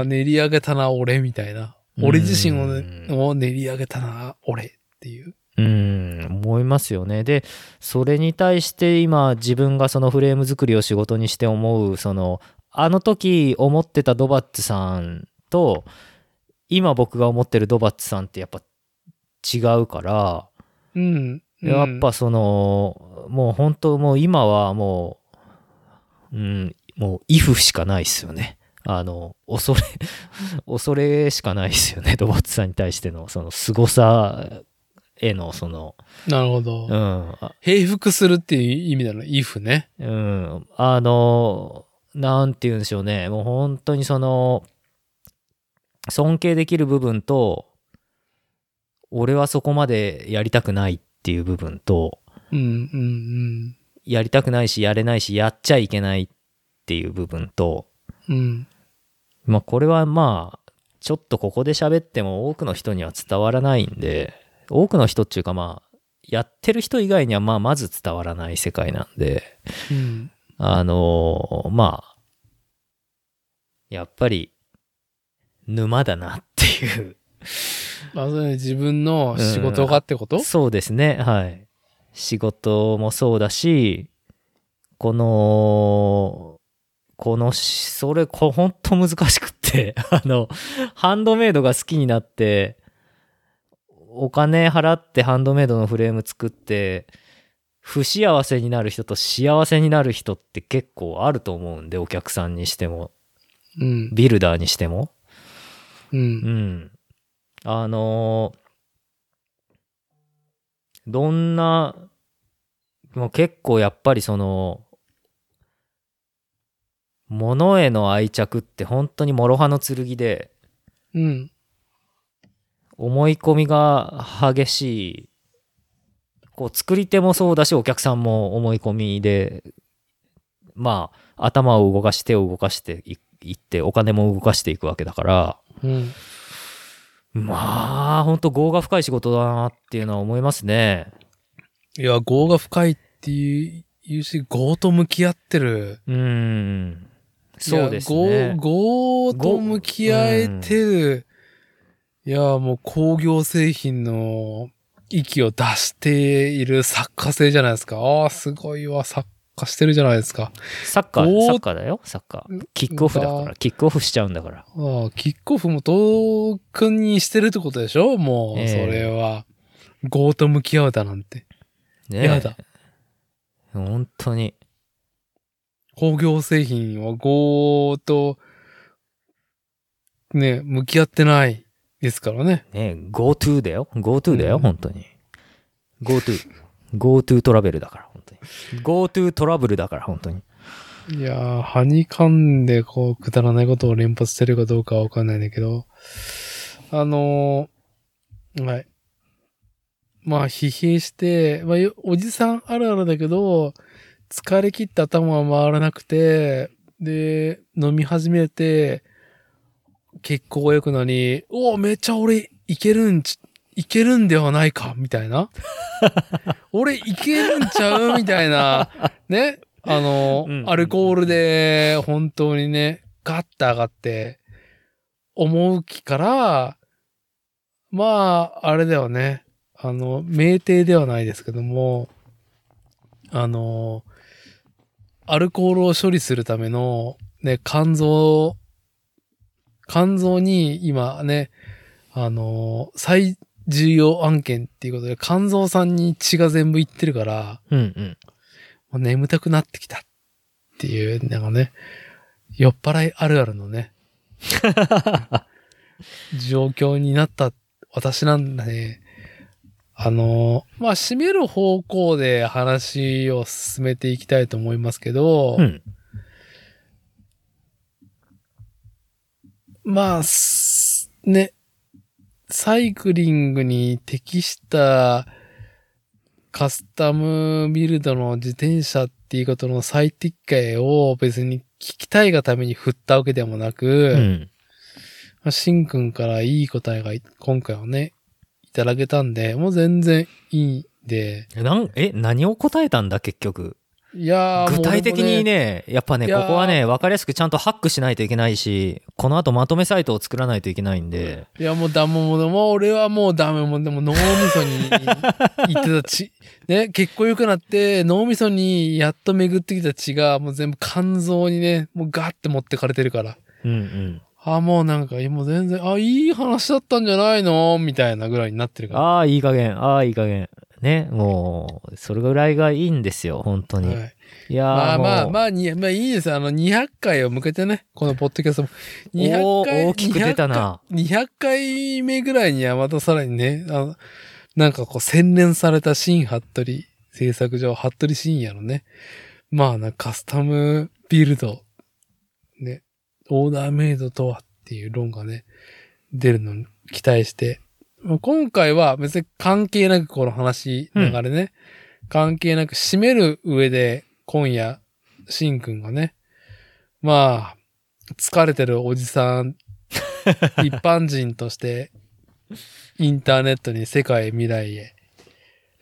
あ、
ね
練り上げたな、俺、みたいな。俺自身を,、
う
ね、
ん
を練り上げたな、俺っていう。
うん思いますよねでそれに対して今自分がそのフレーム作りを仕事にして思うそのあの時思ってたドバッツさんと今僕が思ってるドバッツさんってやっぱ違うから、
うん。うん
やっぱ、その、もう本当もう今はもう、うん、もう、イフしかないですよね。あの、恐れ、 恐れしかないですよね。ロボットさんに対しての、その、凄さへの、その、
なるほ
う
ど。
ん、あ
平服するっていう意味なの、if ね。
うん、あの、なんて言うんでしょうね。もう本当にその、尊敬できる部分と、俺はそこまでやりたくないっていう部分と、
うん、うん、
やりたくないしやれないしやっちゃいけないっていう部分と、
うん。うん。
まあ、これはまあちょっとここで喋っても多くの人には伝わらないんで多くの人っていうかまあやってる人以外にはまあまず伝わらない世界なんで
うん。
あのーまあやっぱり沼だなっていう
まず、自分の仕事がってこと、
そうですねはい仕事もそうだしこのこのしそれこほんと難しくって あのハンドメイドが好きになってお金払ってハンドメイドのフレーム作って不幸せになる人と幸せになる人って結構あると思うんでお客さんにしても
うん。
ビルダーにしても
う。
うんん。あのーどんな、もう結構やっぱりその、物への愛着って本当に諸刃の剣で、
うん。
思い込みが激しい、こう作り手もそうだし、お客さんも思い込みで、まあ、頭を動かし、手を動かしていいって、お金も動かしていくわけだから、
うん。
まあ、ほんと、業が深い仕事だなっていうのは思いますね。
いや、業が深いっていう、言うし、業と向き合ってる。
うーん。そうです
いや
ね。
業、業と向き合えてる。いや、もう工業製品の息を出している作家性じゃないですか。ああ、すごいわ、作家してるじゃないですか。
サッカー、
ゴー
サッカーだよ、サッカー。キックオフだから、キックオフしちゃうんだから。
ああ、キックオフもトークンにしてるってことでしょも
え
う、
え
それは。業と向き合うだなんて。
ねえ
やだ。
本当に。
工業製品は業と、ね、向き合ってないですからね。
ねえ、GoTo だよ。GoTo だよ、
うん
本当に。GoTo。GoTo トラベルだから、本当に。GoTo トラブルだから、本当に。
いやー、はにかんで、こう、くだらないことを連発してるかどうかはわかんないんだけど、あのーはい。まあ、疲弊して、まあ、よおじさんあるあるだけど、疲れ切って頭が回らなくて、で、飲み始めて、血行が良くなり、おお、めっちゃ俺、いけるんち、いけるんではないか、みたい な。俺、いけるんちゃうみたいな。ね。あの、
うん
アルコールで、本当にね、ガッと上がって、思う気から、まあ、あれだよね。あの、酩酊ではないですけども、あの、アルコールを処理するための、ね、肝臓、肝臓に今ね、あの、最重要案件っていうことで、肝臓さんに血が全部いってるから、
うんうん。
もう眠たくなってきたっていう、なんかね、酔っ払いあるある のね、状況になった私なんだね。あの、まあ、締める方向で話を進めていきたいと思いますけど、
うん。
まあ、すね、サイクリングに適したカスタムビルドの自転車っていうことの最適解を別に聞きたいがために振ったわけでもな
う
く、
ん。
まあしんくんからいい答えがい今回はね、いただけたんで、もう全然いいんで、
なんえ、何を答えたんだ、結局。
いやー、
具体的
もう俺も
にね、やっぱね、
い
こ
やー
こはね、分かりやすくちゃんとハックしないといけないし、この後まとめサイトを作らないといけないんで、
いや、もうダメもの、もう俺はもうダメもんでも脳みそ に行ってた血、ね、結構良くなって、脳みそにやっと巡ってきた血が、もう全部肝臓にね、もうガッて持ってかれてるから。
うんうん。
あ、もうなんか、もう全然、あ、いい話だったんじゃないのみたいなぐらいになってるから。
ああ、いい加減。ああ、いい加減。ね、もう、それぐらいがいいんですよ、本当に。、
はいい
やー
まあまあ
もう
まあに、まあいいです。あの、200回を向けてね、このポッドキャストも。
おー
200回
大きく出たな。
200回目ぐらいにはまたさらにね、あの、なんかこう洗練された新服部製作所、服部深夜のね、まあな、カスタムビルド、ね、オーダーメイドとはっていう論がね、出るのに期待して、まあ今回は別に関係なくこの話、流れね、関係なく締める上で、今夜、しんくんがね、まあ、疲れてるおじさん一般人として、インターネットに世界未来へ、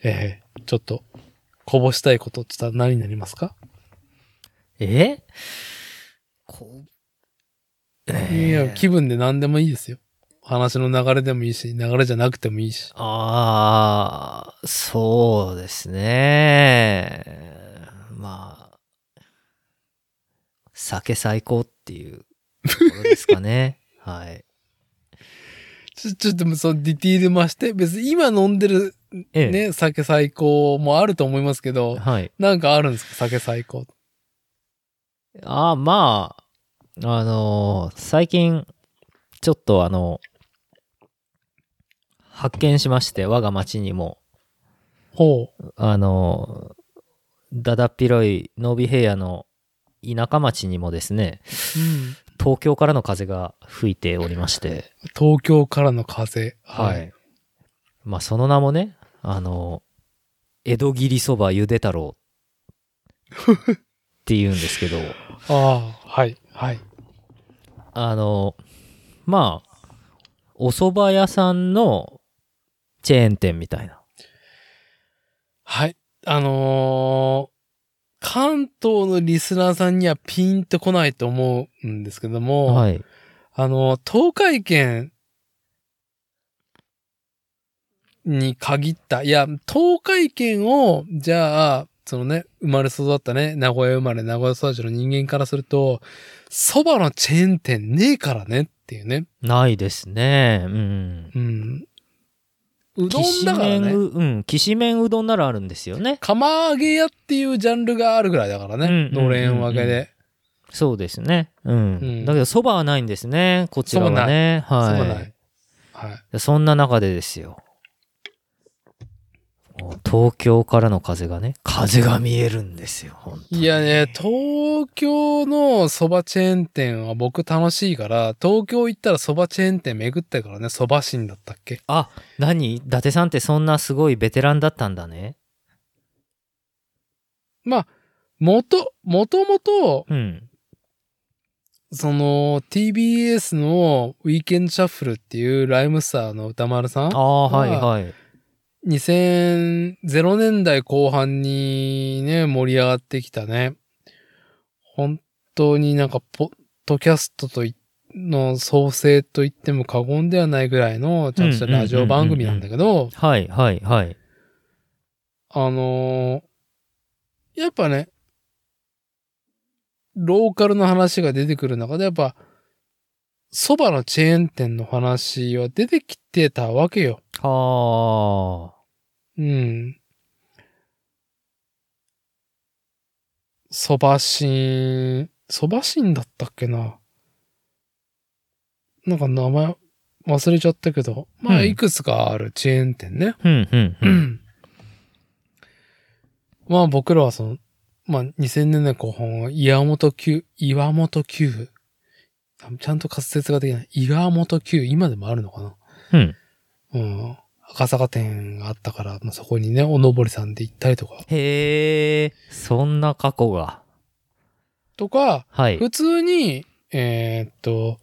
えーちょっと、こぼしたいことって言ったら何になりますか、
えこえー
いや、気分で何でもいいですよ。話の流れでもいいし、流れじゃなくてもいいし。
ああ、そうですね。まあ、酒最高っていうところですか ね。はい。
ちょ、ちょっとそのディティール増して、別に今飲んでる
ええ。
ね、酒最高もあると思いますけど、
はい。
なんかあるんですか酒最高。
ああ、まあ、あのー最近、ちょっとあの、発見しまして、我が町にも、
ほう。
あのーだだっ広い濃尾平野の田舎町にもですね、
うん。
東京からの風が吹いておりまして、
東京からの風。はい。。
まあ、その名もね、あの、江戸切りそばゆで太郎っていうんです けど、
ああ、はい、はい。
あの、まあ、お蕎麦屋さんのチェーン店みたいな。
はい。あのー関東のリスナーさんにはピンとこないと思うんですけども、
はい。
あのー東海圏に限った、いや、東海圏を、じゃあ、そのね、生まれ育ったね、名古屋生まれ、名古屋育ちの人間からすると、蕎麦のチェーン店ねえからねっていうね。
ないですね。うん。
うん。うど
き
ん
し
だから
めん
ね。
う、うん。きしめんうどんならあるんですよね。
釜揚げ屋っていうジャンルがあるぐらいだから
うん
ね。
うんうんうん
のれん分けで。
そうですね。うん。
ん
だけど、蕎麦はないんですね。こちらはね。
そ
は
う
い。
ない。はい。
そんな中でですよ。もう東京からの風がね、風が見えるんですよ、本当に
いやね、東京の蕎麦チェーン店は僕楽しいから、東京行ったら蕎麦チェーン店巡ったからね、蕎麦神だったっけ
あ、何伊達さんってそんなすごいベテランだったんだね。
まあ、元、もともと、
うん。
その TBS のウィーケンドシャッフルっていうライムスターの歌丸さん
ああ、はいはい。
2000年代後半にね、盛り上がってきたね。本当になんか、ポッドキャストといの創生と言っても過言ではないぐらいの、ちゃんとしたラジオ番組なんだけど、
はいはいはい。
あのーやっぱね、ローカルの話が出てくる中で、やっぱ、蕎麦のチェーン店の話は出てきてたわけよ。
は
うん。そばしん、そばしんだったっけな。なんか名前忘れちゃったけど、まあ、
うん
いくつかあるチェーン店ね。
あ。うんうんう。
うんんまあ僕らはその、まあ2000年代後半は岩本級、岩本級。ちゃんと滑舌ができない。岩本級、今でもあるのかな
うん。
うん。赤坂店があったから、まあ、そこにね、おのぼりさんで行ったりとか。
へえ、そんな過去が。
とか、
はい。
普通に、えーっと、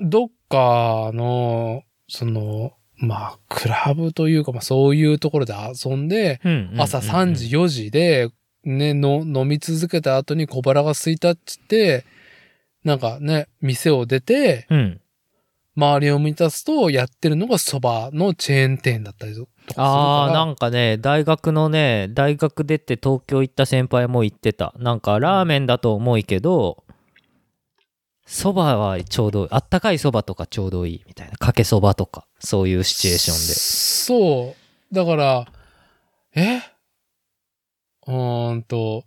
どっかの、その、まあ、クラブというか、まあ、そういうところで遊んで、
うんうんうんうん
朝3時、。4時で、ね、の、飲み続けた後に小腹が空いたっつって、なんかね、店を出て、
うん。
周りを満たすと、やってるのが蕎麦のチェーン店だったりとかするから。
ああ、なんかね、大学のね、大学出て東京行った先輩も言ってた。なんかラーメンだと思うけど、そばはちょうどあったかいそばとかちょうどいいみたいなかけそばとかそういうシチュエーションで
そう。だから、えうーんと、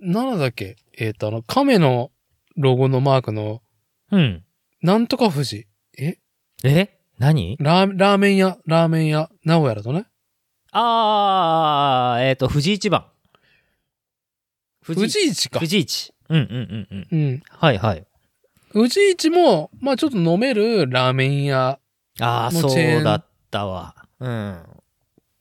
なんだっけえっ、と、あの、亀のロゴのマークの、
うん。
なんとか富士。え
え何
ラーラーメン屋、ラーメン屋、名古屋だとね。
あー、えっ、と、藤井一番。
富
一
士市か。
藤井一。うんうんうんうん。
うん。
はいはい。
富士市も、まあちょっと飲めるラーメン屋。
あー、
もうチェーン
そうだったわ。うん。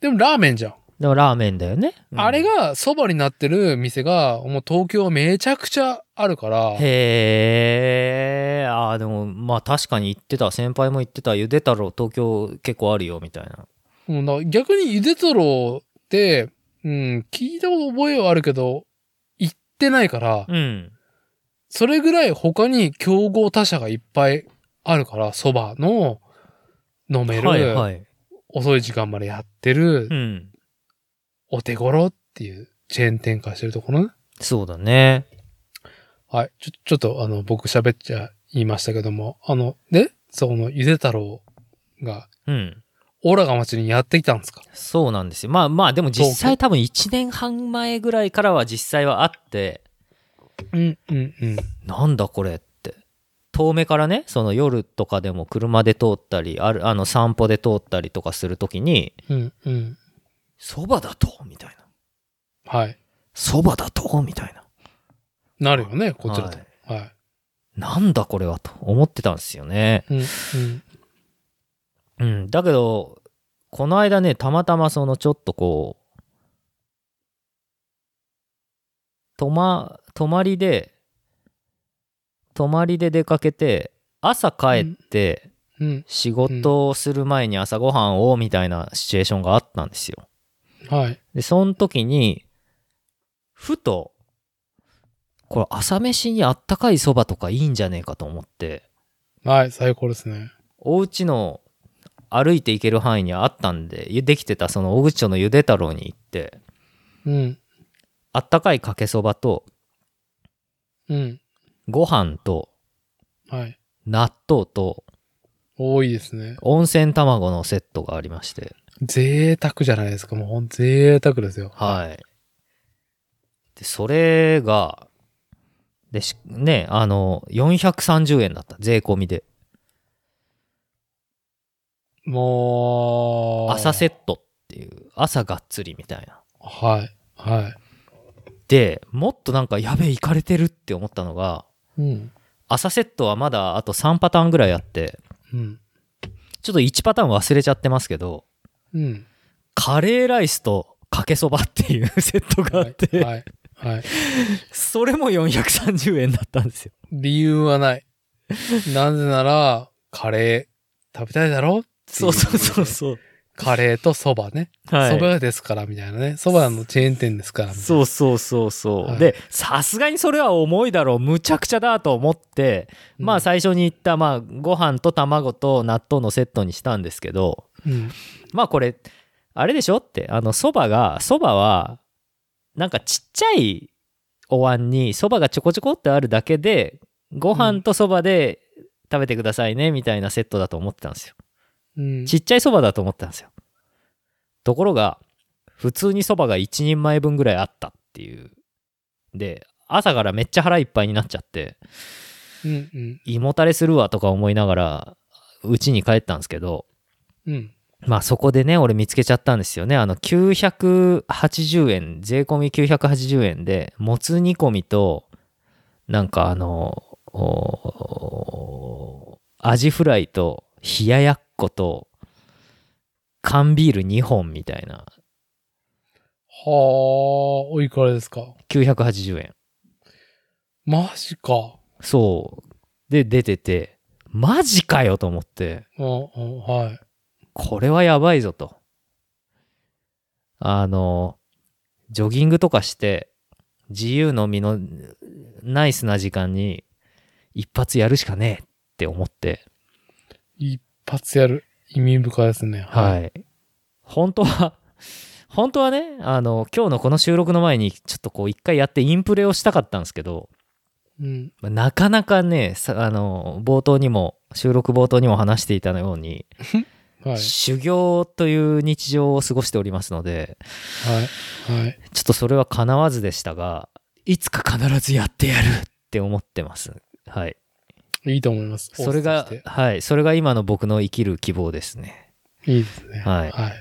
でもラーメンじゃん。
でもラーメンだよね。うん
あれがそばになってる店が、もう東京めちゃくちゃあるから。
へえ、あーでも、まあ確かに言ってた。先輩も言ってた。ゆで太郎、東京結構あるよ、みたいな。
うん、だから逆にゆで太郎って、うん、聞いた覚えはあるけど、行ってないから、
うん。
それぐらい他に競合他社がいっぱいあるから、蕎麦の飲める、
はいはい。
遅い時間までやってる、
うん。
お手頃っていうチェーン展開してるところね。
そうだね。
はい。ちょ、ちょっとあの、僕喋っちゃいましたけども、あの、で、そのゆで太郎が、
うん。
オラが町にやってきたんですか
そうなんですよ。まあまあ、でも実
そう
際多分1年半前ぐらいからは実際はあって、
うん、うん、うん。
なんだこれって。遠目からね、その夜とかでも車で通ったり、ある、あの散歩で通ったりとかするときに、
うん、うん。
そばだとみたいな。
はい。
そばだとみたいな。
なるよね、こっちらと。
はい
はい
なんだこれはと思ってたんですよね。
うんうん
うん。だけど、この間ね、たまたまそのちょっとこう、泊ま、泊まりで、泊まりで出かけて、朝帰って、
うん
仕事をする前に朝ごはんを、みたいなシチュエーションがあったんですよ。
はい。
で、その時に、ふと、これ朝飯にあったかいそばとかいいんじゃねえかと思って、
はい、最高ですね。
お家の歩いて行ける範囲にあったんでゆできてたその小口町のゆで太郎に行って
うん。
あったかいかけそばと
うん。
ご飯と
はい。
納豆と
多いですね。
温泉卵のセットがありまして
贅沢じゃないですか。もうほんと贅沢ですよ。
はいでそれがでしねあの430円だった税込みで
もう。
朝セットっていう朝がっつりみたいな
はい。は
でもっとなんかやべえ行かれてるって思ったのが
い。うん。
朝セットはまだあと3パターンぐらいあって
うん。
ちょっと1パターン忘れちゃってますけど、
うん。
カレーライスとかけそばっていう セットがあ
は
って、
い。はい。はい。
それも430円だったんですよ。
理由はない。なぜなら、カレー食べたいだろ
そうそうそうそう。
カレーと蕎麦ね。
は
蕎
い。
麦ですから、みたいなね。蕎麦のチェーン店ですから。みたいな
そうそうそうそう。
はい
で、さすがにそれは重いだろう、むちゃくちゃだと思って、まあ最初に言った、まあご飯と卵と納豆のセットにしたんですけど、
うん。
まあこれ、あれでしょって、あの、そばが、そばは、なんかちっちゃいお椀にそばがちょこちょこってあるだけで、ご飯とそばで食べてくださいね、みたいなセットだと思ってたんですよ。
うん。
ちっちゃいそばだと思ってたんですよ。ところが、普通にそばが1人前分ぐらいあったっていう。で、朝からめっちゃ腹いっぱいになっちゃって、
うん。うん。
胃もたれするわとか思いながら、家に帰ったんですけど、
うん。
まあそこでね、俺見つけちゃったんですよね。あの、980円、税込み980円で、もつ煮込みと、なんかあの、おーアジフライと、冷ややっこと、缶ビール2本みたいな、
はあ、おいくらですか
980円。
マジか。
そう。で、出てて、マジかよと思って。
うん、うん、はい。
これはやばいぞと。あの、ジョギングとかして、自由の身のナイスな時間に一発やるしかねえって思って、
一発やる。意味深いですね。
はい。本当は、 本当はねあの今日のこの収録の前にちょっとこう一回やってインプレをしたかったんですけど、
うん。
まあなかなかねさあの冒頭にも収録冒頭にも話していたように、
はい。
修行という日常を過ごしておりますので
はい。はい。
ちょっとそれは叶わずでしたがいつか必ずやってやるって思ってますはい
いいと思います。
それが
オースと
はいそれが今の僕の生きる希望ですね
していいですね。
はい
はい。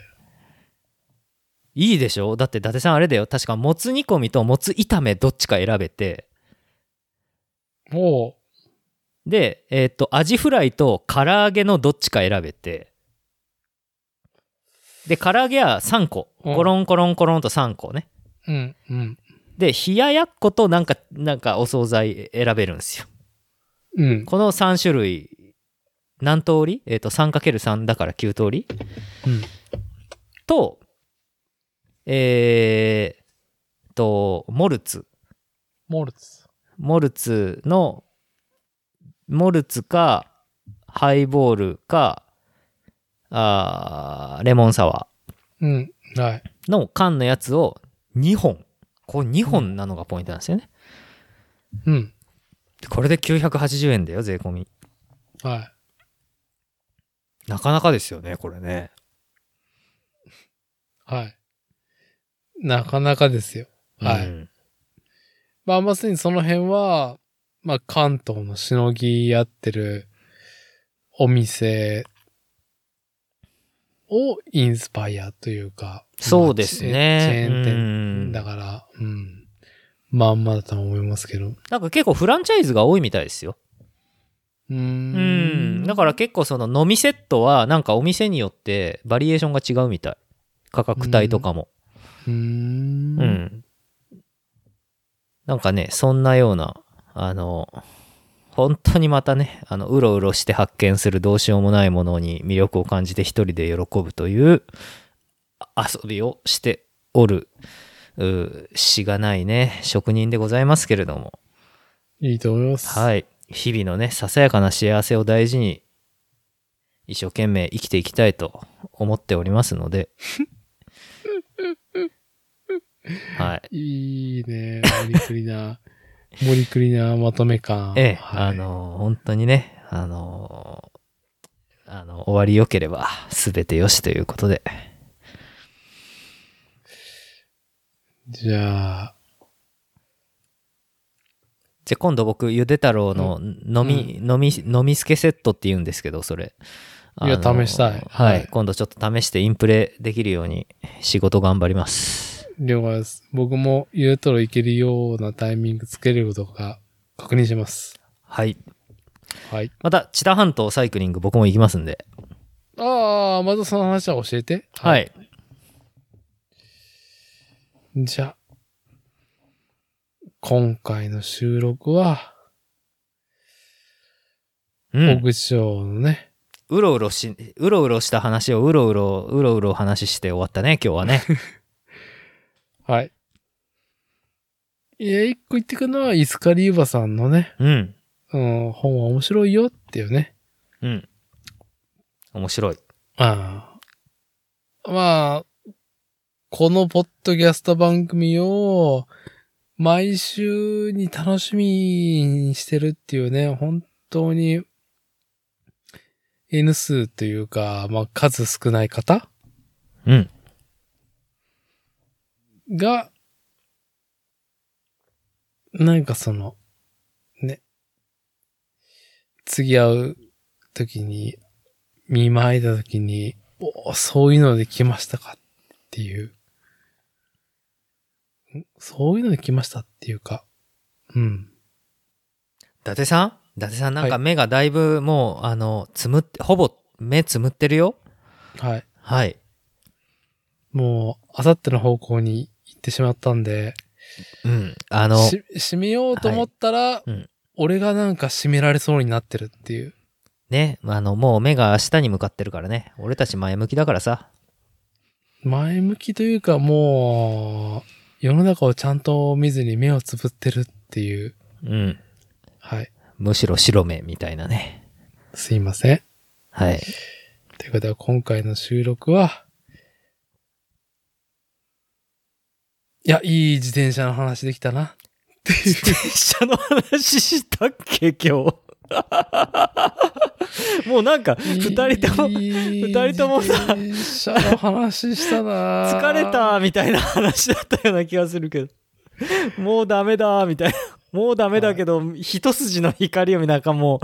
いいでしょだって伊達さんあれだよ確かもつ煮込みともつ炒めどっちか選べて
も
でえーっとアジフライと唐揚げのどっちか選べてで唐揚げは3個
うん
コロンコロンコロンと3個ね
う、うん、うん、
で冷ややっことなんかなんかお惣菜選べるんですよ
うん、
この3種類何通りえっ、と 3×3 だから9通り
うん。
とえー、とモルツ
モルツ。
モルツのモルツかハイボールかあーレモンサワ
うん、はい。
ーの缶のやつを2本こう2本なのがポイントなんですよね、
うん、
これで980円だよ税込み
は
なかなかですよねこれね
い、はい。なかなかですよ。はい。
うん
まあ、まさにその辺は、まあ、関東のしのぎ合ってるお店をインスパイアというか、
そうですね
まあチェーンチェーン
う
店
ん
だから、うん。まあまあだとは思いますけど。
なんか結構フランチャイズが多いみたいですよ。
う
うんん。だから結構その飲みセットはなんかお店によってバリエーションが違うみたい。価格帯とかも。
うーん
うん。なんかね、そんなような、あの、本当にまたね、あの、うろうろして発見するどうしようもないものに魅力を感じて一人で喜ぶというあ遊びをしておる、うーしがないね、職人でございますけれども。
いいと思います。い。
はい。日々のね、ささやかな幸せを大事に、一生懸命生きていきたいと思っておりますの で。はい。
いいね。無理くりな、無理くりなまとめ感。
ええ、
はい
あ、の、本当にね、あの、あの、終わり良ければ、すべてよしということで。
じゃあ、
じゃあ今度僕、ゆで太郎の飲み、飲み、飲みすけセットって言うんですけど、それ。
いや
あの
試したい
は
はい
い。今度ちょっと試してインプレできるように仕事頑張ります。
了解です。僕も言うとろいけるようなタイミングつけることが確認します。
はい。
はい。
また、知多半島サイクリング僕も行きますんで。
ああ、またその話は教えて。。
はいい。
じゃあ、今回の収録は、
う
小
ん。
口町のね、
うろうろし、うろうろした話をうろうろ、うろうろ話して終わったね、今日は ね。
はい。いや、一個言ってくのは、イスカリーバさんのね、
うん。
うん、本は面白いよっていうね。
うん。面白い。
ああ。まあ、このポッドキャスト番組を、毎週に楽しみにしてるっていうね、本当に、N 数というか、まあ数少ない方
うん。
が、なんかその、ね、次会う時に、見舞えた時に、おーそういうので来ましたかっていう。んそういうので来ましたっていうか、うん。
伊達さん伊達さんなん
は
か目がだいぶもう、あの、つむって、ほぼ目つむってるよ。
はい。
はい。
もう、あさっての方向に行ってしまったんで、
うん。あの、
し、締めようと思ったら、
いうん
俺がなんか締められそうになってるっていう。
ね、あの、もう目が明日に向かってるからね。俺たち前向きだからさ。
前向きというかもう、世の中をちゃんと見ずに目をつぶってるっていう。
うん。
はい。
むしろ白目みたいなね。
すいません。
はい。
ということで今回の収録は、いや、いい自転車の話できたな。
自転車の話したっけ今日 もうなんか 二人とも
二
人ともさ
自転車の話したな。
疲れ。たみたいな話だったような気がするけどもうダメだみたいなもうダメだけど、一筋の光を見なんかもう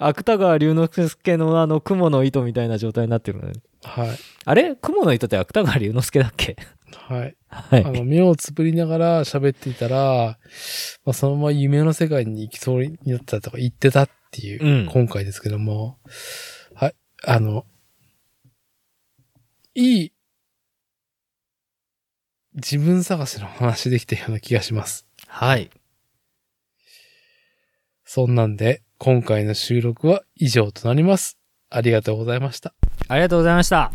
芥川龍之介のあの雲の糸みたいな状態になってるのね
はい。
あれ雲の糸って芥川龍之介だっけ
はい。
は
あ
い
の、目をつぶりながら喋っていたら、まあ、そのまま夢の世界に行きそうになったとか言ってたっていう、
うん
今回ですけども、はい、あの、いい、自分探しの話できたような気がします。
はい
そんなんで、今回の収録は以上となります。ありがとうございました。
ありがとうございました